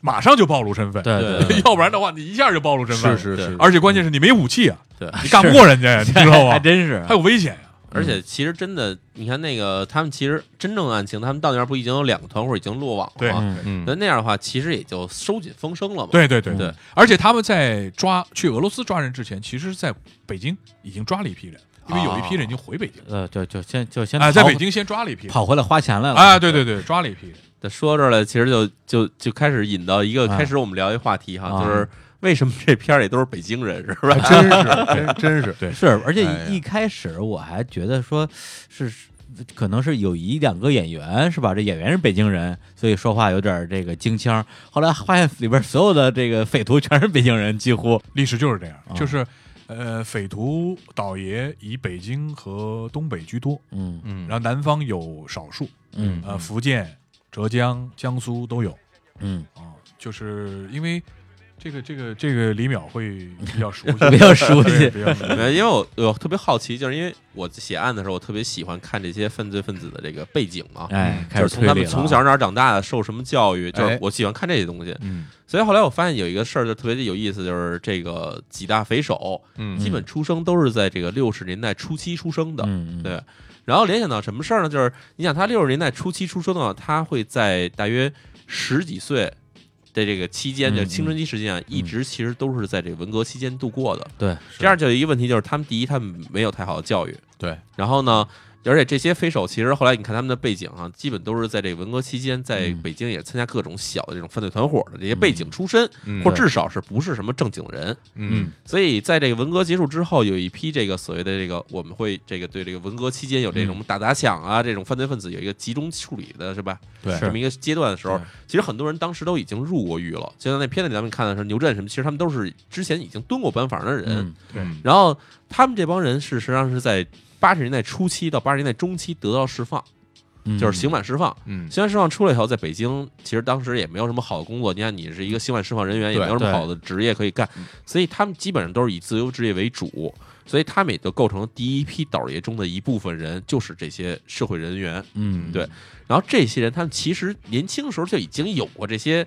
D: 马上就暴露身 份，
A: 对
C: 对
A: 对，
D: 要不然的话你一下就暴露身份
B: 是
D: 了，
B: 是是，
D: 而且关键是你没武器啊，
C: 对
D: 你干不过人家呀，你知道
A: 还
D: 吗？
A: 真是
D: 还有危险呀、
C: 而且其实真的，你看那个他们其实真正的案情，他们到那边不已经有两个团伙已经落网
D: 对
C: 了吗？
A: 嗯
B: 嗯
C: 那那样的话，其实也就收紧风声了嘛。
D: 对对对
C: 对，
D: 而且他们在抓去俄罗斯抓人之前，其实是在北京已经抓了一批人，因为有一批人已经回北京了，
A: 呃，就就先就先
D: 哎，在
A: 跑
D: 北京先抓了一批人，
A: 跑回来花钱
C: 哎
A: 来了，
D: 啊，对对对，抓了一批人，
C: 那说到这儿了，其实就就就开始引到一个
A: 啊
C: 开始我们聊一话题哈，
A: 啊
C: 就是为什么这片儿里都是北京人，是吧？
B: 真是真真是，
A: 是，而且
B: 哎呀
A: 一开始我还觉得说是。是可能是有一两个演员是吧？这演员是北京人，所以说话有点这个京腔儿。后来发现里边所有的这个匪徒全是北京人，几乎
D: 历史就是这样，
A: 啊
D: 就是呃，匪徒倒爷以北京和东北居多，
A: 嗯
B: 嗯
D: 然后南方有少数，
A: 嗯
D: 呃，福建、浙江、江苏都有
A: 嗯，
D: 啊，就是因为这个这个这个李淼会比较熟 悉，
A: 比较熟悉
D: 对比较熟悉
C: 没有 因为我我特别好奇，就是因为我写案的时候，我特别喜欢看这些犯罪分子的这个背景嘛，
A: 哎，开
C: 嗯就
A: 始
C: 是从他
A: 推
C: 们
A: 理
C: 从
A: 了
C: 小哪儿长大的，受什么教育，就是
B: 哎
C: 我喜欢看这些东西。
B: 嗯
C: 所以后来我发现有一个事儿就特别有意思，就是这个几大匪首
B: 嗯
C: 基本出生都是在这个六十年代初期出生的，
A: 嗯嗯
C: 对然后联想到什么事儿呢？就是你想他六十年代初期出生的话，他会在大约十几岁的这个期间，
A: 嗯
C: 就青春期时间啊，一直其实都是在这个文革期间度过的。
A: 对，
C: 这样就有一个问题，就是他们第一，他们没有太好的教育，
B: 对，
C: 然后呢。而且这些飞手其实后来你看他们的背景啊，基本都是在这个文革期间，在
A: 嗯
C: 北京也参加各种小的这种犯罪团伙的这些背景出身，
B: 嗯
C: 或者至少是不是什么正经人。
B: 嗯
C: 所以在这个文革结束之后，有一批这个所谓的这个我们会这个对这个文革期间有这
B: 嗯
C: 种打砸抢啊、这种犯罪分子有一个集中处理的是吧？
B: 对
C: 这么一个阶段的时候
B: 对，
C: 其实很多人当时都已经入过狱了。就像那片子里咱们看的是牛振什么，其实他们都是之前已经蹲过班房的人。
A: 嗯
B: 嗯
C: 然后他们这帮人是实际上是在八十年代初期到八十年代中期得到释放，
A: 嗯
C: 呃就是刑满释放。
B: 嗯
C: 刑满释放出来以后，在北京其实当时也没有什么好的工作。你看，你是一个刑满释放人员，也
B: 对
C: 没有什么
A: 对
C: 好的职业可以干，所以他们基本上都是以自由职业为主，所以他们也就构成了第一批倒爷中的一部分人，就是这些社会人员。
A: 嗯
C: 对然后这些人，他们其实年轻的时候就已经有过这些、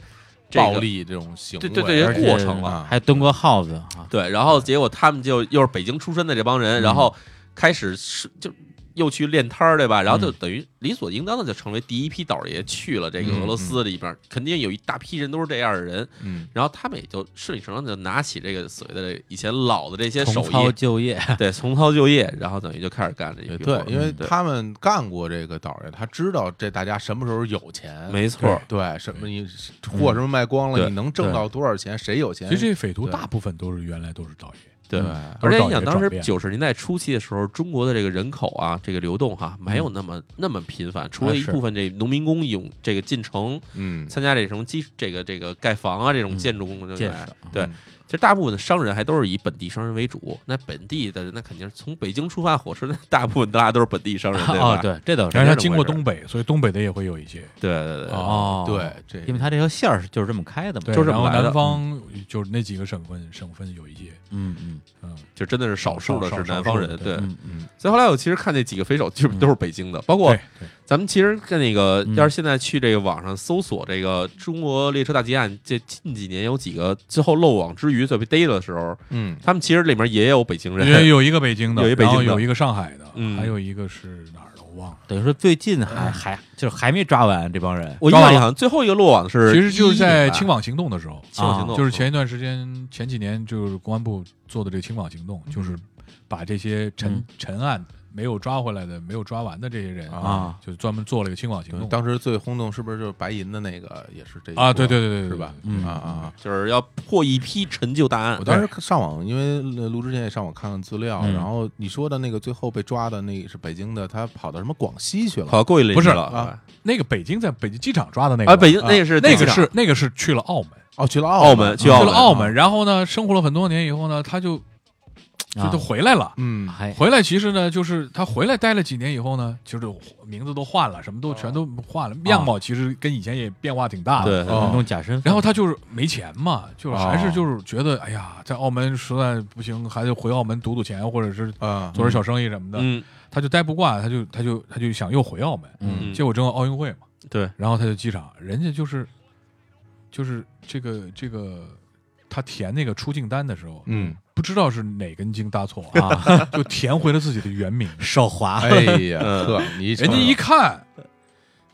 C: 这个
B: 暴、力这种行为，
C: 对对对，这
A: 而
C: 些
A: 且
C: 过程了。
A: 还蹲过耗子啊，
C: 对，然后结果他们就又是北京出身的这帮人，
A: 嗯
C: 然后开始是就又去练摊儿，对吧？然后就
A: 嗯
C: 等于理所应当的就成为第一批倒爷去了这个俄罗斯里边儿，肯定有一大批人都是这样的人，
B: 嗯
C: 然后他们也就顺理成章地就拿起这个所谓的这以前老的这些
A: 重
C: 手
A: 操
C: 艺，
A: 旧业，
C: 对，重操旧业，然后等于就开始干这一批活
B: 对
C: 儿，
B: 因为
C: 嗯对
B: 他们干过这个导演，他知道这大家什么时候有钱，
C: 没错儿，
B: 对什么你货什么卖光
C: 对
B: 了，你能挣到多少钱，谁有钱
D: 其实这些匪徒
B: 对
D: 大部分都是原来都是导演，
C: 对。
B: 对
C: 而且
D: 都
C: 你
D: 是
C: 想，
D: 导
C: 当
D: 演
C: 时
D: 转变
C: 九十年代初期的时候，中国的这个人口啊，这个流动哈、没有那么那么频繁，除了一
A: 是
C: 部分这农民工涌这个进城，
B: 嗯
C: 参加这种基这个这个盖房啊这种
A: 嗯
C: 建筑工程
A: 建
C: 员，
A: 设
D: 嗯
C: 对，其实大部分的商人还都是以本地商人为主。那本地的人那肯定是从北京出发的火车，那大部分大家都是本地商人，对吧？
A: 哦，对，这倒是
D: 然后他
C: 这么
D: 经过
C: 回事
D: 东北，所以东北的也会有一些，
C: 对对对对，
A: 哦
B: 对，这
A: 因为它这条线儿是就是这么开的嘛，
D: 对
C: 就是这
D: 然
C: 么
D: 后
C: 来的嗯
D: 南方就是那几个省份省份有一些，
A: 嗯嗯
D: 嗯，
C: 就真的是少数的
D: 少
C: 是
D: 少
C: 南方
D: 数的
C: 人，
D: 对
C: 对。
A: 嗯嗯，
C: 所以后来我其实看那几个匪首，基本都是北京的，包括
D: 对对
C: 咱们其实看那个，
A: 嗯
C: 要是现在去这个网上搜索这个中国列车大劫案，这近几年有几个最后漏网之鱼最被逮了的时候，
B: 嗯
C: 他们其实里面也有北京
D: 因为
C: 人，
D: 有一个北京的，
C: 有一北京的
D: 然后有一个上海的，
C: 嗯
D: 还有一个是哪儿的我忘了。
A: 等于说最近
D: 嗯
A: 还还就是还没抓完这帮人，
C: 我印象里好像最后一个落网是
D: 其实就是在清
C: 网
D: 网行动的时候，
C: 清网行动，
D: 啊就是前一段时间，
C: 嗯
D: 前几年就是公安部做的这个清网行动，就是把这些
A: 嗯
D: 陈陈案没有抓回来的、没有抓完的这些人
A: 啊，
D: 就专门做了一个清网行动。
B: 当时最轰动是不是就是白银的那个也是这一
D: 啊，
B: 波
D: 对对对对，
B: 是吧？
A: 嗯
B: 啊啊！
C: 就是要破一批陈旧大案
B: 我。当时上网，因为录之前也上网看看资料，
A: 嗯
B: 然后你说的那个最后被抓的那个是北京的，他跑到什么广西去了
C: 跑到桂林
D: 不是
C: 去了，
B: 啊？
D: 那个北京在北京机场抓的那个
C: 啊，北京
B: 啊
C: 那个是
D: 那个
C: 机场
D: 是那个是去了澳门，
B: 哦，去了
C: 澳
B: 门，
C: 门啊
B: 去
C: 去
D: 去
C: 澳
D: 了澳
B: 门
D: 门，然后呢，生活了很多年以后呢，他就就
A: 啊
D: 都回来了。
B: 嗯，
A: 还
D: 回来其实呢，就是他回来待了几年以后呢，就是名字都换了，什么都
C: 哦
D: 全都换了，样貌其实跟以前也变化挺大
C: 啊
D: 的。呃
C: 对
B: 哦
A: 弄假身份，
D: 嗯然后他就是没钱嘛，就是还
B: 哦
D: 是就是觉得，哎呀，在澳门实在不行，还得回澳门赌赌钱，或者是
C: 哎
B: 啊，
D: 做点小生意什么的。
C: 嗯，
D: 他就待不惯，他就他就他就想又回澳门。
A: 嗯
D: 结果正好奥运会嘛，
C: 对，
D: 然后他就机场，人家就是就是这个这个，他填那个出境单的时候，
B: 嗯，
D: 不知道是哪根筋搭错啊，
A: 啊，
D: 就填回了自己的原名。
A: 手滑，
B: 哎呀，
C: 嗯
B: 呵，你
D: 人家一看，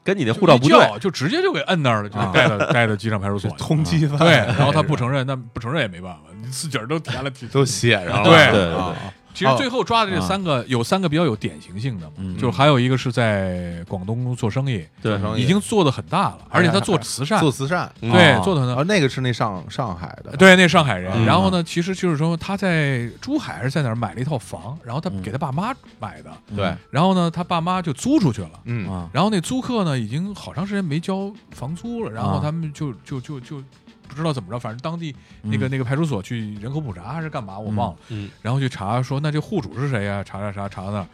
C: 跟你的
D: 这
C: 护照不对，，
D: 就直接就给摁那儿了，就
B: 啊
D: 带到带到机场派出所 去
C: 啊
D: 了。
B: 通缉犯，啊
D: 对，然后他不承认，那不承认也没办法，你自己儿都填了。填
B: 都写上了，
D: 对
C: 对对
B: 啊
D: 其实最后抓的这三个，有三个比较有典型性的嘛，
A: 嗯
D: 就是还有一个是在广东做生意，
C: 对
B: 生意
D: 已经做的很大了，而且他做慈善，
B: 做慈善，
C: 嗯
D: 对，
A: 哦
D: 做的很
B: 啊
D: 大。，
B: 那个是那上上海
C: 啊
B: 的，
D: 对，那上海人，
B: 嗯
D: 然后呢，其实就是说他在珠海还是在哪儿买了一套房，然后他
A: 嗯
D: 给他爸妈买的，
B: 对，
D: 然后呢，他爸妈就租出去了，
B: 嗯
A: 啊，
D: 然后那租客呢，已经好长时间没交房租了，然
A: 啊
D: 后他们就就就就不知道怎么着，反正当地那
A: 嗯
D: 个那个派出所去人口普查还是干嘛，我
A: 嗯
D: 忘了。
C: 嗯
D: 然后去查说，那这户主是谁呀、查查查查到那儿，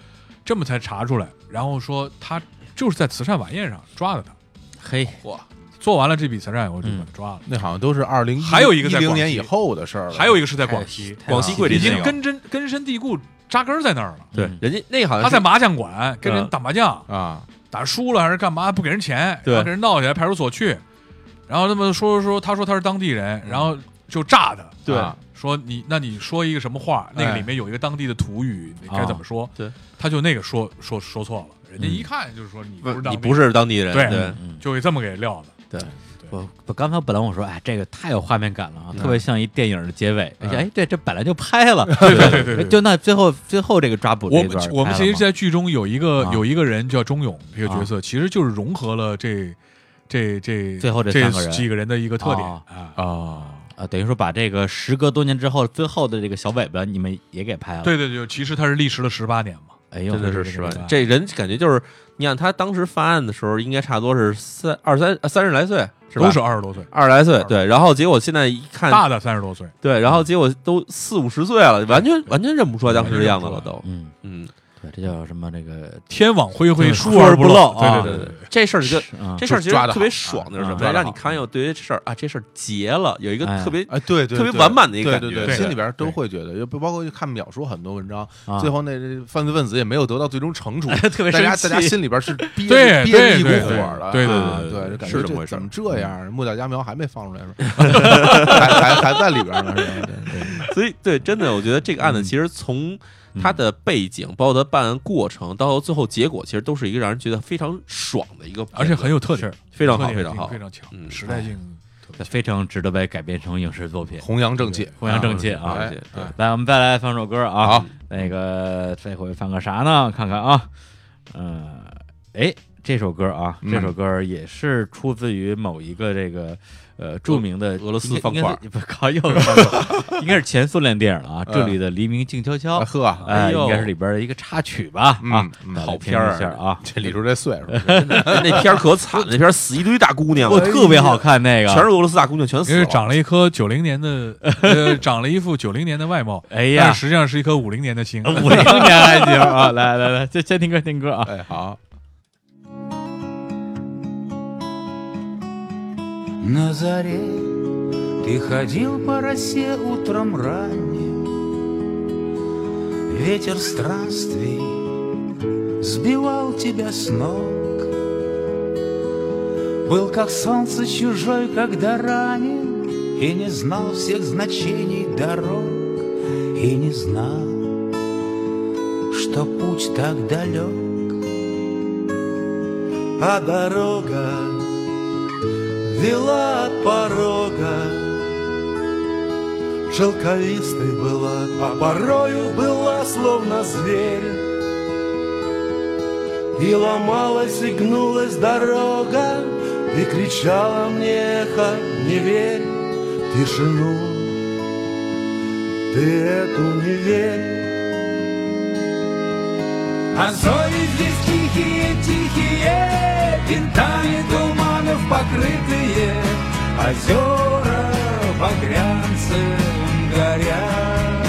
D: 这么才查出来。然后说他就是在慈善晚宴上抓的他，
A: 嘿，
D: 做完了这笔慈善以后就
A: 嗯
D: 把他抓了。
B: 那好像都是二零
D: 还有一个在
B: 零
D: 广西
B: 年以后的事儿了，
D: 还有一个是在广西，
A: 太
C: 广西桂林
D: 已
C: 那
D: 经
C: 个
D: 根深根深蒂固扎根儿在那儿了。
C: 对
A: 嗯，
C: 人家那个好像
D: 他
C: 呃是
D: 在麻将馆跟人
C: 嗯
D: 打麻将，
B: 啊，
D: 打输了还是干嘛不给人钱，
C: 对
D: 然后给人闹起来，派出所去，然后他们说说说，他说他是当地人，然后就炸他，
C: 对
B: 啊
D: 说你那你说一个什么话，那个
B: 哎
D: 里面有一个当地的土语，你该怎么说？
C: 啊对，
D: 他就那个说说说错了，人家
A: 嗯
D: 一看就是说你不是当地
C: 你不，是当地人，
D: 对
C: 对，
A: 嗯，
D: 就给这么给撂的。
A: 我我刚才本来我说，哎，这个太有画面感了啊，
B: 嗯
A: 特别像一电影的结尾，而且
B: 嗯
A: 哎，这这本来就拍了，哎
D: 对对对对
A: 就那最后最后这个抓捕这
D: 我
A: 一段
D: 们
A: 儿
D: 我们
A: 拍
D: 其
A: 了啊
D: 实，
A: 吗
D: 在剧中有一个
A: 啊
D: 有一个人叫钟勇这个角色，其实就是融合了这这这
A: 最后这
D: 这
A: 三个人
D: 几个人的一个特点
A: 哦
D: 啊。
B: 啊，
A: 啊，等于说把这个时隔多年之后最后的这个小尾巴你们也给拍了，，
D: 对对对，其实他是历时了十八年嘛。
A: 哎呦，
C: 真的是
A: 这
C: 十
A: 个
C: 万
D: 嗯
A: 这个。
C: 这人感觉就是，你看他当时犯案的时候，应该差不多是三二三呃三十来岁，是吧？
D: 都是二十多岁，
C: 二十来岁，对。然后结果现在一看，
D: 大的三十多岁，
C: 对，然后结果都四五十岁了，完全完全认不出来当时的样子了，都。
A: 嗯，
C: 嗯，
A: 对，这叫什么？这个
D: 天网恢恢，
A: 对
D: 疏而
A: 疏而不
D: 漏。
A: 漏啊
D: 对对对
C: 这事儿就
A: 啊，
C: 这事儿其实
B: 抓得好
C: 特别爽的是
A: 嗯
C: 什么
B: 抓
C: 呀？
B: 得好
C: 让你看有对于这事儿啊，这事儿结了，有一个
A: 哎
C: 特别
B: 哎，对对，
C: 特别
B: 对
C: 完满的一个
B: 对对
C: 感觉
B: 对，
D: 对
B: 心里边都会觉得，不包括看秒说很多文章，
A: 啊
B: 最后那犯罪分子也没有得到最终惩处，
C: 特别
B: 大
C: 生
B: 家
C: 气
B: 大家心里边是憋
D: 对
B: 憋着一股
D: 对
B: 火
D: 对
B: 的，
D: 对对
B: 啊
C: 对对
B: 对，
C: 对
B: 就感
C: 是
B: 觉
C: 这么
B: 这
C: 回事儿
B: 怎么这样？木匠家苗还没放出来是吧？还还还在里边呢是吧？对
C: 所以对，真的，我觉得这个案子其实从它的背景，包括它办案过程，到最后结果，其实都是一个让人觉得非常爽的一个片子，
D: 而且很有特点，
C: 非常好，
D: 特点
C: 非常
D: 性
C: 好
D: 非。常强，
C: 嗯
D: 时代性
A: 哎
D: 特别强。
A: 非常值得被改编成影视作品，
B: 弘扬正气，
A: 弘扬正气
C: 啊
A: 啊！
B: 哎
C: 对
B: 哎
A: 来，我们再来放首歌啊，
B: 好，
A: 那个这回放个啥呢？看看啊，嗯、呃，哎，这首歌啊，
B: 嗯
A: 这首歌也是出自于某一个这个呃著名的
C: 俄罗斯
A: 应该
C: 方块儿
A: 应该是不 靠右方块儿， 应该是前苏联电影了啊，《这里的黎明静悄悄》
B: 呵，
A: 哎，
C: 嗯哎呦
A: 应该是里边的一个插曲吧？
B: 嗯
A: 啊，
B: 嗯
A: 大家
C: 好
A: 来听
C: 片儿
A: 一下啊，
B: 这李叔这岁数，
C: 那片儿可惨，了，那片儿死一堆大姑娘，哎
A: 我特别好看那个，
C: 全是俄罗斯大姑娘，全死
D: 因为
C: 了。
D: 长了一颗九零年 的，呃，长了一副九零年的外貌，
A: 哎
D: 但
A: 呀，
D: 实际上是一颗五零年的心。
A: 五零年还行啊， 来来来，先先听歌听歌啊，
B: 哎，好，
F: На заре ты ходил по росе утром ранним Ветер странствий сбивал тебя с ног Был как солнце чужой, когда ранен И не знал всех значений дорог И не знал, что путь так далек А дорога вела от порога. Шелковистой была, а порою была словно зверь. И ломалась и гнулась дорога Ты кричала мне эхо, не верь в Тишину Ты эту не верь А зори здесь тихие, тихие Винтами туманов покрытые Озера багрянцем горят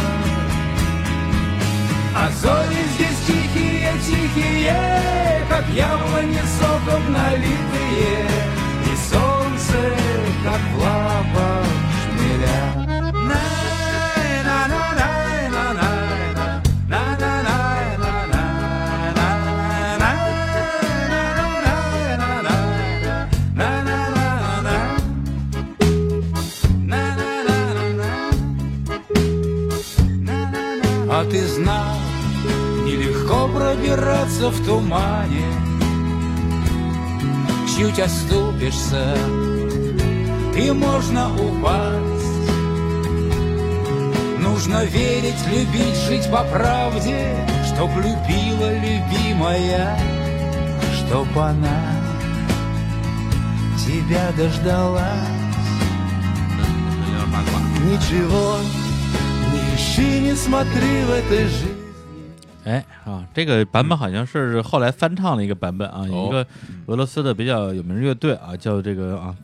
F: а зори здесь тихие, тихие, Как яблони соком налитые, И солнце, как в лапах шмеля. Най-на-на-най-на-най-на, на-на-най-на-най-на, на-на-на-на-на, на-на-на-на-на. А ты знал, нелегко пробираться в тумане Чуть оступишься, и можно упасть Нужно верить, любить, жить по правде Чтоб любила любимая, чтоб она тебя дождалась Ничего не ищи, не смотри в этой жизни.
A: 哎啊，这个版本好像是后来翻唱的一个版本啊，有一
B: 哦
A: 个俄罗斯的比较有名的乐队啊，叫这个啊，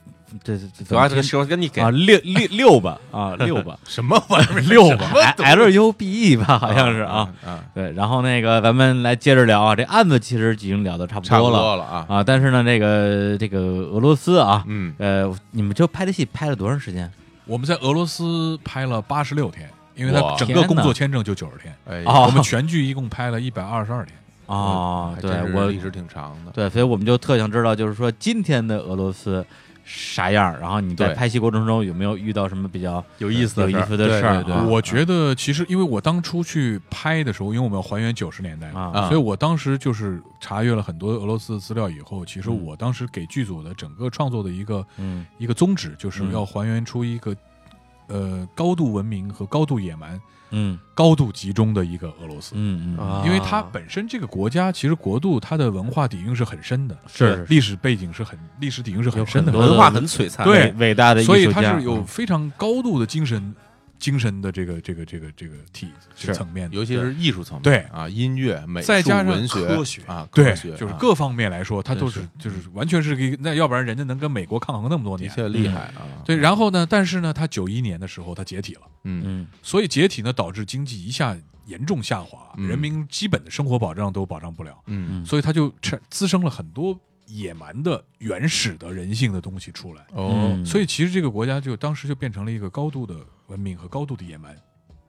A: 这这怎
C: 主
A: 么
C: 要这个
A: 拼
C: 时候跟你给
A: 啊六六六吧 啊六吧
B: 什么玩意儿？
A: 六
B: 什么
A: 吧 L U B E 吧，好像是啊。
B: 啊，
A: 对，然后那个咱们来接着聊啊，这案子其实已经聊的差不
B: 差不
A: 多了
B: 多了啊，
A: 啊，但是呢，这个这个俄罗斯啊，
B: 嗯，
A: 呃，你们这拍的戏拍了多长时间？
D: 我们在俄罗斯拍了八十六天，因为他
B: 哇
D: 整
A: 天
D: 个
A: 哪
D: 工作签证就九十天，
B: 哎 呀，
A: 哦
D: 我们全剧一共拍了一百二十二天。
A: 哦，
B: 还
A: 对
B: 真是
A: 我
B: 历史挺长的，
A: 对，所以我们就特想知道，就是说今天的俄罗斯啥样儿，然后你在
B: 对
A: 拍戏过程中有没有遇到什么比较
C: 有意思的
A: 有
C: 事
A: 意
C: 儿
A: 思的事儿啊？
B: 对对对
D: 我觉得其实因为我当初去拍的时候，因为我们要还原九十年代嘛，
A: 啊
D: 所以我当时就是查阅了很多俄罗斯的资料以后，其实我当时给剧组的整个创作的一个
A: 嗯
D: 一个宗旨，就是
A: 嗯
D: 要还原出一个呃高度文明和高度野蛮、
A: 嗯
D: 高度集中的一个俄罗斯。
A: 嗯嗯
C: 啊
D: 因为它本身这个国家其实国度它的文化底蕴是很深的，
A: 是是
D: 历史背景是很历史底蕴是很
A: 有
D: 深的，
A: 很多
C: 文化很璀璨，
D: 对
A: 伟伟大的艺术
D: 所
A: 家，
D: 以它是有
A: 嗯
D: 非常高度的精神精神的这个这个这个这个体这个
A: 是
D: 层面的，
B: 尤其是艺术层面，
D: 对
B: 啊，音乐、美术、
D: 再加上
B: 文学、
C: 科学
B: 啊，
D: 对
B: 科学，
D: 就是
B: 啊
D: 各方面来说，它都
A: 真
D: 是就是完全是一个，那要不然人家能跟美国抗衡那么多
B: 的
D: 年，
B: 确厉害啊，
D: 嗯对。然后呢，但是呢，它九一年的时候它解体了，
B: 嗯，
A: 嗯
D: 所以解体呢导致经济一下严重下滑，
B: 嗯
D: 人民基本的生活保障都保障不了，
B: 嗯
A: 嗯
D: 所以它就产滋生了很多野蛮的原始的人性的东西出来。
B: 哦，
C: 嗯
D: 所以其实这个国家就当时就变成了一个高度的文明和高度的野蛮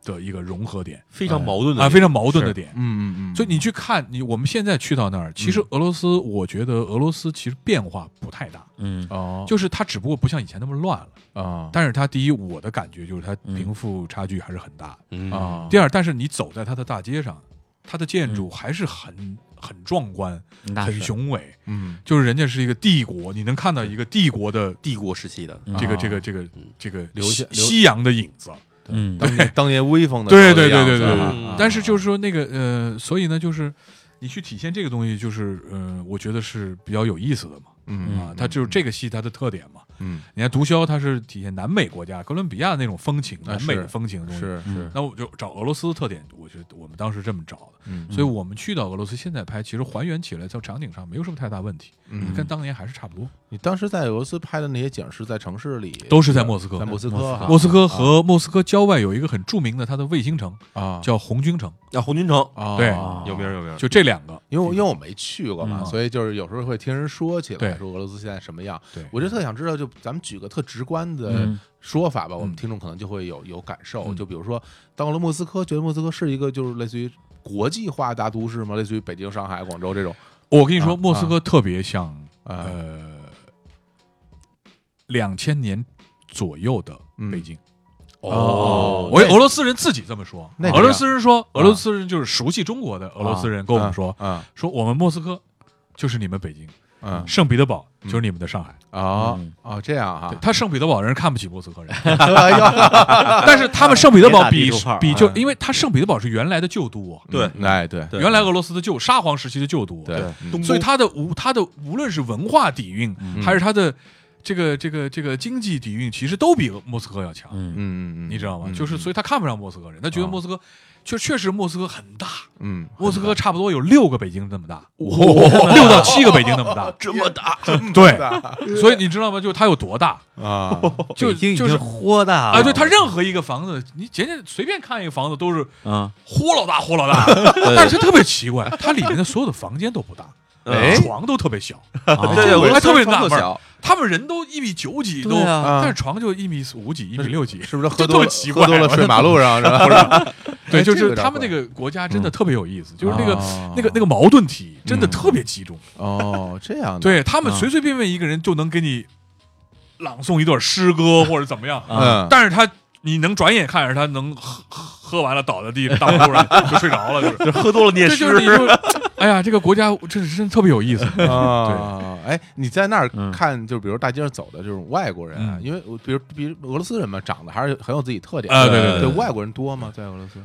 D: 的一个融合点
C: 非常矛盾的
D: 啊，非常矛盾的
C: 是
D: 点。
B: 嗯嗯嗯，
D: 所以你去看你，我们现在去到那儿，其
C: 嗯
D: 实俄罗斯，我觉得俄罗斯其实变化不太大，
A: 嗯
B: 哦，
D: 就是它只不过不像以前那么乱了。
C: 哦
B: 啊
D: 但是它第一，我的感觉就是它贫富差距还是很大。
C: 嗯嗯
B: 啊，
D: 第二，但是你走在它的大街上，它的建筑还是很很壮观、
A: 那
D: 很
A: 是
D: 雄伟，
B: 嗯
D: 就是人家是一个帝国，你能看到一个帝国的
C: 帝国时期的，
D: 这个
B: 啊
D: 这个这个这个
B: 留
D: 西
B: 下留
D: 西洋的影子。
A: 嗯
B: 当年当年威风的
D: 对
B: 时候
D: 对
B: 的
D: 对对
B: 样子
D: 对
B: 啊
C: 对
B: 啊
D: 但是就是说那个呃，所以呢，就是你去体现这个东西，就是呃，我觉得是比较有意思的嘛。
B: 嗯
D: 啊，它就是这个戏它的特点嘛。
B: 嗯
D: 你看《毒枭》，它是体现南美国家哥伦比亚那种风情，
B: 啊
D: 南美的
B: 是
D: 风情的东西。
B: 是是
D: 那我就找俄罗斯的特点，我觉得我们当时这么找的。
B: 嗯
D: 所以我们去到俄罗斯，现在拍其实还原起来在场景上没有什么太大问题，
B: 嗯
D: 跟当年还是差不多。
B: 你当时在俄罗斯拍的那些景是在城市里，
D: 都是在莫斯科
B: 在莫斯科
A: 莫斯科
B: 哈，
D: 莫斯科和莫斯科郊外有一个很著名的它的卫星城，
B: 啊
D: 叫红军城，
C: 啊，红军城
B: 啊
D: 对
B: 啊
C: 有名儿有名儿，
D: 就这两个。
B: 因为我因为我没去过嘛，
A: 嗯
B: 所以就是有时候会听人说起
D: 对
B: 来，说俄罗斯现在什么样。
D: 对
B: 我就特想知道，就咱们举个特直观的
A: 嗯
B: 说法吧，我
D: 嗯
B: 们听众可能就会有有感受。
D: 嗯
B: 就比如说，到了莫斯科，觉得莫斯科是一个就是类似于国际化大都市吗？类似于北京、上海、广州这种
D: 我跟你说，
B: 啊
D: 莫斯科特别像
B: 啊
D: 呃，两千年左右的北京。
B: 嗯哦
D: 我俄罗斯人自己这么说，
B: 那个
D: 俄罗斯人说，俄罗斯人就是熟悉中国我们说，俄罗斯人跟我们说，
B: 啊
D: 说我们莫斯科就是你们北京，
B: 嗯
D: 圣彼得堡就是你们的上海。
B: 哦
A: 嗯
B: 哦这样
D: 对
B: 哈，
D: 他圣彼得堡人看不起莫斯科 人，
B: 哎
D: 但是他们圣彼得堡比
A: 别打地
B: 啊
A: 主炮
D: 比就因为他圣彼得堡是原来的旧都啊，
C: 对
B: 嗯哎对
C: 对
D: 原来俄罗斯的旧沙皇时期的旧都，
B: 对，嗯
D: 所以它的无它的无论是文化底蕴还是它的这个这个这个经济底蕴，其实都比莫斯科要强，
A: 嗯
B: 嗯嗯，
D: 你知道吗？
B: 嗯
D: 就是所以他看不上莫斯科人，他觉得
B: 啊
D: 莫斯科确确实莫斯科很大，
B: 嗯
D: 莫斯科差不多有六个北京那么大，六到七个北京那么大，
B: 这么大
D: 对，所以你知道吗？就它有多大，
B: 啊，
D: 就
A: 北京已
D: 就
A: 经
D: 是
A: 豁大了
D: 啊，对，它任何一个房子，你简简随便看一个房子都是
A: 啊，
D: 豁老大豁老大，但是它特别奇怪，它里面的所有的房间都不大，
B: 哎
D: 床都特别小，哎
A: 啊
C: 对
D: 我还特别纳闷
B: 特
D: 儿
B: 小，
D: 他们人都一米九几都，
A: 对啊
D: 但是床就一米五几、一米六几，
B: 是不是
D: 这
B: 喝多
D: 特
B: 了
D: 奇
B: 喝
D: 怪？
B: 多了睡马路上是吧？
D: 对，
B: 哎
D: 就
B: 这个有
D: 是
B: 点
D: 他们
B: 怪
D: 那个国家真的特别有意思，就是那个
B: 哦
D: 那个那个矛盾体真的特别集中，
B: 哦这样的，
D: 对他们随随便便一个人就能给你朗诵一段诗歌或者怎么样，
A: 啊
B: 嗯，
D: 但是他。你能转眼看着他能喝喝喝完了倒在地上当铺上就睡着了，就
C: 就
D: 是
C: 喝多了念
D: 这
C: 诗
D: 就是你就，哎呀，这个国家这是真特别有意思，
B: 啊，哎，你在那儿
A: 嗯
B: 看，就比如大街上走的这种外国人啊，
D: 嗯
B: 因为我比如比如俄罗斯人嘛，长得还是很有自己特点
D: 啊
B: 的
D: 对
C: 对对
B: 对，
C: 对
B: 外国人多吗？在俄罗斯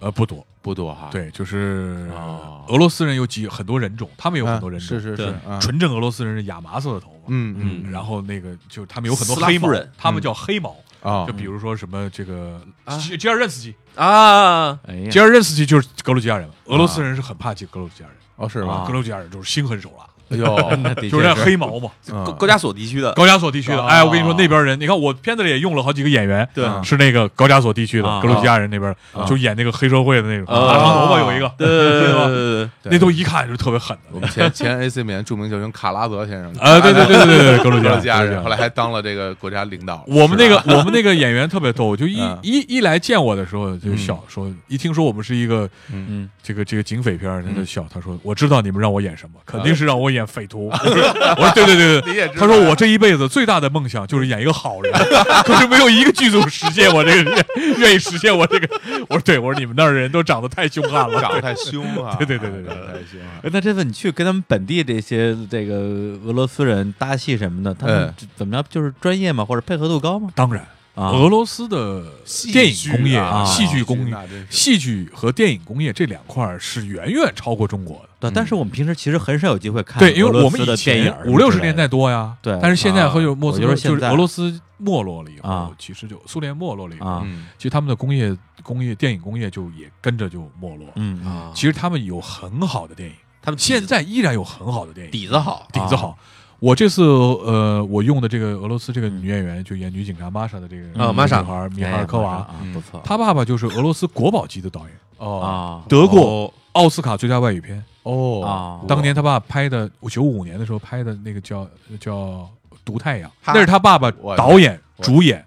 D: 呃，不多，
B: 不多哈，
D: 对，就是
B: 哦
D: 俄罗斯人有几很多人种，他们有
B: 啊，
D: 很多人种，
B: 是是是
C: 对，
B: 啊
D: 纯正俄罗斯人是亚麻色的头发，
B: 嗯嗯
C: 嗯
D: 然后那个就他们有很多
C: 斯拉
D: 黑毛
C: 夫人，
D: 他们叫黑毛，
B: 哦
D: 就比如说什么这个
C: 啊
D: 吉吉尔任斯基，
C: 啊，
A: 哎呀
D: 吉，尔任斯基就是格鲁吉亚人，俄罗斯人是很怕吉格鲁吉亚人，
B: 哦是吗？
A: 啊
D: 格鲁吉亚人就是心狠手辣，
B: 哎呦，
A: 那的
D: 就是
A: 确
D: 那
A: 是
D: 黑毛嘛，
B: 嗯
C: 高 高加索地区的
D: 高加索地区的，
B: 啊
D: 哎，我跟你说那边人，你看我片子里也用了好几个演员，
C: 对
B: 啊
D: 是那个高加索地区的
A: 啊
D: 格鲁吉亚人那边就演那个黑社会的那种，
C: 啊
D: 大长头发有一个，
C: 对对对
D: 吧
C: 对对
B: 对
D: 那都一看就是特别狠
B: 我
D: 的，
B: 们前前 AC 米兰著名球星卡拉泽先生
D: 啊，对对对对对对，格鲁吉
B: 格
D: 亚
B: 鲁吉亚
D: 格鲁
B: 人，后来还当了这个国家领导。
D: 我们那
B: 是
D: 个
B: 吧
D: 我们那个演员特别逗，就一
B: 嗯
D: 一一来见我的时候就笑，说一听说我们是一个
A: 嗯
D: 这个这个警匪片儿，他
B: 嗯
D: 就笑，他说我知道你们让我演什么，肯定是让我演匪徒。我说对对对
B: 你也
D: 对，
B: 知
D: 他
B: 道
D: 说我这一辈子最大的梦想就是演一个好人， 可是没有一个剧组实现我这个愿愿意实现我这个。我说对，我说你们那儿人都长得太凶悍了，
B: 长得太凶啊！
D: 对对对对对
B: 长得太凶啊！
A: 哎那这次你去跟他们本地这些这个俄罗斯人搭戏什么的，他们
B: 嗯
A: 这怎么样？就是专业嘛，或者配合度高吗？
D: 当然，
A: 啊，
D: 俄罗斯的电影工业、戏
A: 戏
D: 剧工业
B: 啊那、真是
D: 戏剧和电影工业这两块儿是远远超过中国的。
A: 对，但是我们平时其实很少有机会看
D: 对，因为
A: 俄
D: 我
A: 罗
D: 们
A: 斯
D: 以
A: 的电
D: 前
A: 影
D: 五六十年代多呀，
A: 对
D: 但是现在
B: 啊
D: 和有莫斯
A: 我
D: 科
A: 就是现
D: 就是
A: 在
D: 俄罗斯没落了以后
A: 啊，
D: 其实就苏联没落了以后，
A: 啊，
B: 嗯
D: 其实他们的工业工业电影工业就也跟着就没落了。
A: 嗯啊
C: 啊
D: 其实他们有很好的电影，
C: 他们
D: 现在依然有很好的电影，
C: 底子好，
D: 底
A: 啊
D: 子好。我这次呃，我用的这个俄罗斯这
A: 嗯
D: 个女演员，就演女警察玛莎的这个
C: 啊
D: 女
C: 玛莎
D: 女孩米哈尔科娃，
A: 啊
B: 嗯
A: 不错，
D: 她爸爸就是俄罗斯国宝级的导演，
B: 哦
A: 啊
D: 得过奥斯卡最佳外语片。
B: 哦
A: 啊，
D: 当年他爸拍的，我九五年的时候拍的那个叫叫《毒太阳》，
B: 哈
D: 那是他爸爸
B: 我
D: 导演
B: 我
D: 主演。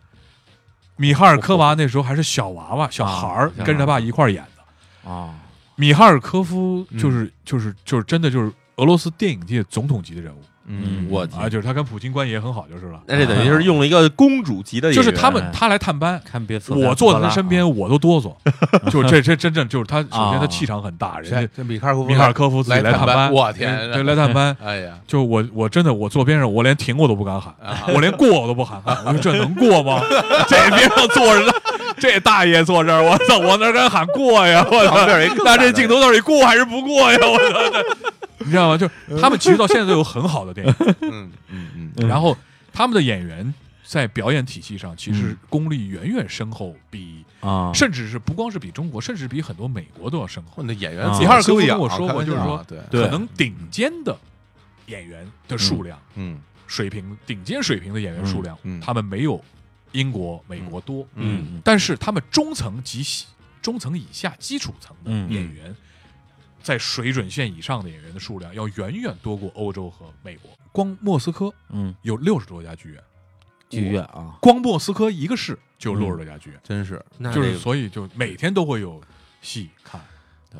D: 米哈尔科娃那时候还是小娃娃、小孩儿，
A: 小
D: 跟着他爸一块儿演的。
A: 啊，
D: 米哈尔科夫就是就是就是真的就是俄罗斯电影界总统级的人物
B: 嗯
C: 我哎
D: 啊，就是他跟普京关系也很好，就是了。啊
C: 那这等于是用了一个公主级的演
D: 就
C: 员，
D: 是他们他来探班，
A: 看别册
D: 我坐在他身边我都哆嗦，就这这真正就是他，首先他气场很大，人
B: 这
D: 家
B: 这米哈尔科夫
D: 啊米哈尔科夫自己
B: 来探
D: 探班，嗯
B: 我天，
D: 对，来探班，
B: 哎呀，
D: 就我我真的我坐边上，我连停我都不敢喊
B: 啊，
D: 我连过我都不喊。 我说这能过吗？ 这边上坐着 这大爷坐这儿，我操，我哪敢喊过呀？我操
B: 旁边有一，更
D: 那
B: 大的
D: 这镜头到底过还是不过呀？我操，这你知道吗？就他们其实到现在都有很好的电影，
B: 嗯嗯 嗯，
D: 然后他们的演员在表演体系上其实
B: 嗯
D: 功力远远深厚，比
A: 啊，
D: 甚至是不光是比中国，甚至比很多美国都要深厚
B: 我。那演员
A: 啊
B: 自己
D: 米哈尔科夫
B: 修养
D: 跟我说过，就是说
B: 啊对，
D: 可能顶尖的演员的数量。
B: 嗯
D: 水平顶尖水平的演员数量，
B: 嗯嗯
D: 他们没有英国、美国多，
B: 嗯
D: 但是他们中层及中层以下基础层的
A: 嗯
D: 演员，在水准线以上的演员的数量要远远多过欧洲和美国。光莫斯科
A: 嗯，
D: 有六十多家剧院，
A: 剧院啊，
D: 光莫斯科一个市就有六十多家剧院，
B: 真是
C: 那
D: 就
C: 这
D: 是
C: 个
D: 所以就每天都会有戏看。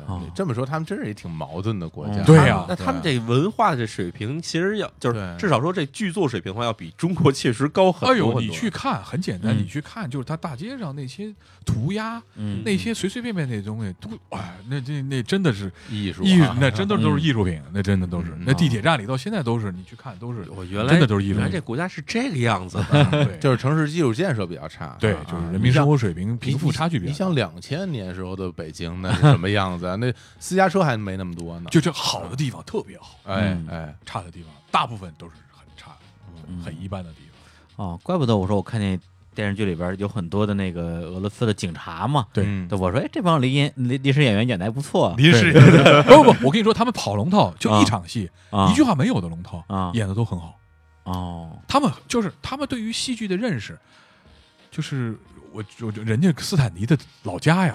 A: 哦
B: 对这么说他们真是一挺矛盾的国家。
A: 嗯
D: 啊对啊呀
C: 那他们这文化的水平，其实要就是
B: 对
C: 至少说这剧作水平的话，要比中国确实高很多。
D: 哎呦，
C: 很
D: 你
C: 多
D: 去看很简单，
A: 嗯
D: 你去看就是他大街上那些涂鸦，
A: 嗯
D: 那些随随便便那东西都，哎，那那那真的是
B: 艺术啊，
D: 艺术，那真的都
A: 嗯
D: 是艺术品，那真的都是
B: 嗯。
D: 那地铁站里到现在都是，你去看都是，
C: 我原来
D: 真的都是艺术
C: 原来这
D: 品。嗯
C: 国家是这个样子的，
D: 对
B: 就是城市基础建设比较差，
D: 对
B: 啊，
D: 就是人民生活水平
B: 你
D: 贫富差距比
B: 你
D: 较大。
B: 想两千年时候的北京 那是什么样子啊？那私家车还没那么多呢。
D: 就这好的地方特别好，
B: 哎
A: 嗯
B: 哎，
D: 差的地方大部分都是很差的，很一般的地方。
A: 哦，怪不得我说我看见电视剧里边有很多的那个俄罗斯的警察嘛，
D: 对
B: 嗯
A: 对，我说哎，这帮临演临临时演员演的还不错，
D: 临时不不不，我跟你说，他们跑龙套就
A: 啊
D: 一场戏，
A: 啊
D: 一句话没有的龙套
A: 啊
D: 演的都很好。
A: 哦，
D: 他们就是他们对于戏剧的认识，就是我我人家斯坦尼的老 家呀，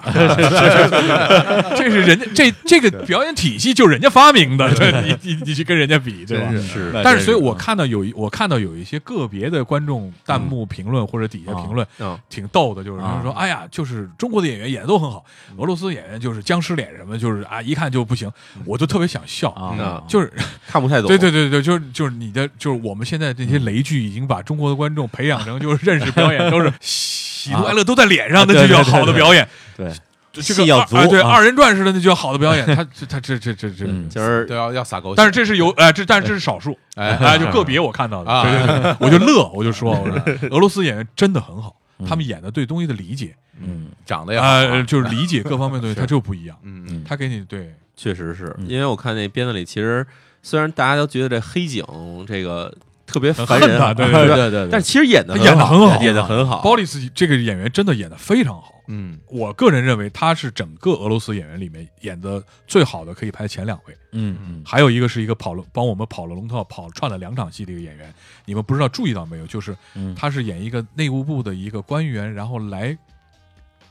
D: 这是人家这这个表演体系就人家发明的，这 你你你去跟人家比对吧？
C: 是
D: 但是，所以我看到有一我看到有一些个别的观众弹幕评论或者底下评论，
C: 嗯，
D: 挺逗的，就是
A: 啊
D: 他说：“哎呀，就是中国的演员演的都很好，
C: 嗯
D: 俄罗斯演员就是僵尸脸什么，就是啊，一看就不行。”
C: 嗯
D: 我就特别想笑，
A: 啊，
C: 那
D: 就是
C: 看不太懂。
D: 对对对对，就是就是你的，就是我们现在这些雷剧已经把中国的观众培养成，就是认识表演都是喜怒哀乐都在脸上，那
A: 对
D: 就
A: 对
D: 叫
A: 对
D: 好的
A: 对
D: 表演。
A: 对，
D: 这个
A: 戏要
D: 二
A: 足
D: 哎对，
A: 啊
D: 二人转似的，那就叫好的表演。他他这这这这
A: 嗯，
C: 今儿
B: 都要要撒狗血。
D: 但是这是有哎，这但是这是少数，
B: 哎
D: 哎，就个别我看到的，
B: 啊
D: 对对对，我就乐，我就说，我说俄罗斯演员真的很好，他们演的对东西的理解，
A: 嗯
B: 长得 也好啊，
D: 呃，就是理解各方面的东西，他就不一样，
B: 嗯
A: 嗯
B: 嗯，
D: 他给你对
C: 确实是
A: 嗯
C: 因为我看那片子里，其实虽然大家都觉得这黑警这个特别烦
D: 很
C: 人
D: 恨他，对
C: 吧
D: 对
A: 对对
C: 但其实演的
D: 他演得很好
C: 演的很好。
D: 鲍里斯这个演员真的演的非常好。
B: 嗯
D: 我个人认为他是整个俄罗斯演员里面演的最好的，可以排前两位。
A: 嗯嗯
D: 还有一个是一个跑了帮我们跑了龙套、跑串了两场戏的一个演员，你们不知道注意到没有？就是
A: 嗯
D: 他是演一个内务部的一个官员，然后来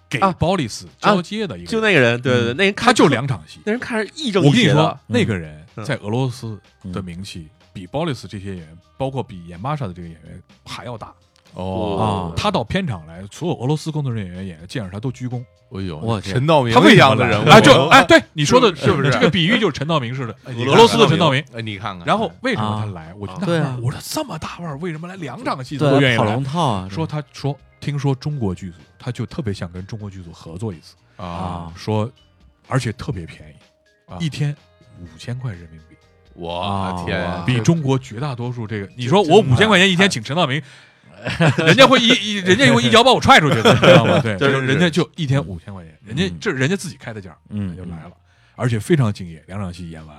D: 给
C: 啊
D: 鲍里斯
C: 啊
D: 交接的一个人，
C: 就那个人，对对对，那人看
D: 他就，两场戏。
C: 那人看着亦正
D: 我
C: 亦
D: 跟你
C: 邪的
D: 说，，
A: 嗯
D: 那个人
C: 嗯
D: 在俄罗斯的名气比鲍里斯这些演员，包括比演玛莎的这个演员还要大。
C: 嗯
A: 哦
D: 他到片场来，所有俄罗斯工作人员演员见着他都鞠躬。
B: 哎呦，
A: 我去
B: 陈道明
D: 他为
B: 一
D: 什
B: 样
D: 么
B: 的
D: 来
B: 人 物，
D: 哎，就哎，对你说的
B: 是不是
D: 这个比喻就是陈道明似的，
B: 哎你看
D: 俄罗斯的陈道明。
B: 哎，你看看，
D: 然后为什么他来？我就纳闷
A: 对
D: 儿
A: 啊
D: 我说这么大腕儿，为什么来两场戏都愿
A: 对，
D: 意
A: 跑
D: 来
A: 龙？套啊，
D: 说他说听说中国剧组，他就特别想跟中国剧组合作一次，
B: 啊
A: 啊，
D: 说而且特别便
B: 啊
D: 宜，一天五千块人民币，
B: 我
A: 啊
B: 天
A: 哇
B: 啊，
D: 比中国绝大多数这个，你说我
B: 真的
D: 五千块钱一天请陈道明。人家会一一，人家会一脚把我踹出去的，你知道吗？对，
C: 对
D: 就是人家就一天五千块钱，人家
A: 嗯
D: 这是人家自己开的价，
A: 嗯
D: 就来了，而且非常敬业，两场戏演完。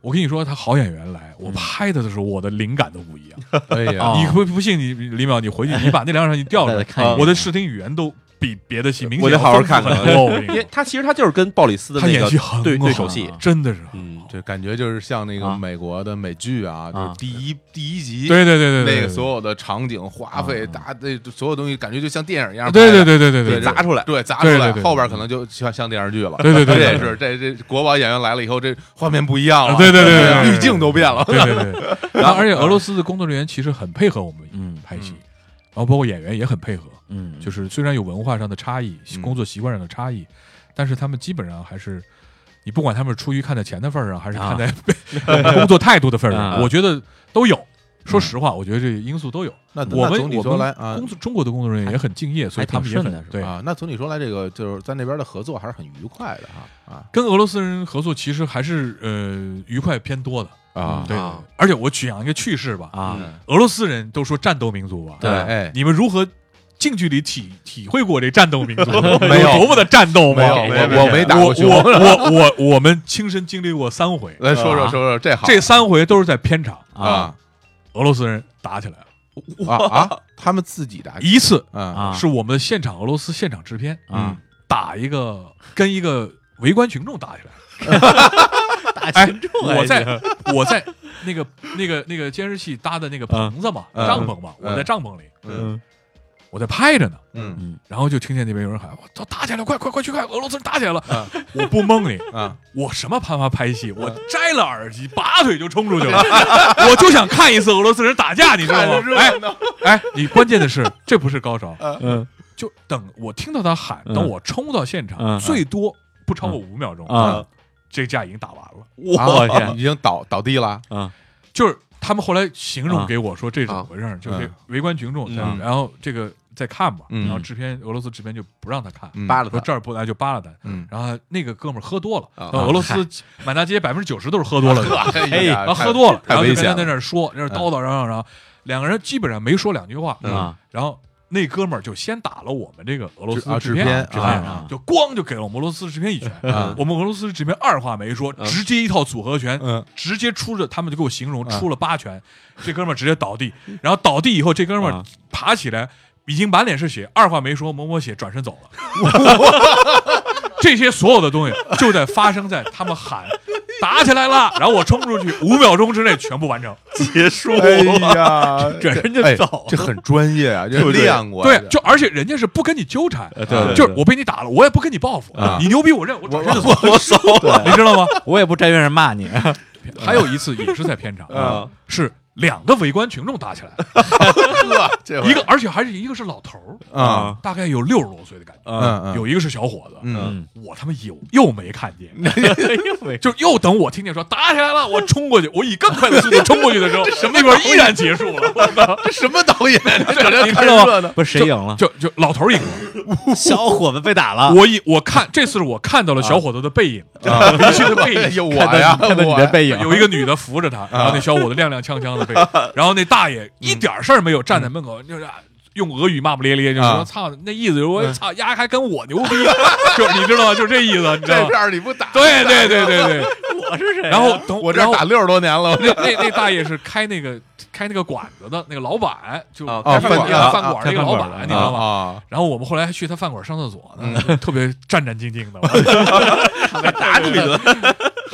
D: 我跟你说，他好演员来，我拍他的时候，我的灵感都不一样。
B: 哎呀
A: 哦，
D: 你不不信你李淼，你回去你把那两场戏调出
A: 再
D: 来
A: 看一眼
D: 我的视听语言都比别的戏明显
C: 我得好好
D: 要丰
C: 看
D: 富
C: 看
D: 很多。我跟
C: 因
D: 你
C: 为
D: 说
C: 他其实他就是跟鲍里斯的
D: 他
C: 那
D: 演
C: 个
D: 技很
C: 对对
D: 好
C: 手戏，
D: 真的是，
C: 嗯，
B: 这感觉就是像那个
A: 啊
B: 美国的美剧啊，就
A: 啊
B: 是第一第一集，
D: 对对对对对，啊
B: 那个所有的场景、花费、大那所有东西，感觉就像电影一样拍
D: 对
B: 的，
D: 对对对对
B: 对
D: 对
B: 这
C: 砸出来
B: 对，砸出
D: 对对
B: 来，
D: 对
B: 后边可能就像像电视剧了。
D: 对对对
B: 这
D: 对
B: 也是这这国宝演员来了以后，这画面不一样了，
D: 对对对对对对
B: 滤镜都变了。
D: 对对对。然后，而且俄罗斯的工作人员其实很配合我们
A: 嗯
D: 拍戏，然后包括演员也很配合，
A: 嗯
D: 就是是虽然有文化上的差异、
B: 嗯
D: 工作习惯上的差异，但是他们基本上还是，你不管他们是出于看在钱的份儿上，还是
A: 啊
D: 看在 工作态度的份儿
A: 啊嗯
D: 上，我觉得都有。说实话，我觉得这因素都有。
B: 那
D: 我
B: 那
D: 们
B: 总体
D: 我
B: 说
D: 们
B: 来啊
D: 工作中国的工作人员也很敬业，所以他们也
A: 还挺顺的
D: 很
A: 是吧
D: 对。
B: 啊，那总体说来，这个就是在那边的合作还是很愉快的哈啊
D: 跟俄罗斯人合作其实还是呃愉快偏多的，
B: 啊
D: 嗯对
C: 啊。
D: 而且我讲一个趣事吧，
A: 啊，
B: 嗯
D: 俄罗斯人都说战斗民族吧，啊
A: 对
B: 哎
D: 你们如何近距离体体会过这战斗 民族
B: 没有
D: 多么的战斗吗？哎
B: 没有没有我没打过
D: 我
B: 熊
D: 我我我 我们亲身经历过三回，
B: 来说说
A: 啊
B: 说说这好
D: 这三回都是在片场，
B: 啊
D: 俄罗斯人打起来了。
B: 啊啊，他们自己打
D: 一次
B: 啊
A: 啊
D: 是我们的现场俄罗斯现场制片
A: 啊
D: 打一个跟一个围观群众打起来了。
A: 大
D: 哎
A: 群众，
B: 啊
D: 我在我在那个那个那个监视器搭的那个棚子嘛，
B: 嗯
D: 帐篷嘛，
B: 嗯
D: 我在帐篷里，
B: 嗯
D: 我在拍着呢。
B: 嗯
D: 然后就听见那边有人喊：“我操，打起来了！快快快去看，俄罗斯人打起来了！”
A: 啊
D: 我不蒙你，
B: 啊
D: 我什么攀爬拍戏，我摘了耳机，拔腿就冲出去了， 我就想看一次俄罗斯人打架，你知道吗？哎哎，你关键的是这不是高潮，
A: 嗯
D: 就等我听到他喊，
A: 嗯
D: 等我冲到现
A: 嗯
D: 场，最多不超过五秒钟
A: 啊，
D: 这架已经打完了。
A: 我
B: 啊
A: 天
B: 已经倒倒地了，
A: 啊
D: 就是他们后来形容
A: 啊
D: 给我说这怎么回事儿，就是围观群众在，
B: 嗯
D: 然后这个在看嘛，
B: 嗯
D: 然后制片俄罗斯制片就不让他看，
B: 嗯
C: 扒了
D: 说
C: 他，
D: 这儿不来就扒拉他。
B: 嗯
D: 然后那个哥们儿喝多了，
B: 啊
D: 然后俄罗斯满大街百分之九十都是喝多了的，
B: 哎呀
D: 然后喝多了，
B: 太
D: 然后就
B: 危险
D: 跟他
B: 了嗯
D: 在那儿说，在那儿叨叨嚷嚷，然后两个人基本上没说两句话，
A: 啊
D: 然后那哥们儿就先打了我们这个俄罗斯
B: 啊
D: 制
B: 制片
D: 制
B: 啊
D: 片
A: 啊
D: 就咣就给了我们俄罗斯制片一拳
B: 啊。
D: 我们俄罗斯制片二话没说，直接一套组合拳
B: 嗯，
D: 直接出着，他们就给我形容出了八拳，这哥们儿直接倒地，然后倒地以后，这哥
B: 嗯
D: 们儿
A: 啊
D: 爬起来，已经满脸是血，二话没说抹抹血，转身走了。 这些所有的东西就在发生在他们喊打起来了，然后我冲出去，五秒钟之内全部完成。
C: 结束
B: 哎呀，
A: 转身就
B: 哎
A: 走
B: 这很专业啊，这
C: 对不对
B: 练过呀，
D: 对，就而且人家是不跟你纠缠，啊
A: 对对
D: 就是我被你打了，我也不跟你报复，
B: 啊
D: 你牛逼我认，我
B: 我
D: 转身就走，
B: 我我手
D: 你知道吗？ 嗯
A: 我也不站院上骂你，
D: 还有一次也是在片场，
B: 啊
D: 是两个围观群众打起来，
B: 呵，这会儿
D: 一个而且还是一个是老头儿，
B: 啊，
D: 大概有六十多岁的感觉，
B: 嗯嗯
D: 有一个是小伙子，
B: 嗯
D: 我他妈有又没看见，
A: 哎
D: 就又等我听见说打起来了，我冲过去，我以更快的速度冲过去的时候，什么那边依然结束了，我操
B: 这什么导演？这
D: 你
B: 这
D: 知
B: 看热
D: 道吗
B: 闹？
A: 不是谁赢了？
D: 就就老头儿赢 了。
A: 小伙子被打了，
D: 我以我看这次是我看到了小伙子的背影，离去的背
B: 哎
D: 影，
B: 呦我
A: 看
B: 呀，
A: 到你看到你
B: 我
A: 的
B: 呀
A: 背影，
D: 有一个女的扶着他，
B: 啊
D: 然后那小伙子踉踉跄跄的 背影，然后那大
B: 嗯
D: 爷一点事儿没有，站在门口就是啊。用俄语骂骂咧咧，就是说
B: 啊
D: 操，那意思就是我操，丫还跟我牛 逼，就是你知道吗？就是这意思，你知
B: 这
D: 道吗
B: 片？儿你不打，
D: 对对对对对。
A: 我是谁
D: 然后等
B: 啊我这
D: 然后
B: 打六十多年了，
D: 那那那大爷是开那个开那个馆子的那个老板，就
C: 啊
D: 开
B: 开饭
D: 饭店
B: 馆的
D: 饭
B: 啊
D: 馆那个
A: 开
D: 老
A: 饭馆
D: 板，
A: 的
D: 你知道吗？
B: 啊，嗯
D: 然后我们后来还去他饭馆上厕所呢，就特别战战兢兢的， 还打起了。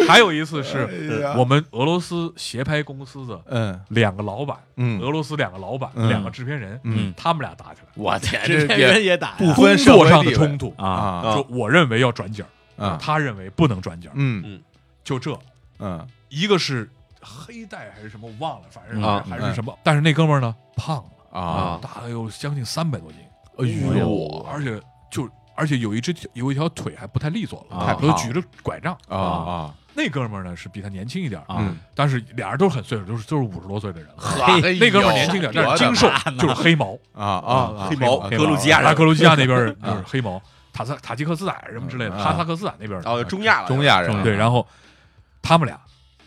D: 还有一次是
B: 哎呀
D: 我们俄罗斯协拍公司的
B: 嗯
D: 两个老板，
B: 嗯
D: 俄罗斯两个老板，
B: 嗯
D: 两个制片人，
B: 嗯
D: 他们俩打起来了，
B: 我天
A: 这
B: 这
A: 人也打呀
B: 不
D: 工
B: 分社
D: 作
B: 会
D: 上
B: 地
D: 的
B: 位
D: 冲突，
A: 啊
B: 啊
D: 就我认为要转角，
B: 啊，
D: 他认为不能转角，
B: 嗯
D: 就这
B: 嗯
D: 一个是黑带还是什么我忘了，反正
C: 啊
D: 还是什么，但是那哥们儿呢胖了。
B: 嗯啊，
D: 大概有将近三百多斤，
B: 哎呦
D: 而且就而且有一只有一条腿还不太利索了，
A: 啊
D: 他举着拐杖。
B: 啊啊，
D: 那哥们儿呢是比他年轻一点儿
A: 啊
B: 嗯
D: 但是俩人都是很岁数，都是都是五十多岁的人了。
A: 嘿
B: 哎呦
D: 那哥们儿年轻点儿，但
B: 我
D: 是
B: 的
D: 精瘦
B: 妈，
D: 就是黑毛
B: 啊啊，
C: 黑毛
B: 毛
C: 格鲁吉亚
D: 啊，
C: 人，
D: 格鲁吉亚那 边儿就是黑毛，塔萨塔吉克斯坦什么之类的，
B: 嗯
D: 哈萨克斯坦那边的。
C: 哦，中亚了，
B: 啊中亚人，
D: 对，然后他们俩。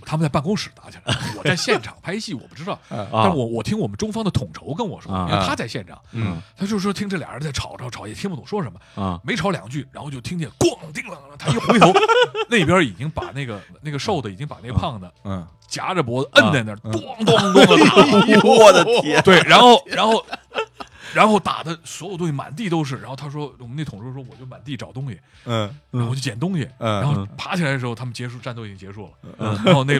D: 他们在办公室打起来， 我在现场拍戏，我不知道，但
A: 啊
D: 我我听我们中方的统筹跟我说，
A: 啊
D: 因为他在现场，
B: 嗯
D: 他就说听这俩人在吵吵吵，也听不懂说什么，
A: 啊
D: 没吵两句，然后就听见咣叮啷啷，他一回 头，那边已经把那个那个瘦的已经把那个胖的
B: 嗯，
D: 夹着脖子摁在那
B: 啊
D: 儿，咚咚咚的打，
C: 哎呦 我的天，
D: 对，然后然后然后打的所有东西满地都是，然后他说我们那统帅说我就满地找东西，
B: 嗯
D: 然后我就捡东西，
B: 嗯
D: 然后爬起来的时候他们结束战斗已经结束了，然后那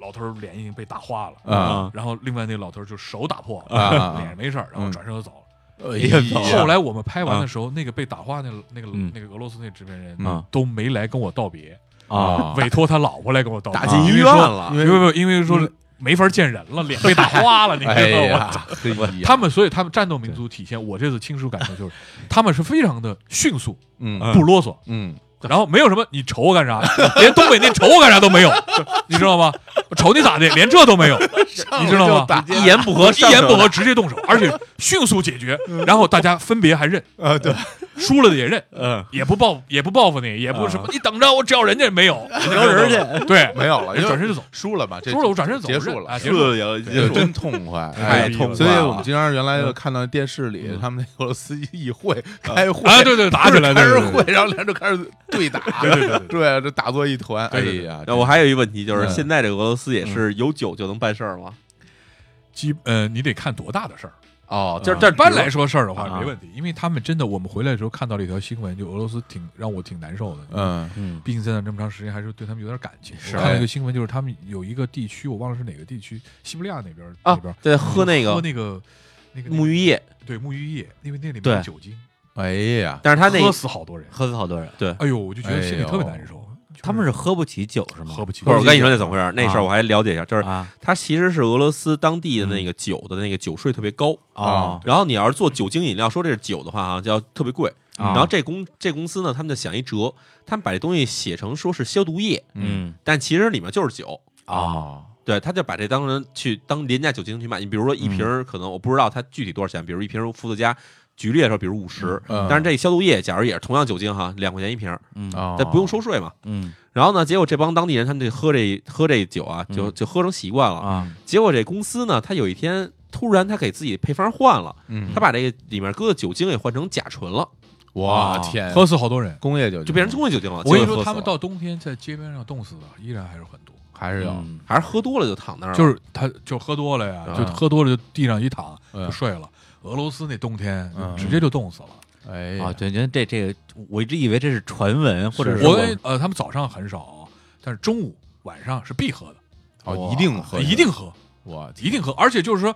D: 老头儿脸已经被打花了，
B: 啊，
D: 然后另外那老头儿就手打破
B: 啊
D: 了，脸没事儿，然后
B: 嗯
D: 转身就走了。
B: 哎啊
D: 后来我们拍完的时候，那个被打花那个那个
A: 嗯
D: 那个俄罗斯那制片人
A: 嗯
D: 都没来跟我道别，
A: 啊
D: 委托他老婆来跟我道别，
C: 打进医
D: 因为
C: 院
D: 说，
C: 了，
D: 因为因为说没法见人了，脸被打 花了，你
B: 嗯哎
D: 知道吗？
B: 呀，嘿
D: 他们所以他们战斗民族体现我这次亲属感受就是，他们是非常的迅速，
B: 嗯
D: 不啰嗦。
B: 嗯
D: 然后没有什么，你瞅我干啥？ 连东北那瞅我干啥 都没有，你知道吗？我瞅你咋的，连这都没有，你知道吗？
C: 一言不合，
D: 一言不合直接动手，而且迅速解决，然后大家分别还认，
B: 嗯啊，对，
D: 输了的也认，
A: 嗯
D: 也不报也不报复你，
B: 啊
D: 也不什么，你等着我只要人家 没有，
A: 留人
D: 去，对，
B: 没有了，
D: 人转身就走，
B: 输了嘛，这
D: 输了我转身走，
B: 结束了
D: 啊，结
C: 结
D: 束
C: 束
D: 了，
C: 了，
B: 这哎
C: 结束，
B: 真痛 快，嗯
C: 太痛苦了，
B: 所以我们经常原来就看到电视里他们那俄罗斯议会开会
D: 啊对对打起 来
B: 开始
D: 对对对
B: 会，然后俩人就开始对打，对对对，这打作一团。哎呀，
C: 然后我还有一问题，就是
B: 嗯
C: 现在这个俄罗斯也
D: 嗯
C: 是有酒就能办事儿吗？
D: 基呃，你得看多大的事儿。
B: 哦
D: 就是但一般来说事儿的话
A: 啊
D: 没问题，因为他们真的，我们回来的时候看到了一条新闻，就俄罗斯挺让我挺难受的。，
B: 嗯
A: 嗯
D: 毕竟在那这么长时间，还是对他们有点感情。
B: 是
D: 我看了一个新闻，就是他们有一个地区，我忘了是哪个地区，西伯利亚那边那
C: 啊
D: 边，
C: 对，喝那
D: 喝
C: 个
D: 那个那个
C: 沐浴液，
D: 对沐浴液，因为那里面
A: 对
D: 有酒精，
B: 哎呀，
C: 但是他那
D: 喝死好多人。
A: 喝死好多人，
D: 哎呦，我就觉得心里特别难受。就是
A: 他们是喝不起酒是吗？
D: 喝不起，
C: 哎不是我跟你说那怎么回事儿？那事儿我还了解一下，就是
A: 啊
C: 它其实是俄罗斯当地的那个酒的那个酒税特别高，
A: 哦
C: 然后你要是做酒精饮料，说这是酒的话啊，就要特别贵。
A: 啊
C: 然后这公这公司呢，他们就想一辙，他们把这东西写成说是消毒液，
A: 嗯
C: 但其实里面就是酒。
A: 哦，
C: 对，他就把这当成去当廉价酒精去卖。你比如说一瓶儿，可能我不知道它具体多少钱，比如一瓶伏特加，举例来说，比如五十、
B: 嗯
C: 但是这消毒液，假如也是同样酒精哈，两块钱一瓶儿，
A: 嗯
B: 啊，
C: 但不用收税嘛。
A: 嗯
C: 然后呢，结果这帮当地人他们就喝这喝这酒啊，就
A: 嗯
C: 就喝成习惯了。
A: 啊，
C: 结果这公司呢，他有一天突然他给自己配方换了，
B: 嗯
C: 他把这个里面搁的酒精给换成甲醇了，
B: 哇
A: 啊
B: 天，
D: 喝死好多人。
B: 工业酒
C: 就变成工业酒精了。
D: 我跟你
C: 结
D: 说，
C: 果
D: 他
C: 喝死了
D: 们到冬天在街边上冻死的依然还是很多，
B: 还是有啊
A: 嗯
C: 还是喝多了就躺那儿了，
D: 就是他就喝多了呀，
B: 啊
D: 就喝多了就地上一躺
B: 嗯
D: 就睡了。俄罗斯那冬天
B: 嗯
D: 直接就冻死了。
B: 哎呀
A: 啊，对，觉得这这个，我一直以为这是传闻，或者是
D: 我
A: 我
D: 呃，他们早上很少，但是中午晚上是必喝的，
B: 哦，一定喝，
D: 一定喝，
B: 我
D: 一定喝。而且就是说，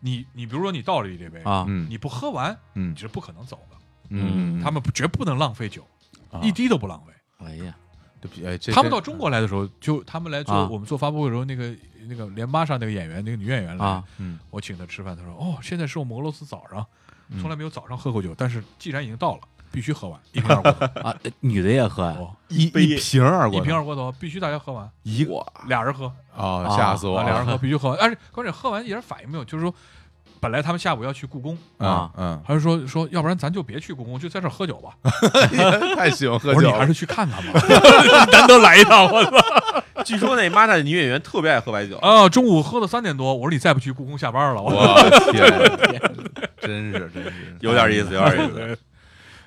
D: 你你比如说你倒了一这杯，
A: 啊，
B: 嗯
D: 你不喝完
B: 嗯
D: 你是不可能走的。
B: 嗯，
D: 他们不绝不能浪费酒，
B: 啊
D: 一滴都不浪费。
A: 哎呀，
B: 这比哎这
D: 他们
B: 这
D: 到中国来的时候，就他们来做
A: 啊
D: 我们做发布会的时候，那个那个连巴上那个演员，那个女演员来
A: 啊，
B: 嗯
D: 我请她吃饭，她说：“哦，现在是我们俄罗斯早上，
B: 嗯
D: 从来没有早上喝过酒，但是既然已经到了，必须喝完，一瓶二锅头，
A: 啊，呃女的也喝呀，
D: 哦
B: 一一瓶二
D: 一
B: 锅头，
D: 瓶啊二锅头必须大家喝完，
B: 一个
D: 俩人喝，
B: 哦，
A: 啊
B: 吓死我
D: 啊，俩人
B: 了
D: 喝必须喝完。而且关键喝完一点反应没有，就是说，本来他们下午要去故宫，
A: 啊
B: 嗯，
D: 还是说说，要不然咱就别去故宫，就在这儿喝酒吧。
B: 嗯 太喜欢喝
D: 我说
B: 酒
D: 你
B: 了
D: 还是去看看吧，难得来一趟，我操！
C: 据说那妈的女演员特别爱喝白酒，
D: 啊，中午喝到三点多，我说你再不去故宫下班了，我说
B: 我天，真是真是
C: 有点意思，有点意思。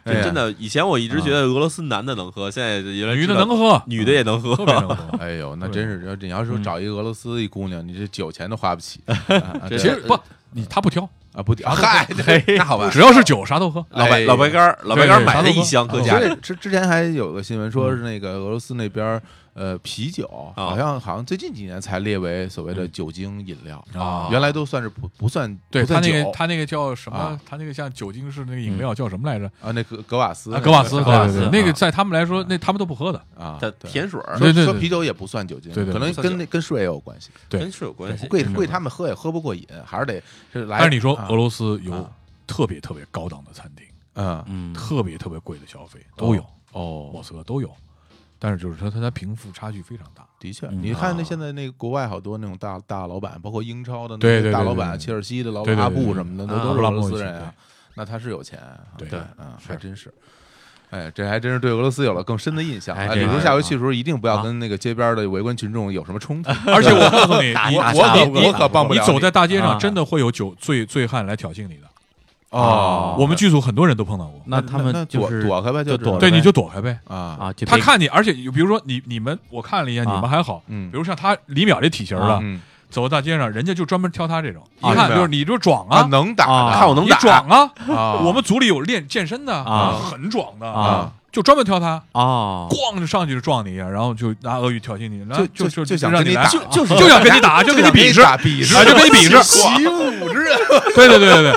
B: 哎呀
C: 这真的，以前我一直觉得俄罗斯男的能喝，现在原来
D: 女的
C: 知道
D: 能，喝，
C: 女的也能喝
D: 特别能 喝。
B: 哎呦，那真是，要你要说找一个俄罗斯一姑娘，你这酒钱都花不起。啊
C: 真
D: 其
B: 这
D: 实不，你他不挑，
B: 啊，不，嗨，那好吧，
D: 只要是酒啥都喝。
C: 老
B: 哎
C: 白
B: 呀
C: 老白干儿，老白干儿买了一箱
D: 对
C: 搁
D: 对
C: 家
B: 其
C: 里
B: 实哦之之前还有个新闻
D: 嗯
B: 说是那个俄罗斯那边儿呃啤酒，
D: 啊
B: 好像好像最近几年才列为所谓的酒精饮料
D: 嗯啊
B: 原来都算是不不算
D: 对
B: 不
D: 他
B: 算
D: 那个
B: 酒
D: 他那个叫什么
B: 啊？
D: 他那个像酒精是那个饮料叫什么来着？
B: 啊那格格瓦斯
D: 啊，格瓦斯，
B: 格
D: 对
B: 瓦
D: 对
B: 斯
D: 对
A: 啊
D: 那个在他们来说，那他们都不喝的。
B: 啊
C: 的
B: 对
C: 甜水儿
D: 对
B: 说
D: 对
B: 说
D: 对
B: 啤酒也不算酒精，
D: 对对
B: 可能
C: 不算
B: 跟
C: 酒
B: 那跟税也有关系，
D: 对
C: 跟是有关
D: 哎
C: 系。
B: 贵贵他们喝也喝不过瘾，还是得是来。
D: 但是你说
B: 啊
D: 俄罗斯有
B: 啊
D: 特别特别高档的餐厅，
B: 嗯
A: 嗯
D: 特别特别贵的消费都有，莫
B: 哦，
D: 斯科都有，但是就是说它它贫富差距非常大。
B: 的确，
A: 嗯
B: 你看那
C: 啊
B: 现在那个国外好多那种大大老板，包括英超的
D: 对
B: 那些
D: 对
B: 大
D: 对
B: 老
D: 对
B: 板，
D: 对
B: 切尔西的老
D: 对
B: 板
D: 对
B: 阿
D: 对
B: 布
D: 对
B: 什么的
D: 啊
B: 都都
D: 布
B: 是
D: 拉
B: 俄罗
D: 莫
B: 斯
D: 维奇
B: 人啊，那他是有钱啊，
D: 对
B: 嗯，
D: 是
B: 还真是。哎，这还真是对俄罗斯有了更深的印象。
A: 哎这
B: 哎，李叔
A: 个
B: 下回去的时候一定不要
A: 啊
B: 跟那个街边的围观群众有什么冲突。
D: 而且我告 诉你，
A: 打
D: 你
A: 一打
B: 我
A: 岔
B: 可
A: 我
B: 我可帮不
D: 你
B: 了
D: 走在大街
A: 啊
D: 上，真的会有酒醉醉汉来挑衅你的。
B: 哦，
D: 我们剧组很多人都碰到过。
A: 那他
B: 那
A: 们就
B: 躲
A: 是
B: 躲开呗，
A: 就躲
B: 是
A: 了
D: 对，
A: 呗
D: 你就躲开呗。
B: 啊
A: 啊，就
D: 他
A: 别
D: 看你，而且比如说你你们，我看了一眼，你
A: 啊
D: 们还好。
B: 嗯
D: 比如像他李淼这体型的，
B: 嗯
D: 走在大街上，人家就专门挑他这种，一
B: 啊
D: 看
B: 是吧
D: 就是你就是壮
B: 啊
D: 啊，
B: 能打
A: 啊
B: 的
C: 看我能
D: 你
C: 打
D: 壮啊！
B: 啊
D: 我们组里有练健身的
A: 啊
D: 很壮的
A: 啊，
D: 就专门挑他，
A: 哦，
D: 咣就上去就撞你一下，然后就拿俄语挑衅你，然后
B: 就就
D: 就就
B: 就想
D: 让
B: 跟你
D: 来，
B: 打
D: 就就想跟你打，就跟你比试，
B: 打比试
D: 啊，就跟你比 试，
B: 习武之人。
D: 对对对对对，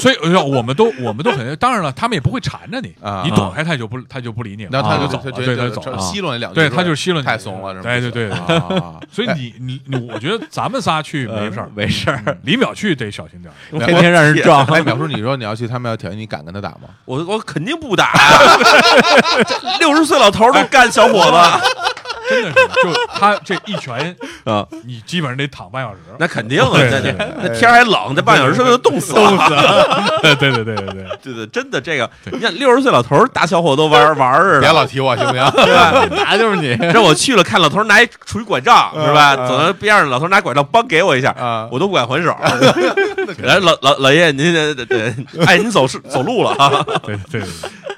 D: 所以哎呦我们都我们都很，当然了，他们也不会缠着你
B: 啊，
D: 你躲开他就不他就不理你了，
B: 然后他
A: 啊
B: 就
D: 走
B: 他
D: 了，
B: 觉
D: 对，他
B: 得
D: 就走
B: 这
D: 了。
B: 奚落你两句，
D: 对他就是奚落你
B: 太怂了，这
D: 对对对对
B: 啊 哎
D: 所以你你你，我觉得咱们仨去
B: 呃
D: 没事儿，嗯
A: 没事儿，
D: 李淼去得小心点儿。
A: 天天让人撞，
B: 哎，淼叔，你说你要去，他们要挑衅你，敢跟他打吗？
C: 我我肯定不打， 六十岁老头儿都干小伙子，
D: 真的是，就他这一拳
C: 啊，
D: 你基本上得躺半小时。
C: 那肯定啊，
D: 对
C: 那
D: 对
C: 那天儿还冷，那半小时是不是就冻死了？
D: 对对对对对对，
C: 对对，真的这个，你看六十岁老头儿打小伙都玩儿玩
D: 啊
C: 儿似
B: 别
C: 的，
B: 老提我行 不行？
C: 对吧？
A: 打的就是你，
C: 让我去了，看老头儿拿一杵一拐杖是吧？走到边上，老头儿拿拐杖帮给我一下，
B: 啊
C: 我都不敢还手。来，老老老爷，您这这这哎，您走是走路了啊？
D: 对对对对。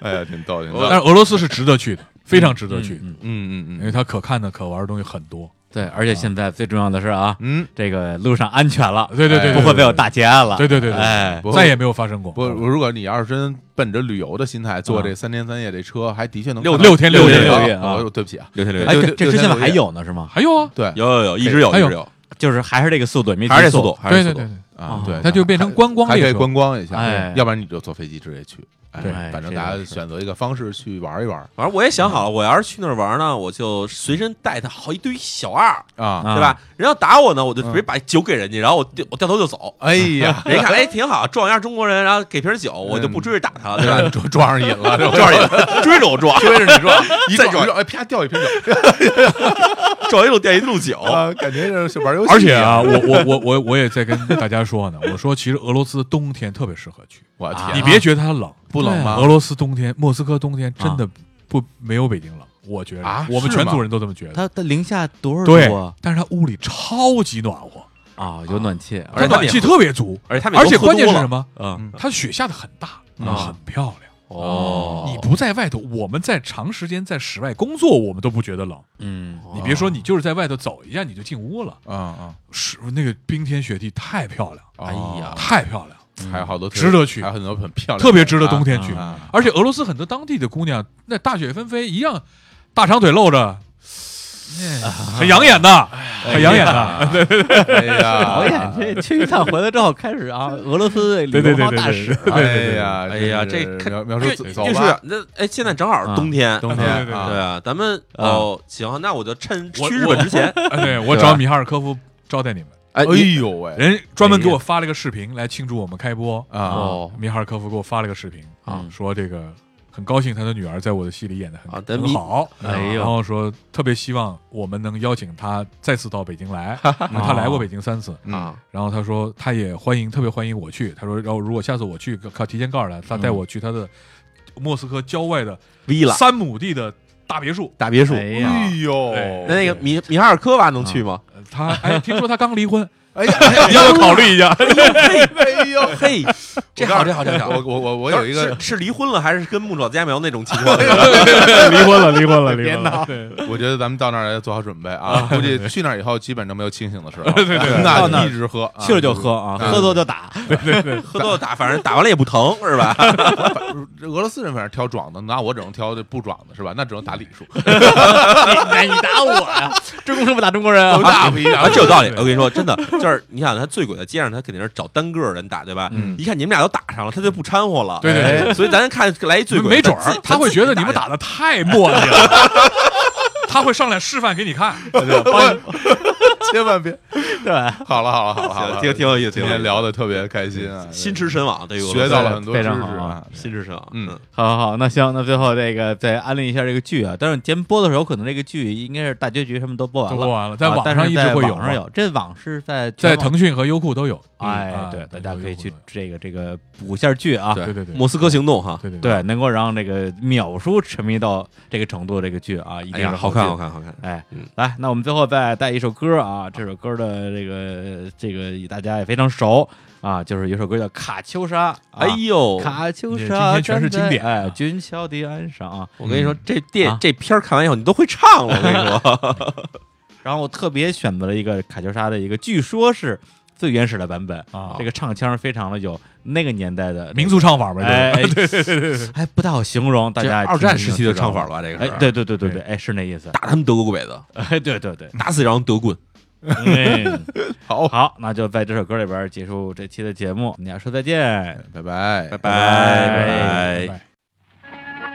B: 哎呀，挺逗，挺逗。
D: 但是俄罗斯是值得去的，非常值得去，
A: 嗯
B: 嗯
D: 因
B: 嗯
D: 为它可看的、可玩的东西很多。
A: 对，而且现在最重要的是啊，
B: 嗯
A: 这个路上安全了，
D: 对对对，对
A: 哎不会再有。大劫案了，
D: 对对对对
A: 哎，
B: 不
D: 对，再也没有发生过。
B: 不，如果你要是真奔着旅游的心态坐这三天三夜这车，还的确能
C: 六
B: 看到
D: 六天六
A: 天
D: 夜
A: 六夜啊
B: 哦对不起啊，
C: 刘天刘
A: 哎，
B: 对
A: 这
B: 对
A: 这
B: 对
A: 之前
B: 对
A: 还有呢是吗？
D: 还有啊，
B: 对，
C: 有有有，一直有，
B: 哎
D: 还
C: 一
D: 有
C: 直有，
A: 就是还是这个速度也没
C: 还是这
A: 提
C: 速度，，还
D: 对
C: 是
D: 对
C: 速
D: 对
C: 度。
D: 对，
B: 啊
A: 哦，
B: 对，
D: 它就变成观光
B: 还可
D: 列
B: 以
D: 车
B: 观光一下，
A: 哎
B: 要不然你就坐飞机直接去
A: 对
B: 哎，反正
A: 这
B: 大
A: 倒
B: 家
A: 是
B: 选择一个方式去玩一玩
C: 反正我也想好了，我要是去那儿玩呢，我就随身带他好一堆小二，
B: 啊。
A: 啊
C: 对吧？人要打我呢，我就直接把酒给人家，然后我掉我掉头就走。
B: 哎 呀，
C: 人一看，哎，挺好，撞一下中国人，然后给瓶酒，我就不追着打他，对吧？
B: 撞撞上 瘾了，
C: 撞上也追着我撞，
B: 追着你撞， 一
C: 再
B: 撞
C: 撞
B: 一哎，啪掉一瓶酒，
C: 撞一路电一路酒，
B: 啊，感觉这是玩游戏。
D: 而且啊，，我我我我我也在跟大家说呢，我说其实俄罗斯冬天特别适合去，
B: 我天，
D: 你别觉得它冷，
B: 啊
D: 啊
B: 不冷吗
D: 俄罗斯冬天，莫斯科冬天真的不没有北京冷，我觉
B: 啊
D: 得，我们
B: 是
D: 全
B: 吗
D: 组人都这么觉得。
A: 它它零下多少
D: 对
A: 度啊？，
D: 但是它屋里超级暖和，
A: 啊，有暖气，
C: 而且
D: 它
C: 他们
D: 暖
C: 也
D: 气特别足，
C: 而且他们
D: 而
C: 也
D: 且
C: 都喝
D: 关键
C: 多
D: 是
C: 了
D: 什？么？
C: 嗯，
D: 它雪下的很大，
B: 嗯
D: 很漂亮。
C: 哦，
D: 你不在外头，我们在长时间在室外工作，我们都不觉得冷。
A: 嗯，
D: 你别说，你就是在外头走一下你就进屋了，
B: 啊啊，
D: 是那个冰天雪地太漂亮，
B: 哎呀
D: 太漂亮，
B: 嗯还有好多
D: 值得去
B: 还有很多很漂亮的，
D: 特别值得冬天去。
B: 啊啊
D: 而且俄罗斯很多当地的姑娘，那大雪纷飞一样，大长腿露着，很养眼的，很养眼的。对
B: 哎呀，
A: 导演这去一趟回来之后开始啊， 俄罗斯
D: 对
A: 旅
D: 对
A: 游
D: 对
A: 方
D: 对
A: 大
D: 对
A: 使，
D: 对对
B: 哎
D: 对
B: 呀，
C: 哎呀，
B: 真
C: 这
B: 是
C: 看
B: 描描
C: 越
B: 述走
C: 越
B: 走
C: 说呀
B: 吧，
C: 那哎，现在正好
A: 啊
C: 冬天，
B: 冬
D: 对对
B: 天
D: 对
C: 对
B: 啊，
C: 啊，咱们
A: 啊
C: 哦，行，那我就趁
D: 我
C: 去日本之 前，
D: 哎对我
B: 对
D: 找
B: 吧
D: 米哈尔科夫招待你们，
B: 哎
C: 哎
B: 呦喂
D: 人专门给我发了个视频来庆祝我们开播。
B: 啊，
C: 哦
D: 米哈尔科夫给我发了个视频啊，
A: 嗯
D: 说这个很高兴他的女儿在我的戏里演的很
C: 啊但
D: 很
C: 米
D: 好，
A: 哎
D: 然
A: 呦，
D: 后说特别希望我们能邀请他再次到北京来，因为他来过北京三次。
A: 嗯
B: 啊
D: 然后他说他也欢迎，特别欢迎我去。他说，然后如果下次我去，可提前告诉他，他带我去他的莫斯科郊外的
C: ，V 了
D: 三亩地的大别墅。
C: 大别墅。
A: 哎
B: 哎
A: 呀，
B: 呦，
D: 对
C: 那那个米米哈尔科娃能去吗？
D: 呃他哎，听说他刚离婚，
B: 哎呀，哎呀
D: 你要不要考虑一下？
B: 哎呦，
C: 嘿，这好这好这好
B: 我，我我我有一个
C: 是，是离婚了还是跟木爪加苗那种情况？对吧
D: 离婚了，离婚了，离婚了。对
B: 我觉得咱们到那儿要做好准备啊，估计去那儿以后基本就没有清醒的时候，对对
A: 对到那
B: 那
A: 儿
B: 一直喝，啊
A: 去了就喝啊，
B: 嗯
A: 喝多就打，
C: 喝多了打，反正打完了也不疼，是吧？
B: 这俄罗斯人反正挑壮的，那我只能挑这不壮的，是吧？那只能打礼数，
A: 哎你打我呀，中国人不打中国 人啊，
B: 那不一样
C: 啊，。这有道理。我跟你说，真的，就是你想他醉鬼在街上，他肯定是找单个人打，对吧？
A: 嗯
C: 一看你们俩都打上了，他就不掺和了。
D: 对对对
C: 哎所以咱看来一醉鬼，
D: 没准
C: 自
D: 儿
C: 己
D: 他会觉得你们，打的太磨叽了，他会上来示范给你看。
B: 千万别。
A: 对，
B: 好了好了好了好
C: 自己
B: 了，
C: 打挺挺有意思，
B: 今
C: 挺有意
B: 天
C: 思
B: 聊的特别开心啊，
C: 心驰神往，对于我
B: 学到了很多知
A: 非
B: 识
A: 常好
B: 啊
A: 啊。
C: 心驰神往。
B: 嗯
A: 好好好，那行，那最后这个再安利一下这个剧啊，但是节目播的时候，可能这个剧应该是大结局什么都播完
D: 都
A: 了
D: 播。完了，在
A: 啊
D: 网
A: 但
D: 上
A: 是
D: 一
A: 在
D: 直会有
A: 网上
D: 嘛，
A: 有，这网是在全
D: 在
A: 网
D: 腾讯和优酷都有。
A: 哎
D: 嗯，
A: 对，大
D: 啊
A: 家可以去
D: 优酷
A: 这个这个补一下剧啊，
D: 都有对对
C: 嗯，
D: 对，
C: 莫斯科行动哈，
D: 对对
A: 对，能够让这个秒叔沉迷到这个程度，这个剧啊，一
C: 哎
A: 定
C: 呀，
A: 是
C: 好看
A: 剧
C: 好。看好看。
A: 哎
C: 嗯，
A: 来，那我们最后再带一首歌啊，这首歌的这个这个大家也非常熟啊，就是有首歌叫《卡秋莎》，啊
C: 哎，呦，
A: 卡秋
D: 你今
A: 莎
D: 天全是
A: 站在
D: 经典啊
A: 哎，俊俏的岸上啊。
C: 我跟你说，这电
A: 啊
C: 这片儿看完以后，你都会唱了。我跟你说，
A: 然后我特别选择了一个卡秋莎的一个，据说是最原始的版本，
D: 啊
A: 这个唱腔非常的有那个年代的
D: 民族唱法呗，
A: 哎，
D: 对吧
A: 对对对对，哎，不太好形容，大
C: 这
A: 家
C: 二战时期的唱法了
A: 了。
C: 吧？这个
A: 哎
C: 是，
A: 对对对对对，哎，是那意思。
C: 打他们德国鬼子，
A: 哎， 对对对，
C: 打死一张德棍。
A: 嗯
B: 好，
A: 好，那就在这首歌里边结束这期的节目，跟大家说再见。
B: 拜拜
A: 拜
C: 拜拜
D: 拜拜。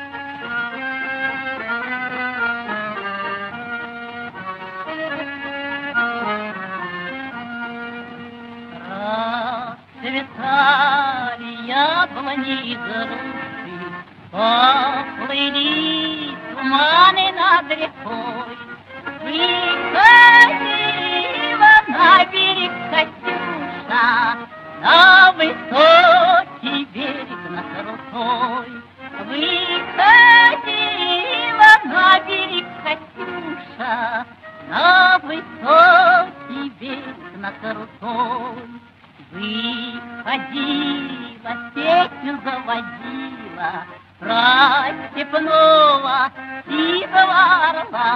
G: Расцветали яблони и груши, Поплыли туманы над рекой. Приходила на берег Катюша, На высокий берег, на крутой. Выходила на берег Катюша, На высокий берег, на крутой. Выходила, песню заводила Про степного сивого орла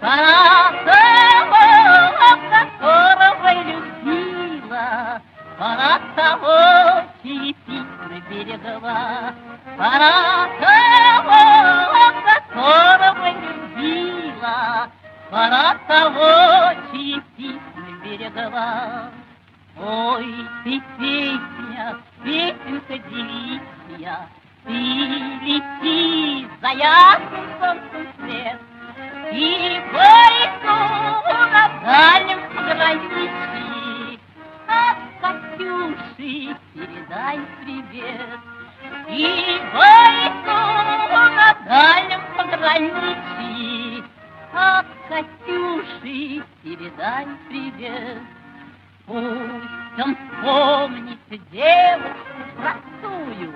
G: Паратового, которого любила Пора того, чьи письма берегла Пора того, которого любила Пора того, чьи письма берегла Ой, ты песня, песенка девичья, Ты лети за ясным солнцем свет, И горько на дальнем пограничье От Катюши передай привет. И горько на дальнем пограничье От Катюши передай привет. Пусть он помнит девушку простую,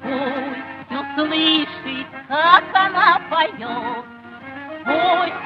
G: Пусть услышит, как она поет, Пусть а